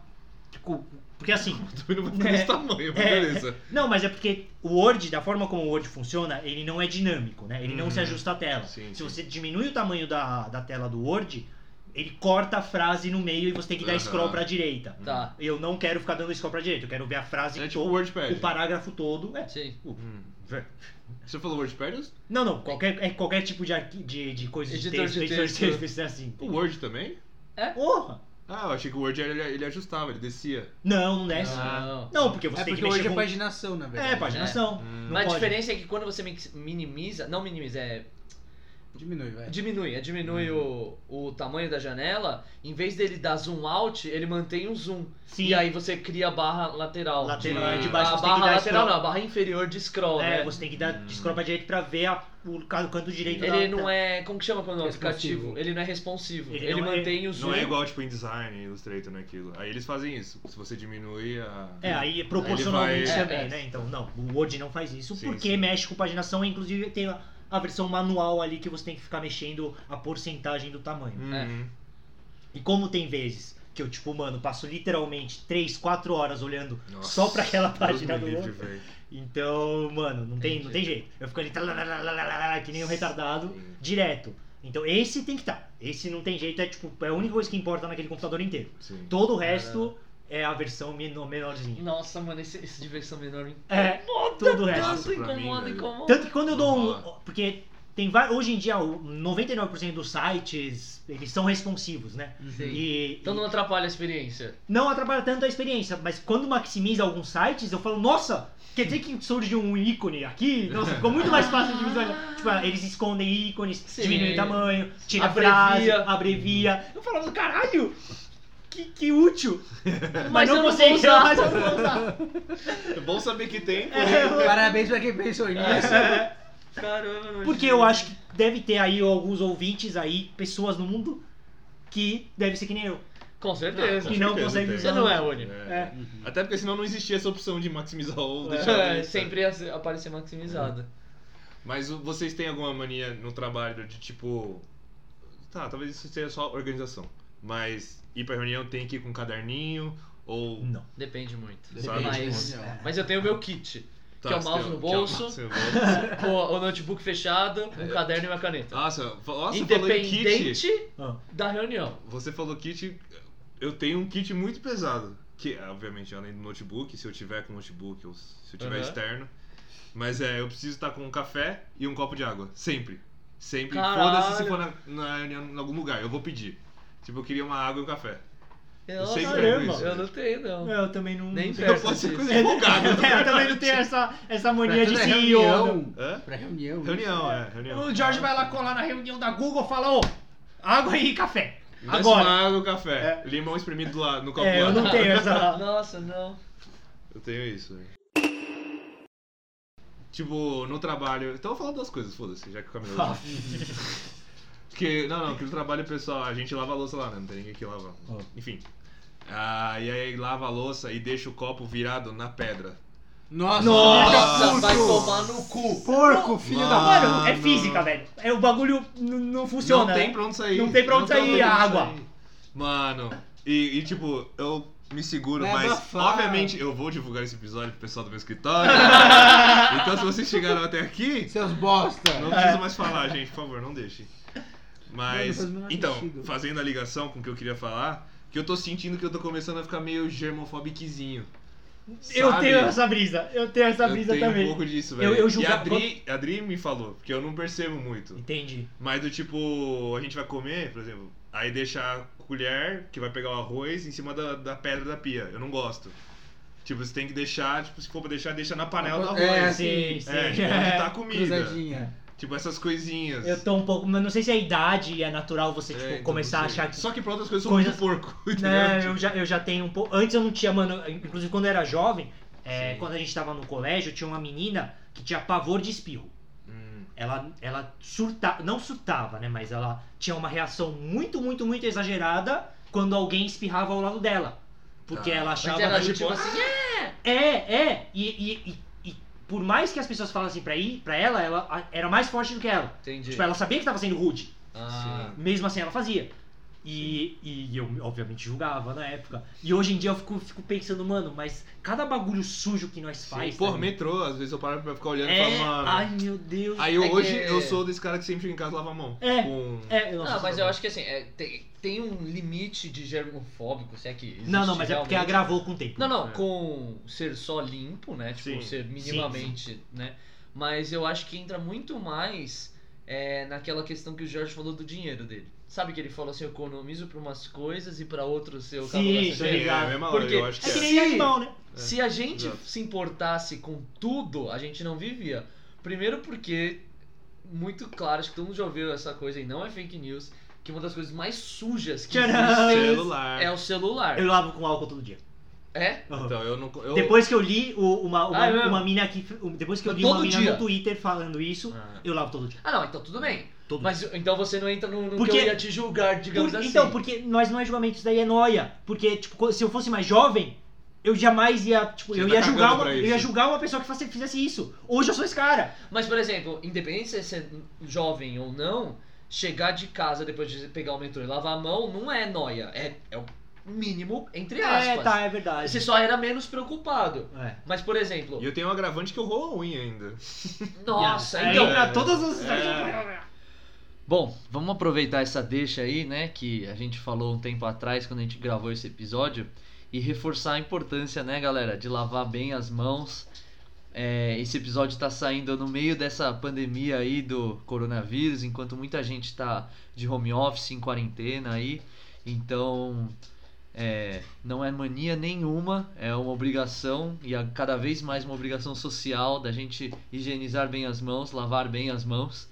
tipo, Porque assim.
Eu não vou ter
É.
esse tamanho, mas
É.
beleza.
Não, mas é porque o Word, da forma como o Word funciona, ele não é dinâmico, né? Ele não
Uhum.
se ajusta à tela.
Sim,
se
sim.
você diminui o tamanho da, da tela do Word, ele corta a frase no meio e você tem que dar
Aham.
scroll pra direita.
Tá,
Eu não quero ficar dando scroll pra direita, eu quero ver a frase
É tipo o
toda.
WordPad.
o parágrafo todo. É.
sim.
Hum. Você falou WordPad?
Não, não, qualquer, é qualquer tipo de, arqui- de, de coisa
Editor
de texto,
de
editor de
texto.
texto, é assim.
O Word também?
Porra!
Ah, eu achei que o Word ele, ele ajustava, ele descia.
Não, não desce.
Ah.
Não.
É Ah, Não, porque você
É
tem que
porque
mexer
hoje é
com...
paginação, na verdade.
É, paginação. Não
Mas a
pode.
diferença é que quando você mix- minimiza, não minimiza, é
Diminui, vai.
diminui, é diminui
Uhum.
o, o tamanho da janela, em vez dele dar zoom out, ele mantém o zoom.
Sim.
E aí você cria a barra lateral.
Lateral,
de,
de baixo,
a
você tem que
barra
dar
lateral
scroll.
não, a barra inferior de scroll,
É,
né?
você tem que dar de scroll pra direita pra ver a- o, ca- o canto direito da-
Ele não
da-
é, como que chama quando é o aplicativo?
Responsivo.
Ele não é responsivo. Ele,
Ele não é-
mantém o zoom.
Não é igual, tipo, InDesign, Illustrator, né, aquilo. Aí eles fazem isso. Se você diminui a...
É, aí é proporcionalmente
Aí ele
vai-
também,
é, é.
né? Então, não, o Word não faz isso
Sim,
porque
sim.
mexe com paginação e inclusive tem a, a versão manual ali que você tem que ficar mexendo a porcentagem do tamanho.
Uhum.
E como tem vezes que eu, tipo, mano, passo literalmente 3, 4 horas olhando
Nossa,
só pra aquela
Deus
página
me
do
livre,
Word.
velho.
Então, mano, não tem, não tem jeito. Eu fico ali talalalalala, que nem um retardado
Sim.
direto. Então esse tem que estar. Esse não tem jeito, é tipo, é a única coisa que importa naquele computador inteiro.
Sim.
Todo o resto é a versão menor, menorzinha.
Nossa, mano, esse, esse diversão menor me
É, tudo o resto.
Nossa,
tanto
pra mim,
incomoda,
velho.
incomoda.
Tanto que quando eu dou
Vamos
um. Porque tem vai- hoje em dia o 99% dos sites eles são responsivos, né? E,
Então
e
não atrapalha a experiência.
não atrapalha tanto a experiência, mas quando maximiza alguns sites, eu falo, nossa, quer dizer que surge um ícone aqui? Nossa, ficou muito mais fácil de visualizar. Tipo, eles escondem ícones,
Sim.
diminuem o tamanho, tira
Abrevia.
frase, abrevia. Eu falo, caralho! Que, que útil! Mas, não
eu não
consegui
vou usar.
mas eu não vou usar.
É bom saber que tem.
Parabéns pra quem pensou nisso.
Caramba, não
Porque eu acho que deve ter aí alguns ouvintes aí, pessoas no mundo, que deve ser que nem eu.
Com certeza.
E não consegue
tem.
Você não é o único.
É. Até porque senão não existia essa opção de maximizar ou deixar...
É,
ali.
sempre ia ser- aparecer maximizada.
Mas o- vocês têm alguma mania no trabalho de tipo. Tá, talvez isso seja só organização. Mas ir pra reunião tem que ir com um caderninho ou.
Não.
Depende muito.
Depende
mas,
muito.
mas eu tenho o meu kit.
Tá,
Que é o
você
mouse
tem-
no
que é o
bolso.
mouse no bolso.
Com o notebook fechado, um caderno e uma caneta.
Nossa, fa- nossa falando em kit.
Independente
Ah.
da reunião.
Você falou kit. Eu tenho um kit muito pesado. Que, obviamente, além do notebook, se eu tiver com notebook ou se eu tiver
Aham.
externo. Mas é, eu preciso estar com um café e um copo de água. Sempre. Sempre.
Caralho.
Foda-se se for na, na reunião em algum lugar. Eu vou pedir. Tipo, eu queria uma água e um café.
Eu,
Eu sei
não,
que
é
tenho,
isso,
eu
né?
não tenho, não.
Eu também não.
Nem
Eu
perto
posso ser
disso.
coisa empolgada.
É, eu também não tenho essa, essa mania de
Tudo é
CEO.
reunião.
Hã?
Pra reunião.
Então, Reunião, é, reunião.
O Jorge vai lá colar na reunião da Google e fala, ô, água e café.
Desce
Agora.
uma água, um café. Limão espremido do lado, no copo
É, eu
lá.
não tenho essa.
Nossa, não.
Eu tenho isso. velho. Tipo, no trabalho. Então eu vou falar das coisas, foda-se, já que o Camilo.
Ah,
Porque, não, não, que no trabalho, pessoal, a gente lava a louça lá, né? Não tem ninguém que lava. Enfim. Ah, e aí lava a louça e deixa o copo virado na pedra.
Nossa,
Nossa,
filho da
vai
puta.
tomar no cu.
Porco, filho da
Mano.
mãe.
Mano, é física, velho. É, o bagulho n- não funciona.
Ah,
né?
Não tem pra onde sair.
Não tem pra onde sair,
pra
a água.
sair. Mano, e, e, tipo, eu me seguro,
Vai
mas
abafar.
obviamente eu vou divulgar esse episódio pro pessoal do meu escritório. então se vocês chegaram até aqui,
Seus bosta.
não preciso mais falar, gente, por favor, não deixem. Mas,
Mano, faz o menor
então,
sentido.
fazendo a ligação com o que eu queria falar, que eu tô sentindo que eu tô começando a ficar meio germofobiquezinho.
Eu
sabe?
tenho essa brisa. Eu tenho essa
Eu
brisa
tenho
também.
um pouco disso,
Eu-
velho.
eu
e a
julgava-
Adri, a Adri me falou, porque eu não percebo muito.
Entendi.
Mas do tipo, a gente vai comer, por exemplo, aí deixa a colher que vai pegar o arroz em cima da, da pedra da pia. Eu não gosto. Tipo, você tem que deixar, tipo, se for pra deixar, deixa na panela do arroz.
É,
Sim,
assim,
sim.
É, tipo, onde tá a comida.
Cruzadinha.
Tipo, essas coisinhas.
Eu tô um pouco. Mas não sei se é a idade e é natural você,
É,
tipo,
então,
começar a
não sei.
achar que.
Só que pra outras coisas eu sou
coisas-
muito porco, entendeu?
Né,
Tipo,
eu já, eu já tenho um pouco. Antes eu não tinha, mano. Inclusive quando eu era jovem, é,
Sim.
quando a gente tava no colégio, tinha uma menina que tinha pavor de espirro.
hum,
Ela, ela surtava, não surtava, né? Mas ela tinha uma reação muito, muito, muito exagerada quando alguém espirrava ao lado dela. Porque
Tá.
ela
Mas
achava.
Mas era
mas,
do
tipo,
tipo assim, é,
É, é. E, e- e- e por mais que as pessoas falassem pra ir, pra ela, ela a- era mais forte do que ela.
Entendi.
Tipo, ela sabia que tava sendo rude.
Ah,
Mesmo assim, ela fazia. E, e eu, obviamente, julgava na época. E hoje em dia eu fico, fico pensando, mano, mas cada bagulho sujo que nós faz.
Porra,
tá ligado?
metrô, às vezes eu paro pra ficar olhando e
É,
falar, mano.
ai meu Deus.
Aí eu-
É que-
hoje eu sou desse cara que sempre chega em casa e lava a mão.
É.
Com-
É, eu não,
não,
sei
mas
se-
eu acho que assim, é, tem, tem um limite de germofóbico, se é que existe
Não, não, mas é porque
realmente.
agravou com o tempo.
Não, não,
É.
com ser só limpo, né? Tipo,
Sim.
ser minimamente, né? Mas eu acho que entra muito mais é, naquela questão que o Jorge falou do dinheiro dele. Sabe que ele falou assim, eu economizo pra umas coisas e pra outras eu acabo
Sim,
gastando
tô ligado.
É a mesma
Porque-
hora, eu acho que
É que
é.
nem irmão, né?
se a gente
exato.
se importasse com tudo, a gente não vivia. Primeiro porque, muito claro, acho que todo mundo já ouviu essa coisa e não é fake news, que uma das coisas mais sujas que
Tcharam!
existem
Celular.
é o celular.
Eu lavo com álcool todo dia.
É?
Então, eu não. Eu...
Depois que eu li o- uma, uma,
Ah, é mesmo?
uma mina aqui. Depois que eu li
Todo
uma mina
dia.
no Twitter falando isso,
Ah.
eu lavo todo dia.
Ah, não, então tudo bem.
Todo
Mas então você não entra no, no
Porque-
que eu ia te julgar, digamos
Por-
assim.
Então, porque nós não é julgamento, isso daí é noia. Porque, tipo, co- se eu fosse mais jovem, eu jamais ia, tipo,
Você
eu
tá
ia julgar
cagando
uma,
pra
eu
isso.
ia julgar uma pessoa que faça- fizesse isso. Hoje eu sou esse cara.
Mas, por exemplo, independente se você é jovem ou não, chegar de casa depois de pegar o metrô e lavar a mão não é noia. É, é o mínimo, entre aspas.
É, tá, é verdade.
Você só era menos preocupado.
É.
Mas, por exemplo,
E eu tenho um agravante que eu roo a unha ainda.
nossa,
É,
então.
pra todas as
Bom, vamos aproveitar essa deixa aí, né, que a gente falou um tempo atrás quando a gente gravou esse episódio e reforçar a importância, né, galera, de lavar bem as mãos. É, esse episódio tá saindo no meio dessa pandemia aí do coronavírus, enquanto muita gente tá de home office, em quarentena aí. Então, é, não é mania nenhuma, é uma obrigação e é cada vez mais uma obrigação social da gente higienizar bem as mãos, lavar bem as mãos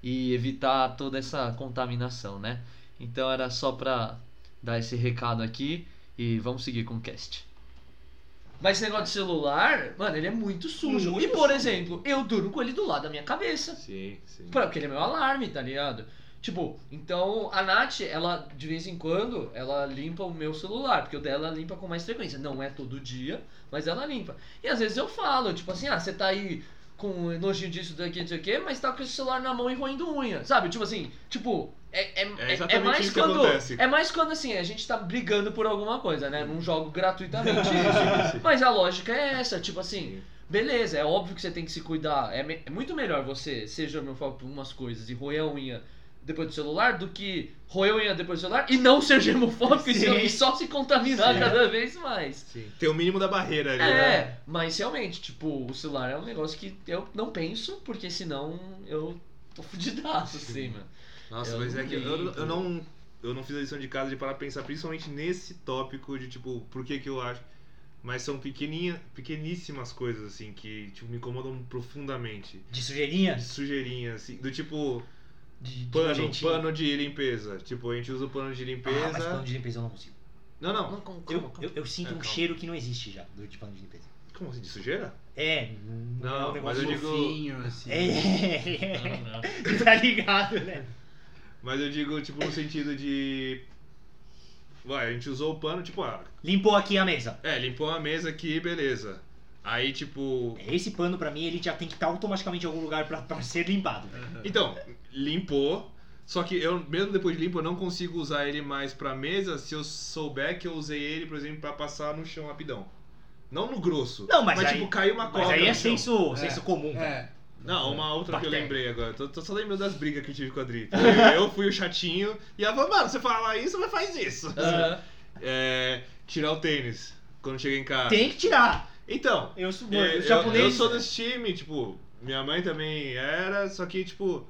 e evitar toda essa contaminação, né? Então era só pra dar esse recado aqui e vamos seguir com o cast. Mas esse negócio de celular, mano, ele é muito sujo. e por exemplo, eu durmo com ele do lado da minha cabeça.
Sim, sim.
Pra- Porque ele é meu alarme, tá ligado? Tipo, então a Nath, ela de vez em quando, ela limpa o meu celular, porque o dela limpa com mais frequência. Não é todo dia, mas ela limpa. E às vezes eu falo, tipo assim, ah, você tá aí com nojinho disso, daqui, não sei o quê, mas tá com esse celular na mão e roendo unha, sabe? Tipo assim, tipo, é, é, é- é
exatamente
mais
isso que
quando.
acontece.
É mais quando assim, a gente tá brigando por alguma coisa, né? Não jogo gratuitamente
Sim,
isso.
sim.
Mas a lógica é essa, tipo assim,
Sim.
beleza, é óbvio que você tem que se cuidar. É, me- é muito melhor você ser germofóbico por umas coisas e roer a unha depois do celular do que roer a unha depois do celular e não ser germofóbico e
Sim.
só- e só se contaminar
Sim.
cada vez mais.
Sim. Tem o mínimo da barreira ali. né?
É, mas realmente, tipo, o celular é um negócio que eu não penso, porque senão eu tô fudidaço, assim, mano.
Nossa,
Eu
mas é que eu,
não
eu não. Eu não fiz a lição de casa de parar pra pensar principalmente nesse tópico de tipo, por que que eu acho. Mas são pequeninha, pequeníssimas coisas, assim, que tipo, me incomodam profundamente.
De sujeirinha?
De sujeirinha, assim. Do tipo,
De, de
pano,
nojentinha.
pano de limpeza. Tipo, a gente usa o pano de
Ah,
limpeza.
mas pano de limpeza eu não consigo.
Não, não.
Não, como- como-
Eu,
como-
eu, eu sinto
É,
um
calma.
cheiro que não existe já, do de pano de limpeza.
Como assim? De sujeira?
É,
Não,
é um
mas
negócio
eu digo-
Fofinho, assim.
É, tá ligado, né?
Mas eu digo, tipo, no sentido de. Vai, a gente usou o pano, tipo, ah,
Limpou aqui a mesa.
é, limpou a mesa aqui, beleza. Aí, tipo.
Esse pano, pra mim, ele já tem que estar automaticamente em algum lugar pra, pra ser limpado.
Então, limpou. Só que eu, mesmo depois de limpo, eu não consigo usar ele mais pra mesa se eu souber que eu usei ele, por exemplo, pra passar no chão rapidão. Não no grosso.
Não, mas aí-
tipo, caiu uma cobra.
Mas aí é
no chão.
senso,
É.
senso comum. tá? velho.
É.
Não, uma outra que
Bactéria.
eu lembrei agora. Tô, tô só lembrando das brigas que eu tive com a Dri. Eu, eu fui o chatinho e ela falou, mano, você fala isso, mas faz isso.
Aham.
Ah.
É, tirar o tênis quando chega em casa.
Tem que tirar.
Então,
É. Eu sou
é,
eu,
eu,
japonês.
eu sou desse time, tipo, minha mãe também era, só que, tipo.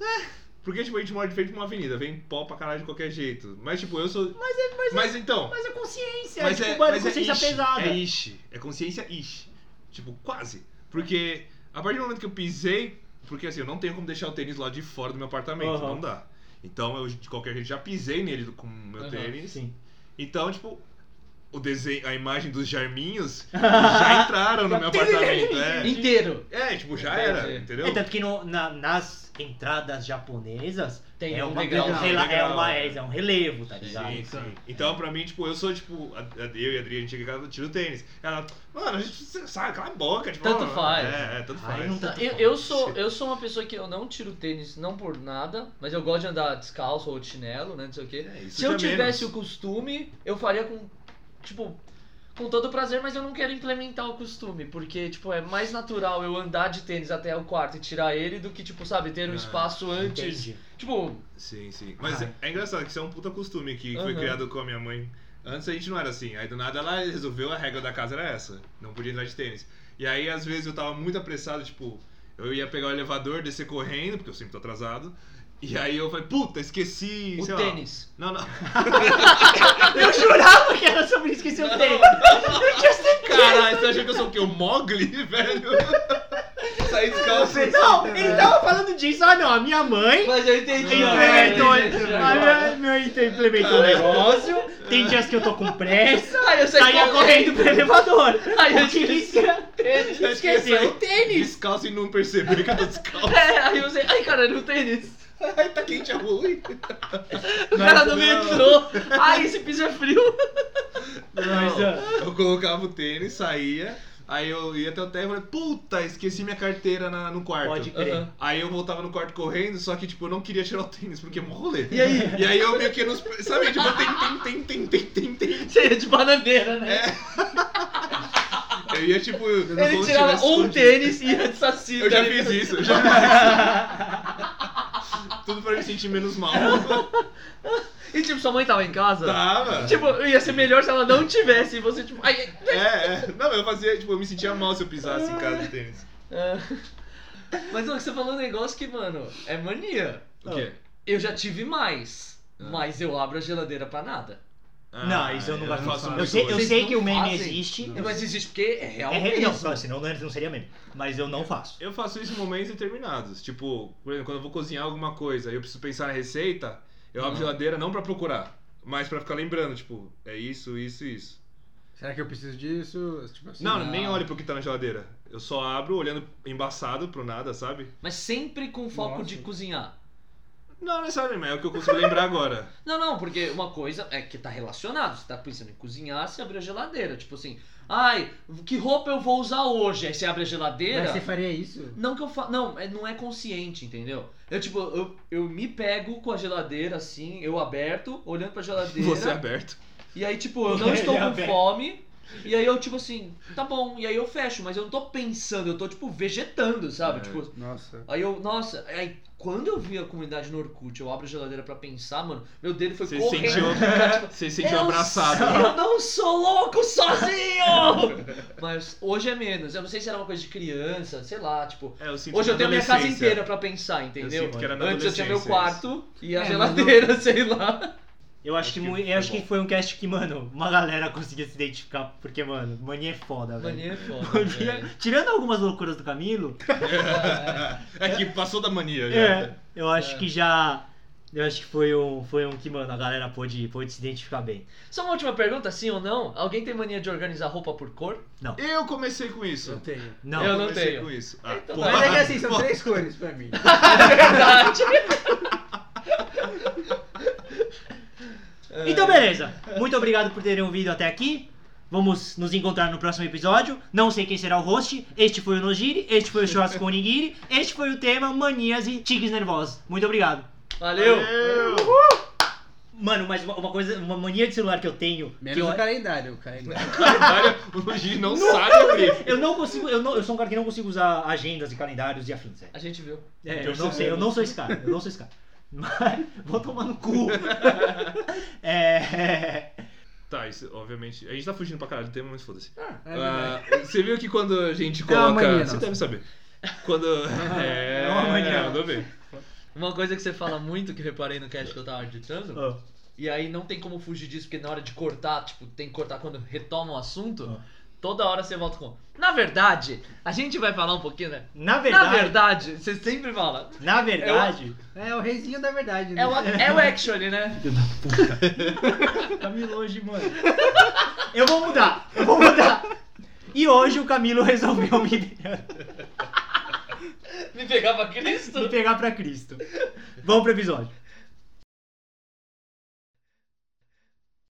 é, porque, tipo, a gente mora de frente pra uma avenida, vem pó pra caralho de qualquer jeito. Mas, tipo, eu sou. Mas é. Mas, então.
Mas é consciência.
mas
é, tipo, mano,
mas
consciência
ishi,
pesada.
É ishi. É consciência ish. Tipo, quase. Porque a partir do momento que eu pisei. Porque assim, eu não tenho como deixar o tênis lá de fora do meu apartamento.
Aham.
Não dá. Então eu, de qualquer jeito, já pisei nele com o meu
Aham,
tênis.
Sim.
Então, tipo, o desenho, a imagem dos germinhos já entraram no meu apartamento. É,
Ah, Inteiro.
é tipo, já era,
Entendi.
entendeu?
É tanto que no- na- nas entradas japonesas
Tem
é,
um
uma,
degrau,
é um
um
rela- é,
degrau,
uma,
né?
é, um relevo, tá ligado?
Sim, sim. Então, pra mim, tipo, eu sou, tipo, a- a- eu e a Adri, a gente chega em casa, tira o tênis. Ela, mano, a gente você sabe, cala a boca, tipo,
Tanto
ah,
faz.
É, é, tanto
Ai,
faz.
não tá-
Eu, eu sou, eu sou uma pessoa que eu não tiro tênis, não por nada, mas eu gosto de andar descalço ou de chinelo, né? Não sei o quê.
É, isso
Se eu
já é
tivesse
menos.
o costume, eu faria com, tipo, com todo prazer, mas eu não quero implementar o costume, porque, tipo, é mais natural eu andar de tênis até o quarto e tirar ele do que, tipo, sabe, ter um
Ah,
espaço antes.
Entendi.
Tipo,
Sim, sim. Mas
Ai.
é, é engraçado que isso é um puta costume que foi
Aham.
criado com a minha mãe. Antes a gente não era assim. Aí do nada ela resolveu, a regra da casa era essa. Não podia entrar de tênis. E aí, às vezes, eu tava muito apressado, tipo, Eu ia pegar o elevador, descer correndo, porque eu sempre tô atrasado. E aí eu falei, puta, esqueci.
O
sei lá.
tênis.
Não, não.
Eu jurava que era sobre isso que seu tênis. Eu tinha certeza.
Caralho, você acha que eu sou o quê? O Mogli, velho? Saí descalço.
Não, ele tava falando disso. Ah, não, a minha mãe
Mas eu entendi. Ah,
implementou.
eu entendi
a
agora.
minha mãe implementou o negócio. Tem dias que eu tô com pressa.
Ah, eu sei
Saía
qual-
correndo pro elevador.
Aí eu
Porque é-
esqueci.
esque- esqueceu o tênis.
Descalço e não perceber que eu tô descalço.
É, aí eu sei. Ai, caralho, o tênis.
Aí tá quente a rua. hein?
O cara do metrô. Ai, esse piso é frio.
Mas, ah, ó,
Eu colocava o tênis, saía. Aí eu ia até o térreo e falei, puta, esqueci minha carteira na- no quarto.
Pode crer.
Aham.
Aí eu voltava no quarto correndo, só que, tipo, eu não queria tirar o tênis, porque é mó rolê.
E aí?
E aí eu meio que nos. Sabe, tipo, tem, tem, tem, tem, tem, tem, tem.
Cheia de bananeira, né?
Eu ia, tipo. É, eu não
Ele
vou
tirava
tirar
um
escondido.
tênis e ia de saci.
Eu já
né?
fiz isso, eu já fiz isso. Tudo pra me sentir menos mal.
E tipo, sua mãe tava em casa.
Tava.
Tipo, ia ser melhor se ela não tivesse e você, tipo. Ai, ai.
É, é. Não, eu fazia, tipo, eu me sentia mal se eu pisasse em casa de tênis.
Ah. Mas não, você falou um negócio que, mano, é mania.
O quê?
Eu já tive mais, mas eu abro a geladeira pra nada.
Não, isso eu não gosto
Ah, faço
muito.
muita
Eu sei, eu
coisa.
sei
não
que o meme
fazem?
existe.
Não.
Eu-
Mas existe porque é real
É, re-
mesmo.
não, não, senão não, não seria meme. Mas eu não faço.
Eu faço isso em momentos determinados. Tipo, por exemplo, quando eu vou cozinhar alguma coisa e eu preciso pensar na receita, eu abro a geladeira não pra procurar, mas pra ficar lembrando, tipo, é isso, isso e isso.
Será que eu preciso disso? Tipo assim,
Não,
ah,
nem olho pro que tá na geladeira. Eu só abro olhando embaçado pro nada, sabe?
Mas sempre com foco de
Nossa.
cozinhar.
Não, não é sabe, mas é o que eu consigo lembrar agora.
Não, não, porque uma coisa é que tá relacionado. Você tá pensando em cozinhar, você abre a geladeira. Tipo assim, ai, que roupa eu vou usar hoje? Aí você abre a geladeira.
Mas você faria isso?
Não que eu fa... Não, é- não é consciente, entendeu? Eu, tipo, eu, eu me pego com a geladeira assim, eu aberto, olhando pra geladeira.
Você é aberto.
E aí, tipo, eu não estou
Ele
com
aberto.
fome. E aí eu, tipo assim, tá bom. E aí eu fecho, mas eu não tô pensando, eu tô, tipo, vegetando, sabe?
É.
Tipo,
Nossa.
aí eu, nossa. Aí quando eu vi a comunidade no Orkut, eu abro a geladeira pra pensar, mano, meu dedo foi
Você
correndo.
sentiu,
pra, tipo,
você sentiu
eu
abraçado.
sou- Eu não sou louco sozinho! Mas hoje é menos. Eu não sei se era uma coisa de criança, sei lá, tipo.
É, eu sinto
Hoje eu
na
tenho minha casa
adolescência.
inteira pra pensar, entendeu?
Eu sinto que era na
Antes eu tinha meu
adolescência
quarto e a
É,
geladeira, sei lá.
Eu acho,
Acho
que,
que
mu-
foi
eu acho
bom.
que foi um cast que, mano, uma galera conseguia se identificar. Porque, mano, mania é foda, velho.
Mania é foda. velho.
Mania- Tirando algumas loucuras do Camilo,
É que passou da mania já.
é, eu acho que já. Eu acho que foi um, foi um que, mano, a galera pôde, pôde se identificar bem.
Só uma última pergunta, sim ou não? Alguém tem mania de organizar roupa por cor?
Eu comecei com isso.
Eu tenho.
Não,
Eu não
comecei
tenho.
com isso. Ah,
Então,
porra.
Mas é que assim, são três cores pra mim.
É Verdade.
Então, beleza. Muito obrigado por terem ouvido até aqui. Vamos nos encontrar no próximo episódio. Não sei quem será o host. Este foi o Nojiri, este foi o Churrasco com Onigiri, este foi o tema Manias e Tigres Nervosos. Muito obrigado.
É, Valeu.
Mano, mas uma, uma coisa, uma mania de celular que eu tenho, que
Menos
eu,
é
é,
o calendário. O calendário.
Caralho, o Gigi não sabe abrir.
eu não consigo, eu, não- eu sou um cara que não consigo usar agendas e calendários e afins. É.
A gente viu.
É, eu não sei, eu não sou esse cara, eu não sou esse cara. Mas vou tomar no cu. É,
Tá, isso, obviamente. A gente tá fugindo pra caralho do tema, mas foda-se.
É verdade.
Ah, você viu que quando a gente
É uma
coloca.
mania
você
nossa. Ah,
deve saber. Quando. É,
é uma mania.
Mandou bem.
Uma coisa que você fala muito, que eu reparei no cast que eu tava editando,
Ah.
ó,
e aí não tem como fugir disso, porque na hora de cortar, tipo, tem que cortar quando retoma o assunto,
Ah.
toda hora você volta com. Na verdade, a gente vai falar um pouquinho, né?
na
Na
verdade,
verdade, você sempre fala.
na verdade,
É o reizinho da verdade, né?
É o, é o actually, né?
Camilo hoje, mano. Eu vou mudar, eu vou mudar. E hoje o Camilo resolveu me,
Me pegava
me
Cristo.
pegar pra Cristo. Vamos pro episódio.